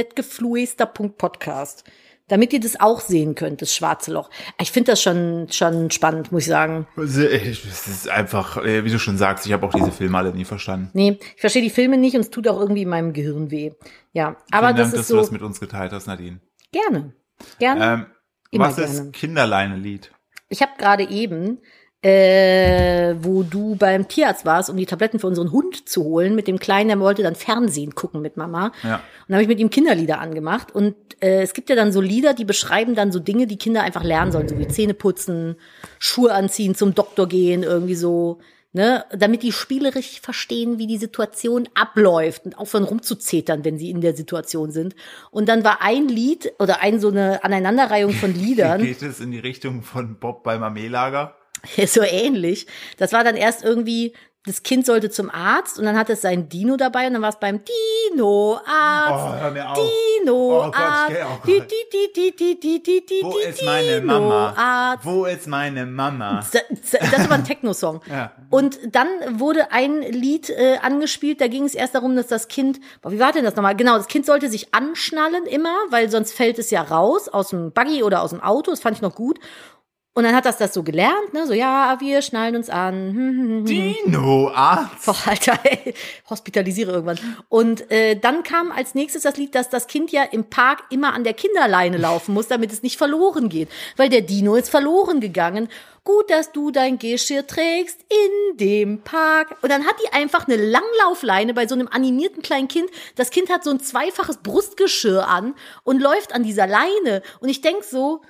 [SPEAKER 2] netgefluester.podcast. Damit ihr das auch sehen könnt, das schwarze Loch. Ah, Ich finde das schon, schon spannend, muss ich sagen.
[SPEAKER 1] Also, äh, Es ist einfach, äh, wie du schon sagst, ich habe auch diese Filme alle nie verstanden.
[SPEAKER 2] Nee, ich verstehe die Filme nicht und es tut auch irgendwie in meinem Gehirn weh. Ja, aber
[SPEAKER 1] Vielen Dank,
[SPEAKER 2] das
[SPEAKER 1] dass
[SPEAKER 2] ist
[SPEAKER 1] du
[SPEAKER 2] so.
[SPEAKER 1] das mit uns geteilt hast, Nadine.
[SPEAKER 2] Gerne. Gerne.
[SPEAKER 1] Ähm,
[SPEAKER 2] Immer
[SPEAKER 1] was
[SPEAKER 2] gerne.
[SPEAKER 1] ist Kinderleine-Lied?
[SPEAKER 2] Ich habe gerade eben, äh, wo du beim Tierarzt warst, um die Tabletten für unseren Hund zu holen, mit dem Kleinen, der wollte dann Fernsehen gucken mit Mama.
[SPEAKER 1] Ja.
[SPEAKER 2] Und habe ich mit ihm Kinderlieder angemacht. Und äh, es gibt ja dann so Lieder, die beschreiben dann so Dinge, die Kinder einfach lernen sollen, so wie Zähne putzen, Schuhe anziehen, zum Doktor gehen, irgendwie so. Ne, damit die spielerisch verstehen, wie die Situation abläuft und aufhören rumzuzetern, wenn sie in der Situation sind. Und dann war ein Lied oder ein so eine Aneinanderreihung von Liedern.
[SPEAKER 1] Geht es in die Richtung von Bob beim Armeelager?
[SPEAKER 2] so ähnlich. Das war dann erst irgendwie, das Kind sollte zum Arzt und dann hatte es seinen Dino dabei und dann war es beim
[SPEAKER 1] Oh,
[SPEAKER 2] Dino-Arzt.
[SPEAKER 1] hör mir auf.
[SPEAKER 2] Dino,
[SPEAKER 1] Oh Gott,
[SPEAKER 2] Arzt.
[SPEAKER 1] gell, oh
[SPEAKER 2] Di,
[SPEAKER 1] Gott.
[SPEAKER 2] di, di, di, di, di, di,
[SPEAKER 1] Wo
[SPEAKER 2] di,
[SPEAKER 1] ist meine
[SPEAKER 2] Dino,
[SPEAKER 1] Mama?
[SPEAKER 2] Arzt.
[SPEAKER 1] Wo ist meine Mama?
[SPEAKER 2] Z- z- Das war ein Techno-Song.
[SPEAKER 1] Ja.
[SPEAKER 2] Und dann wurde ein Lied äh, angespielt, da ging es erst darum, dass das Kind, boah, wie war denn das nochmal? Genau, das Kind sollte sich anschnallen immer, weil sonst fällt es ja raus aus dem Buggy oder aus dem Auto, das fand ich noch gut. Und dann hat das das so gelernt, ne? So, ja, wir schnallen uns an. Hm, hm, hm, hm.
[SPEAKER 1] Dino Arzt.
[SPEAKER 2] Boah, Alter, ey, hospitalisiere irgendwann. Und äh, dann kam als nächstes das Lied, dass das Kind ja im Park immer an der Kinderleine laufen muss, damit es nicht verloren geht. Weil der Dino ist verloren gegangen. Gut, dass du dein Geschirr trägst in dem Park. Und dann hat die einfach eine Langlaufleine bei so einem animierten kleinen Kind. Das Kind hat so ein zweifaches Brustgeschirr an und läuft an dieser Leine. Und ich denk so,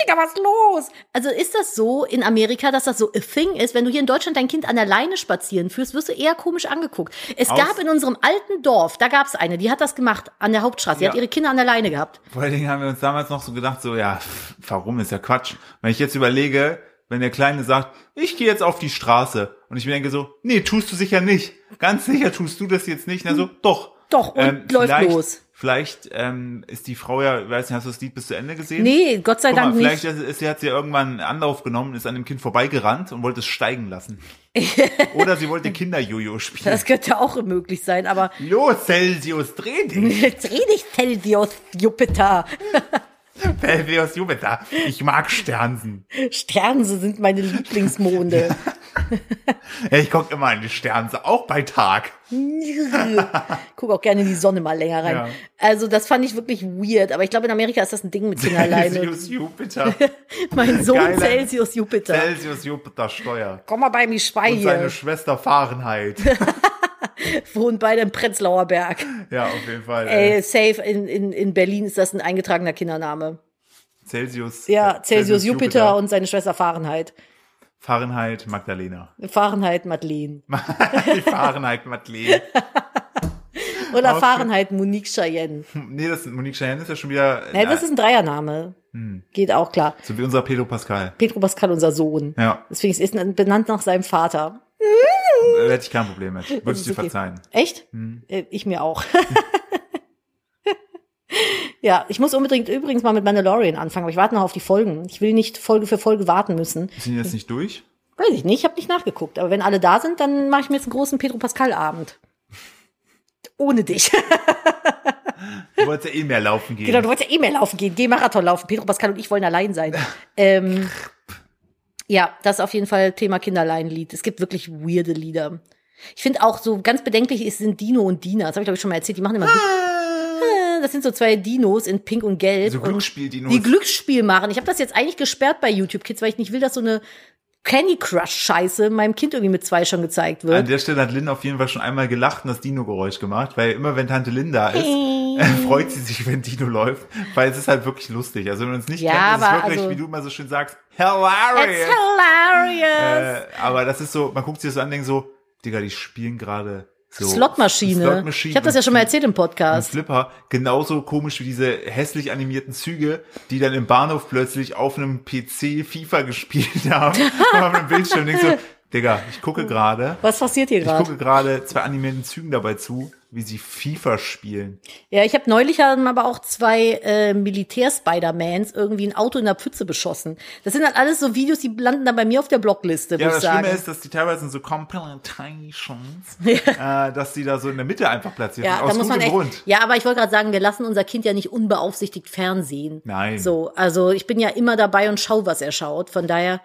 [SPEAKER 2] Digga, was los? Also ist das so in Amerika, dass das so a thing ist? Wenn du hier in Deutschland dein Kind an der Leine spazieren führst, wirst du eher komisch angeguckt. Es
[SPEAKER 1] Aus-
[SPEAKER 2] gab in unserem alten Dorf, da gab's eine, die hat das gemacht an der Hauptstraße. Die
[SPEAKER 1] Ja.
[SPEAKER 2] hat ihre Kinder an der Leine gehabt.
[SPEAKER 1] Vor allen Dingen haben wir uns damals noch so gedacht, so, ja, pff, warum ist ja Quatsch. Wenn ich jetzt überlege, wenn der Kleine sagt, ich gehe jetzt auf die Straße und ich mir denke so, nee, tust du sicher nicht. Ganz sicher tust du das jetzt nicht. Na so, doch. Ähm,
[SPEAKER 2] Doch, und läuft
[SPEAKER 1] vielleicht,
[SPEAKER 2] los.
[SPEAKER 1] Vielleicht ähm, ist die Frau ja, ich weiß nicht, hast du das Lied bis zu Ende gesehen?
[SPEAKER 2] Nee, Gott sei
[SPEAKER 1] Guck mal,
[SPEAKER 2] Dank
[SPEAKER 1] vielleicht
[SPEAKER 2] nicht.
[SPEAKER 1] ist, ist, hat sie ja irgendwann einen Anlauf genommen, ist an dem Kind vorbeigerannt und wollte es steigen lassen. Oder sie wollte Kinder-Jojo spielen.
[SPEAKER 2] Das könnte auch möglich sein, aber
[SPEAKER 1] Los, Celsius, dreh dich!
[SPEAKER 2] jetzt rede ich Teldios Jupiter.
[SPEAKER 1] Celsius Jupiter, ich mag Sternsen.
[SPEAKER 2] Sternse sind meine Lieblingsmonde.
[SPEAKER 1] Ja, ich guck immer in die Sternse, auch bei Tag.
[SPEAKER 2] Guck auch gerne in die Sonne mal länger rein.
[SPEAKER 1] Ja.
[SPEAKER 2] Also das fand ich wirklich weird, aber ich glaube in Amerika ist das ein Ding mit Kinder alleine.
[SPEAKER 1] Celsius Jupiter.
[SPEAKER 2] Mein Sohn
[SPEAKER 1] Geiler-
[SPEAKER 2] Celsius Jupiter.
[SPEAKER 1] Celsius Jupiter Steuer.
[SPEAKER 2] Komm mal bei mir Schwein
[SPEAKER 1] Und seine
[SPEAKER 2] hier.
[SPEAKER 1] Schwester Fahrenheit.
[SPEAKER 2] Wohnen beide im Prenzlauer Berg.
[SPEAKER 1] Ja, auf jeden Fall. äh,
[SPEAKER 2] Ey, safe in, in, in Berlin ist das ein eingetragener Kindername.
[SPEAKER 1] Celsius.
[SPEAKER 2] Ja, Celsius Jupiter, und seine Schwester Fahrenheit.
[SPEAKER 1] Fahrenheit Magdalena.
[SPEAKER 2] Fahrenheit Madeleine.
[SPEAKER 1] Die Fahrenheit Madeleine.
[SPEAKER 2] Oder
[SPEAKER 1] Ausge-
[SPEAKER 2] Fahrenheit Monique Cheyenne.
[SPEAKER 1] Nee, das Monique Cheyenne ist ja schon wieder
[SPEAKER 2] Hm. Ja, Hm. das ist ein Dreiername. Geht auch klar.
[SPEAKER 1] so wie unser Pedro Pascal.
[SPEAKER 2] Pedro Pascal, unser Sohn.
[SPEAKER 1] Ja,
[SPEAKER 2] Deswegen ist es benannt nach seinem Vater.
[SPEAKER 1] da hätte ich kein Problem mit. Würde ich
[SPEAKER 2] ist
[SPEAKER 1] dir
[SPEAKER 2] okay.
[SPEAKER 1] verzeihen.
[SPEAKER 2] Echt? Äh, Ich mir auch. ja, ich muss unbedingt übrigens mal mit Mandalorian anfangen, aber ich warte noch auf die Folgen. Ich will nicht Folge für Folge warten müssen.
[SPEAKER 1] Sind die jetzt nicht durch?
[SPEAKER 2] Weiß ich nicht, ich habe nicht nachgeguckt. Aber wenn alle da sind, dann mache ich mir jetzt einen großen Pedro Pascal-Abend. Ohne dich.
[SPEAKER 1] Du wolltest ja eh mehr laufen gehen.
[SPEAKER 2] genau, du wolltest ja eh mehr laufen gehen. Geh Marathon laufen. Pedro Pascal und ich wollen allein sein. ähm, ja, das ist auf jeden Fall Thema Kinderleinlied. Es gibt wirklich weirde Lieder. Ich finde auch so ganz bedenklich ist, sind Dino und Dina. Das habe ich, glaube ich, schon mal erzählt. Die machen immer Ah, Das sind so zwei Dinos in Pink und Gelb.
[SPEAKER 1] so
[SPEAKER 2] und
[SPEAKER 1] Also Glücksspiel, die
[SPEAKER 2] die Glücksspiel machen. Ich habe das jetzt eigentlich gesperrt bei YouTube Kids, weil ich nicht will, dass so eine Candy Crush-Scheiße meinem Kind irgendwie mit zwei schon gezeigt
[SPEAKER 1] An
[SPEAKER 2] wird.
[SPEAKER 1] der Stelle hat Lynn auf jeden Fall schon einmal gelacht und das Dino-Geräusch gemacht, weil immer wenn Tante Lynn da ist,
[SPEAKER 2] Hm.
[SPEAKER 1] freut sie sich, wenn Dino läuft, weil es ist halt wirklich lustig. Also wenn man es nicht
[SPEAKER 2] Ja,
[SPEAKER 1] kennt, ist es
[SPEAKER 2] aber
[SPEAKER 1] wirklich,
[SPEAKER 2] also-
[SPEAKER 1] wie du immer so schön sagst,
[SPEAKER 2] That's
[SPEAKER 1] hilarious.
[SPEAKER 2] hilarious.
[SPEAKER 1] Äh, aber das ist so, man guckt sich das so an, denkt so, Digga, die spielen gerade so
[SPEAKER 2] Slotmaschine.
[SPEAKER 1] Slotmaschine
[SPEAKER 2] ich habe das ja schon mal erzählt im
[SPEAKER 1] und
[SPEAKER 2] Podcast.
[SPEAKER 1] Flipper, genauso komisch wie diese hässlich animierten Züge, die dann im Bahnhof plötzlich auf einem PC FIFA gespielt haben, auf einem Bildschirm, denkst so, Digga, ich
[SPEAKER 2] Oh
[SPEAKER 1] gucke gerade.
[SPEAKER 2] Was passiert hier
[SPEAKER 1] Ich
[SPEAKER 2] gerade?
[SPEAKER 1] gucke gerade zwei animierten Zügen dabei zu, wie sie FIFA spielen.
[SPEAKER 2] Ja, ich habe neulich haben aber auch zwei äh, Militär-Spider-Mans irgendwie ein Auto in der Pfütze beschossen. Das sind halt alles so Videos, die landen dann bei mir auf der Blockliste,
[SPEAKER 1] Ja,
[SPEAKER 2] muss
[SPEAKER 1] das
[SPEAKER 2] ich sagen.
[SPEAKER 1] Schlimme ist, dass die teilweise in so Compilations, äh, dass die da so in der Mitte einfach platziert
[SPEAKER 2] Ja,
[SPEAKER 1] sind. Aus
[SPEAKER 2] da muss man
[SPEAKER 1] gutem
[SPEAKER 2] echt.
[SPEAKER 1] Grund.
[SPEAKER 2] Ja, aber ich wollte gerade sagen, wir lassen unser Kind ja nicht unbeaufsichtigt fernsehen.
[SPEAKER 1] Nein.
[SPEAKER 2] So, also ich bin ja immer dabei und schau, was er schaut. Von daher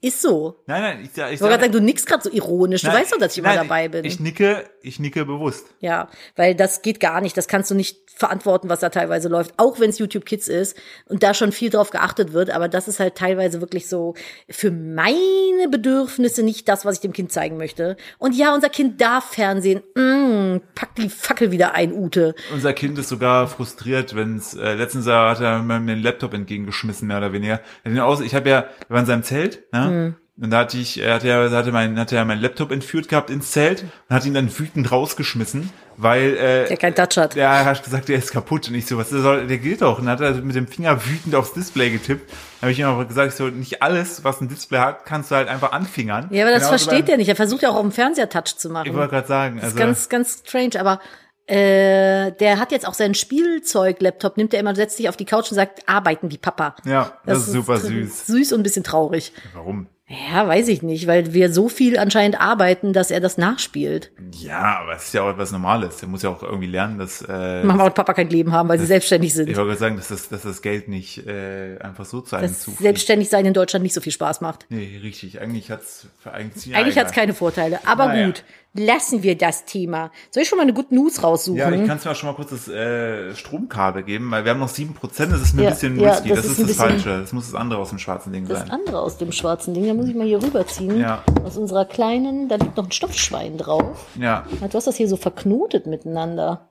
[SPEAKER 2] ist so.
[SPEAKER 1] Nein, nein, ich, ich, ich
[SPEAKER 2] Ich wollte gerade sagen, du nickst gerade so ironisch. Du
[SPEAKER 1] nein,
[SPEAKER 2] weißt doch, dass ich immer
[SPEAKER 1] nein,
[SPEAKER 2] dabei bin.
[SPEAKER 1] Ich nicke, ich nicke bewusst.
[SPEAKER 2] ja, weil das geht gar nicht. Das kannst du nicht verantworten, was da teilweise läuft. Auch wenn es YouTube Kids ist und da schon viel drauf geachtet wird. Aber das ist halt teilweise wirklich so für meine Bedürfnisse nicht das, was ich dem Kind zeigen möchte. Und ja, unser Kind darf Fernsehen. Mm, pack die Fackel wieder ein, Ute.
[SPEAKER 1] Unser Kind ist sogar frustriert, wenn's äh, letztens Jahr hat er mir den Laptop entgegengeschmissen, mehr oder weniger. Er hat ihn Aus, ich habe ja, wir waren in seinem Zelt, ne?
[SPEAKER 2] Hm.
[SPEAKER 1] Und da hatte ich, er hatte ja, hatte mein, hatte ja meinen Laptop entführt gehabt ins Zelt und hat ihn dann wütend rausgeschmissen, weil äh,
[SPEAKER 2] Der kein Touch hat.
[SPEAKER 1] Ja, er hat gesagt, der ist kaputt. Und ich so, was soll, der gilt doch. Und dann hat er mit dem Finger wütend aufs Display getippt. Dann habe ich ihm aber gesagt, ich so, nicht alles, was ein Display hat, kannst du halt einfach anfingern.
[SPEAKER 2] Ja, aber das
[SPEAKER 1] Genauso
[SPEAKER 2] versteht
[SPEAKER 1] beim-
[SPEAKER 2] er nicht. Er versucht ja auch auf dem Fernseher Touch zu machen.
[SPEAKER 1] genau, Ich wollte gerade sagen,
[SPEAKER 2] das ist
[SPEAKER 1] also,
[SPEAKER 2] ganz, ganz strange. Aber äh, der hat jetzt auch seinen Spielzeug-Laptop, nimmt er immer, setzt sich auf die Couch und sagt, arbeiten wie Papa.
[SPEAKER 1] ja, das, ist super süß.
[SPEAKER 2] Süß und ein bisschen traurig.
[SPEAKER 1] Warum?
[SPEAKER 2] Ja, weiß ich nicht, weil wir so viel anscheinend arbeiten, dass er das nachspielt.
[SPEAKER 1] Ja, aber es ist ja auch etwas Normales. Der muss ja auch irgendwie lernen, dass, äh,
[SPEAKER 2] Mama und Papa kein Leben haben, weil sie selbstständig
[SPEAKER 1] ich
[SPEAKER 2] sind.
[SPEAKER 1] wollte gerade sagen, dass das, dass das Geld nicht, äh, einfach so zu einem
[SPEAKER 2] Dass
[SPEAKER 1] zufällt.
[SPEAKER 2] selbstständig sein in Deutschland nicht so viel Spaß macht.
[SPEAKER 1] Nee, richtig. Eigentlich hat's, eigentlich,
[SPEAKER 2] Eigentlich hat's keine Vorteile. Aber
[SPEAKER 1] Naja.
[SPEAKER 2] gut, lassen wir das Thema. Soll ich schon mal eine Good News raussuchen?
[SPEAKER 1] Ja, ich kann es mir auch schon mal kurz das äh, Stromkabel geben, weil wir haben noch 7%, das ist mir
[SPEAKER 2] Ja,
[SPEAKER 1] ein bisschen
[SPEAKER 2] ja,
[SPEAKER 1] risky.
[SPEAKER 2] das
[SPEAKER 1] Das,
[SPEAKER 2] ist
[SPEAKER 1] ist,
[SPEAKER 2] ein
[SPEAKER 1] das
[SPEAKER 2] bisschen-
[SPEAKER 1] Falsche. Das muss das andere aus dem schwarzen Ding
[SPEAKER 2] Das
[SPEAKER 1] sein.
[SPEAKER 2] andere aus dem schwarzen Ding, da muss ich mal hier rüberziehen.
[SPEAKER 1] Ja.
[SPEAKER 2] Aus unserer kleinen, da liegt noch ein Stoffschwein drauf.
[SPEAKER 1] Ja.
[SPEAKER 2] Ah, Du hast das hier so verknotet miteinander.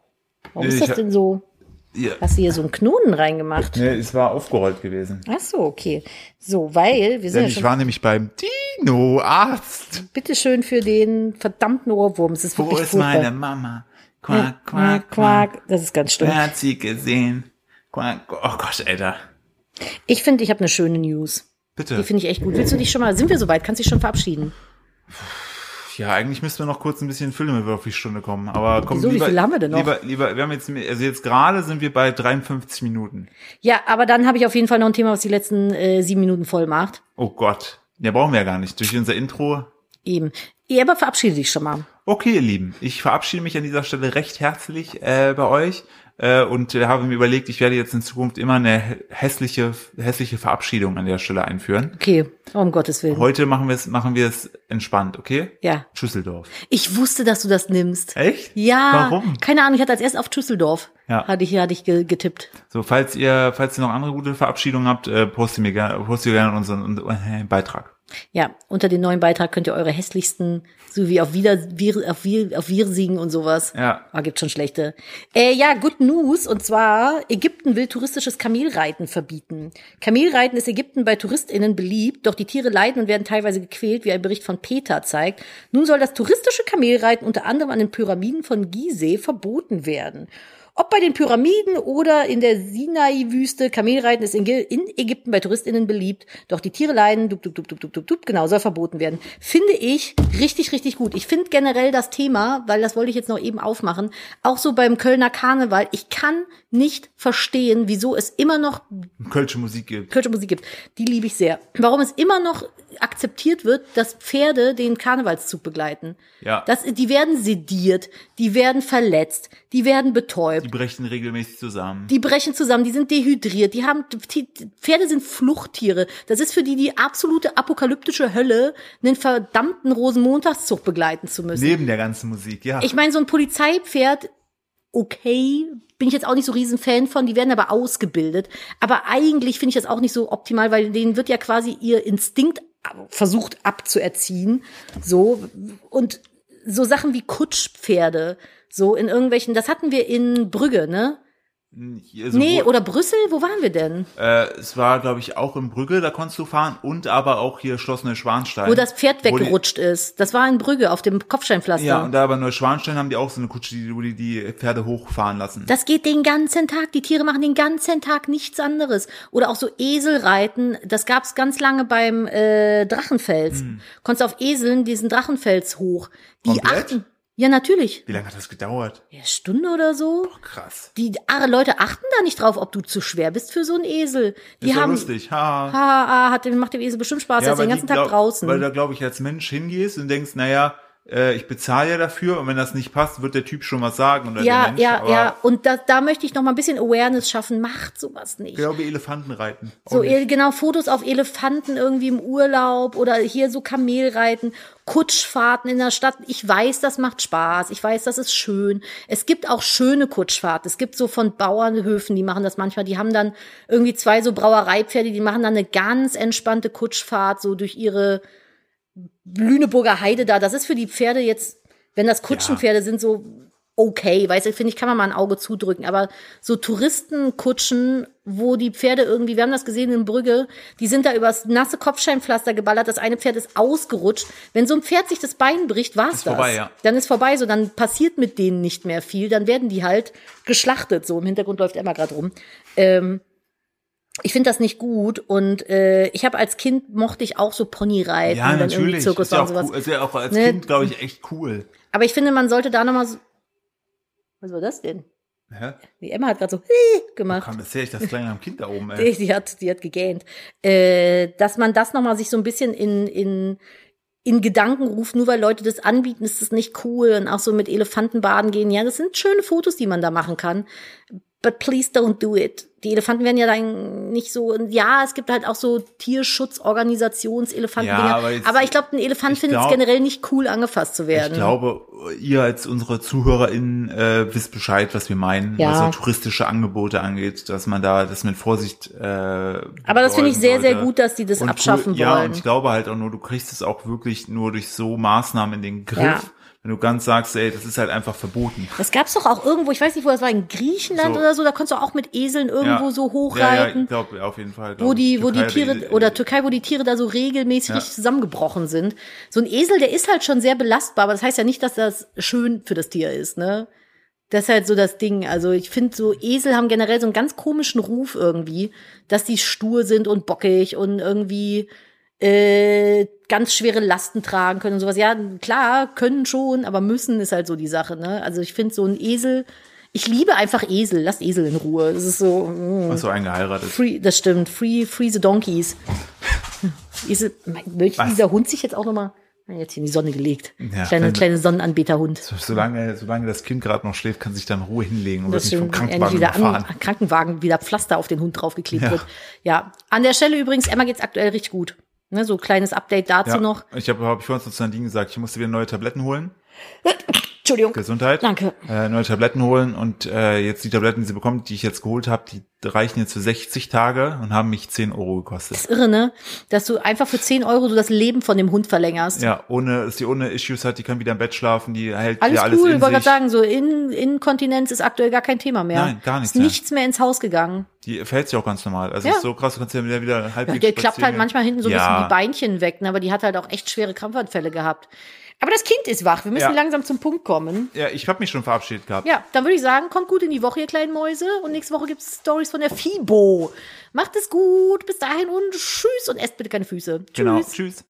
[SPEAKER 1] Nee,
[SPEAKER 2] Warum ist
[SPEAKER 1] ich
[SPEAKER 2] das
[SPEAKER 1] hab-
[SPEAKER 2] denn so?
[SPEAKER 1] Ja.
[SPEAKER 2] Hast du hier so einen Knoten reingemacht?
[SPEAKER 1] Nee, es war aufgerollt gewesen.
[SPEAKER 2] Ach so, okay. So, weil wir sind
[SPEAKER 1] Denn
[SPEAKER 2] ja
[SPEAKER 1] ich
[SPEAKER 2] schon
[SPEAKER 1] war nämlich beim Dino-Arzt.
[SPEAKER 2] bitteschön für den verdammten Ohrwurm. Es ist
[SPEAKER 1] Wo
[SPEAKER 2] wirklich
[SPEAKER 1] ist meine
[SPEAKER 2] furchtbar.
[SPEAKER 1] Mama?
[SPEAKER 2] Ja,
[SPEAKER 1] Quack, quack, quack.
[SPEAKER 2] Das ist ganz schlimm.
[SPEAKER 1] Wer hat sie gesehen? Quack, quack. Oh Gott, Alter.
[SPEAKER 2] Ich finde, ich habe eine schöne News. Die
[SPEAKER 1] Bitte.
[SPEAKER 2] finde ich echt gut. Willst du dich schon mal, sind wir soweit? Kannst dich schon verabschieden?
[SPEAKER 1] Ja, eigentlich müssten wir noch kurz ein bisschen füllen, wenn wir auf die Stunde kommen. Aber komm,
[SPEAKER 2] Wieso? Wie
[SPEAKER 1] lieber,
[SPEAKER 2] viel haben wir denn noch?
[SPEAKER 1] Lieber, lieber, wir haben jetzt, also jetzt gerade sind wir bei 53 Minuten.
[SPEAKER 2] Ja, aber dann habe ich auf jeden Fall noch ein Thema, was die letzten äh, sieben Minuten voll macht.
[SPEAKER 1] Oh Gott. Ja, brauchen wir ja gar nicht. Durch unser Intro.
[SPEAKER 2] Eben. Ja, aber verabschiede dich schon mal.
[SPEAKER 1] Okay, ihr Lieben, ich verabschiede mich an dieser Stelle recht herzlich äh, bei euch äh, und äh, habe mir überlegt, ich werde jetzt in Zukunft immer eine hä- hässliche, hässliche Verabschiedung an der Stelle einführen.
[SPEAKER 2] Okay, um Gottes Willen.
[SPEAKER 1] Heute machen wir es, machen wir es entspannt, okay?
[SPEAKER 2] Ja.
[SPEAKER 1] Schüsseldorf.
[SPEAKER 2] Ich wusste, dass du das nimmst.
[SPEAKER 1] Echt?
[SPEAKER 2] Ja.
[SPEAKER 1] Äh, Warum?
[SPEAKER 2] Keine Ahnung, ich hatte als erstes auf Düsseldorf.
[SPEAKER 1] Ja.
[SPEAKER 2] Hatte ich, hatte ich ge- getippt.
[SPEAKER 1] So, falls ihr, falls ihr noch andere gute Verabschiedungen habt, äh, postet mir gerne, postet gerne unseren, unseren äh, Beitrag.
[SPEAKER 2] Ja, unter dem neuen Beitrag könnt ihr eure hässlichsten, so wie auf Wieder, wir, auf, wir, auf Wirsigen und sowas.
[SPEAKER 1] Ja.
[SPEAKER 2] Ah, gibt schon schlechte. Äh, ja, Good News. Und zwar, Ägypten will touristisches Kamelreiten verbieten. Kamelreiten ist Ägypten bei TouristInnen beliebt, doch die Tiere leiden und werden teilweise gequält, wie ein Bericht von Peter zeigt. Nun soll das touristische Kamelreiten unter anderem an den Pyramiden von Gizeh verboten werden. Ob bei den Pyramiden oder in der Sinai-Wüste, Kamelreiten ist in, Ge- in Ägypten bei TouristInnen beliebt, doch die Tiere leiden, dup, dup, dup, dup, dup, dup, dup, genau, soll verboten werden. Finde ich richtig, richtig gut. Ich finde generell das Thema, weil das wollte ich jetzt noch eben aufmachen, auch so beim Kölner Karneval, ich kann nicht verstehen, wieso es immer noch
[SPEAKER 1] Kölsche Musik gibt.
[SPEAKER 2] kölsche Musik gibt. Die liebe ich sehr. Warum es immer noch akzeptiert wird, dass Pferde den Karnevalszug begleiten.
[SPEAKER 1] Ja.
[SPEAKER 2] Das, die werden sediert, die werden verletzt, die werden betäubt.
[SPEAKER 1] Die brechen regelmäßig zusammen.
[SPEAKER 2] Die brechen zusammen, die sind dehydriert, die haben die Pferde sind Fluchttiere. Das ist für die die absolute apokalyptische Hölle, einen verdammten Rosenmontagszug begleiten zu müssen.
[SPEAKER 1] Neben der ganzen Musik, ja.
[SPEAKER 2] Ich meine, so ein Polizeipferd, okay, bin ich jetzt auch nicht so riesen Fan von, die werden aber ausgebildet. Aber eigentlich finde ich das auch nicht so optimal, weil denen wird ja quasi ihr Instinkt ab- versucht abzuerziehen. So. Und so Sachen wie Kutschpferde, so in irgendwelchen, das hatten wir in Brügge, ne?
[SPEAKER 1] Also,
[SPEAKER 2] Nee,
[SPEAKER 1] wo-
[SPEAKER 2] oder Brüssel, wo waren wir denn?
[SPEAKER 1] Äh, es war, glaube ich, auch in Brügge, da konntest du fahren und aber auch hier Schloss Neuschwanstein.
[SPEAKER 2] Wo das Pferd
[SPEAKER 1] Ähm, Wo die-
[SPEAKER 2] weggerutscht ne? ist. Das war in Brügge auf dem Kopfsteinpflaster.
[SPEAKER 1] Ja, und da bei Neuschwanstein haben die auch so eine Kutsche, die, wo die die Pferde hochfahren lassen.
[SPEAKER 2] Das geht den ganzen Tag. Die Tiere machen den ganzen Tag nichts anderes. Oder auch so Eselreiten. Das gab's ganz lange beim äh, Drachenfels.
[SPEAKER 1] Hm.
[SPEAKER 2] Konntest auf Eseln diesen Drachenfels hoch. Die
[SPEAKER 1] Komplett?
[SPEAKER 2] achten. Ja, natürlich.
[SPEAKER 1] Wie lange hat das gedauert?
[SPEAKER 2] Ja, Stunde oder so.
[SPEAKER 1] Krass.
[SPEAKER 2] Die arre Leute achten da nicht drauf, ob du zu schwer bist für so einen Esel. Die
[SPEAKER 1] Ist ja
[SPEAKER 2] haben.
[SPEAKER 1] lustig, ha.
[SPEAKER 2] Ha, ha, hat dem, macht dem Esel bestimmt Spaß. er ist
[SPEAKER 1] weil
[SPEAKER 2] den
[SPEAKER 1] die
[SPEAKER 2] ganzen Tag
[SPEAKER 1] glaub-
[SPEAKER 2] draußen.
[SPEAKER 1] Weil da, glaube ich, als Mensch hingehst und denkst, naja, äh, ich bezahle ja dafür und wenn das nicht passt, wird der Typ schon was sagen. Oder
[SPEAKER 2] ja,
[SPEAKER 1] der Mensch,
[SPEAKER 2] ja,
[SPEAKER 1] aber
[SPEAKER 2] ja. Und da, da möchte ich noch mal ein bisschen Awareness schaffen. Macht sowas nicht.
[SPEAKER 1] Ich glaube, Elefanten reiten. Oh, Auch
[SPEAKER 2] So,
[SPEAKER 1] nicht.
[SPEAKER 2] ihr- genau, Fotos auf Elefanten irgendwie im Urlaub oder hier so Kamelreiten, Kutschfahrten in der Stadt. Ich weiß, das macht Spaß. Ich weiß, das ist schön. Es gibt auch schöne Kutschfahrten. Es gibt so von Bauernhöfen, die machen das manchmal. Die haben dann irgendwie zwei so Brauereipferde, die machen dann eine ganz entspannte Kutschfahrt so durch ihre Lüneburger Heide da. Das ist für die Pferde jetzt, wenn das Kutschenpferde sind, so okay, weißt du, finde ich, kann man mal ein Auge zudrücken. Aber so Touristenkutschen, wo die Pferde irgendwie, wir haben das gesehen in Brügge, die sind da übers nasse Kopfscheinpflaster geballert, das eine Pferd ist ausgerutscht. Wenn so ein Pferd sich das Bein bricht, war's das.
[SPEAKER 1] vorbei, ja.
[SPEAKER 2] Dann ist vorbei, so dann passiert mit denen nicht mehr viel, dann werden die halt geschlachtet. So im Hintergrund läuft Emma gerade rum. Ähm, ich finde das nicht gut und äh, ich habe als Kind mochte ich auch so Ponyreiten,
[SPEAKER 1] ja,
[SPEAKER 2] wenn irgendwie
[SPEAKER 1] natürlich.
[SPEAKER 2] Zirkus
[SPEAKER 1] ist ja
[SPEAKER 2] war und
[SPEAKER 1] auch,
[SPEAKER 2] sowas.
[SPEAKER 1] cool. Ist ja auch als
[SPEAKER 2] Ne?
[SPEAKER 1] Kind, glaube ich, echt cool.
[SPEAKER 2] Aber ich finde, man sollte da nochmal so. Was war das denn?
[SPEAKER 1] Hä?
[SPEAKER 2] Die Emma hat gerade so "Hii" gemacht.
[SPEAKER 1] Kam das her? Ich das kleine am Kind da oben, ey.
[SPEAKER 2] Die, die hat, die hat gegähnt. Äh, dass man das nochmal sich so ein bisschen in, in, in Gedanken ruft, nur weil Leute das anbieten, ist das nicht cool. Und auch so mit Elefanten baden gehen. Ja, das sind schöne Fotos, die man da machen kann. But please don't do it. Die Elefanten werden ja dann nicht so. und Ja, es gibt halt auch so Tierschutzorganisations-Elefanten.
[SPEAKER 1] Ja, aber jetzt-
[SPEAKER 2] aber ich glaube, ein Elefant
[SPEAKER 1] ich
[SPEAKER 2] findet es
[SPEAKER 1] glaub-
[SPEAKER 2] generell nicht cool, angefasst zu werden.
[SPEAKER 1] Ich glaube, ihr als unsere ZuhörerInnen äh, wisst Bescheid, was wir meinen,
[SPEAKER 2] Ja.
[SPEAKER 1] was so touristische Angebote angeht, dass man da das mit Vorsicht. Äh,
[SPEAKER 2] aber das finde ich sehr, sehr gut,
[SPEAKER 1] dass
[SPEAKER 2] dass die das
[SPEAKER 1] und
[SPEAKER 2] abschaffen
[SPEAKER 1] cool, Ja,
[SPEAKER 2] wollen.
[SPEAKER 1] und ich glaube halt auch nur, du kriegst es auch wirklich nur durch so Maßnahmen in den Griff.
[SPEAKER 2] Ja.
[SPEAKER 1] Wenn du ganz sagst, ey, das ist halt einfach verboten.
[SPEAKER 2] Das gab's doch auch irgendwo, ich weiß nicht, wo das war, in Griechenland
[SPEAKER 1] So.
[SPEAKER 2] oder so, da konntest du auch mit Eseln irgendwo
[SPEAKER 1] Ja.
[SPEAKER 2] so
[SPEAKER 1] Ja, ja,
[SPEAKER 2] hochreiten.
[SPEAKER 1] ich glaube, auf jeden Fall. glaub
[SPEAKER 2] wo die,
[SPEAKER 1] ich.
[SPEAKER 2] wo die
[SPEAKER 1] Türkei
[SPEAKER 2] Tiere,
[SPEAKER 1] die-
[SPEAKER 2] oder Türkei, wo die Tiere da so regelmäßig
[SPEAKER 1] Ja.
[SPEAKER 2] richtig zusammengebrochen sind. So ein Esel, der ist halt schon sehr belastbar, aber das heißt ja nicht, dass das schön für das Tier ist, ne? Das ist halt so das Ding. Also ich finde so, Esel haben generell so einen ganz komischen Ruf irgendwie, dass die stur sind und bockig und irgendwie äh, ganz schwere Lasten tragen können und sowas. Ja, klar, können schon, aber müssen ist halt so die Sache, ne? Also ich finde so ein Esel, ich liebe einfach Esel, lasst Esel in Ruhe. Das ist so. mm.
[SPEAKER 1] Hast du einen geheiratet?
[SPEAKER 2] Free, das stimmt. Free, free the donkeys. Esel, mein, möchte
[SPEAKER 1] Was?
[SPEAKER 2] dieser Hund sich jetzt auch nochmal jetzt hier in die Sonne gelegt.
[SPEAKER 1] Ja,
[SPEAKER 2] kleine,
[SPEAKER 1] wenn-
[SPEAKER 2] kleine Sonnenanbeterhund.
[SPEAKER 1] Solange, solange das Kind gerade noch schläft, kann sich dann in Ruhe hinlegen und wird nicht vom
[SPEAKER 2] Deswegen
[SPEAKER 1] Krankenwagen
[SPEAKER 2] wieder
[SPEAKER 1] überfahren.
[SPEAKER 2] an, Krankenwagen wieder Pflaster auf den Hund draufgeklebt
[SPEAKER 1] Ja.
[SPEAKER 2] wird. Ja. An der Stelle übrigens, Emma geht's aktuell richtig gut. Ne, so kleines Update dazu
[SPEAKER 1] Ja,
[SPEAKER 2] noch.
[SPEAKER 1] Ich habe hab ich vorhin zu Sandine gesagt, ich musste wieder neue Tabletten holen.
[SPEAKER 2] Entschuldigung.
[SPEAKER 1] Gesundheit.
[SPEAKER 2] Danke.
[SPEAKER 1] Äh, neue Tabletten holen und äh, jetzt die Tabletten, die sie bekommt, die ich jetzt geholt habe, die reichen jetzt für 60 Tage und haben mich 10 Euro gekostet.
[SPEAKER 2] Das ist irre, ne? Dass du einfach für 10 Euro so das Leben von dem Hund verlängerst.
[SPEAKER 1] Ja, ohne, dass die ohne Issues hat, die kann wieder im Bett schlafen, die hält
[SPEAKER 2] Alles
[SPEAKER 1] wieder alles
[SPEAKER 2] cool,
[SPEAKER 1] in
[SPEAKER 2] ich wollte
[SPEAKER 1] sich.
[SPEAKER 2] gerade sagen, so in, Inkontinenz ist aktuell gar kein Thema mehr.
[SPEAKER 1] Nein, gar nichts
[SPEAKER 2] Ist
[SPEAKER 1] mehr.
[SPEAKER 2] nichts mehr ins Haus gegangen.
[SPEAKER 1] Die verhält sich auch ganz normal. Also
[SPEAKER 2] Ja.
[SPEAKER 1] ist so krass, du kannst ja wieder, wieder halb
[SPEAKER 2] Ja, der klappt halt manchmal hinten so ein bisschen die Beinchen weg, ne? aber die hat halt auch echt schwere Krampfanfälle gehabt. Aber das Kind ist wach, wir müssen
[SPEAKER 1] Ja.
[SPEAKER 2] langsam zum Punkt kommen.
[SPEAKER 1] Ja, ich habe mich schon verabschiedet gehabt.
[SPEAKER 2] Ja, dann würde ich sagen, kommt gut in die Woche, ihr kleinen Mäuse. Und nächste Woche gibt's Stories von der FIBO. Macht es gut, bis dahin und tschüss und esst bitte keine Füße. Tschüss.
[SPEAKER 1] Genau. Tschüss.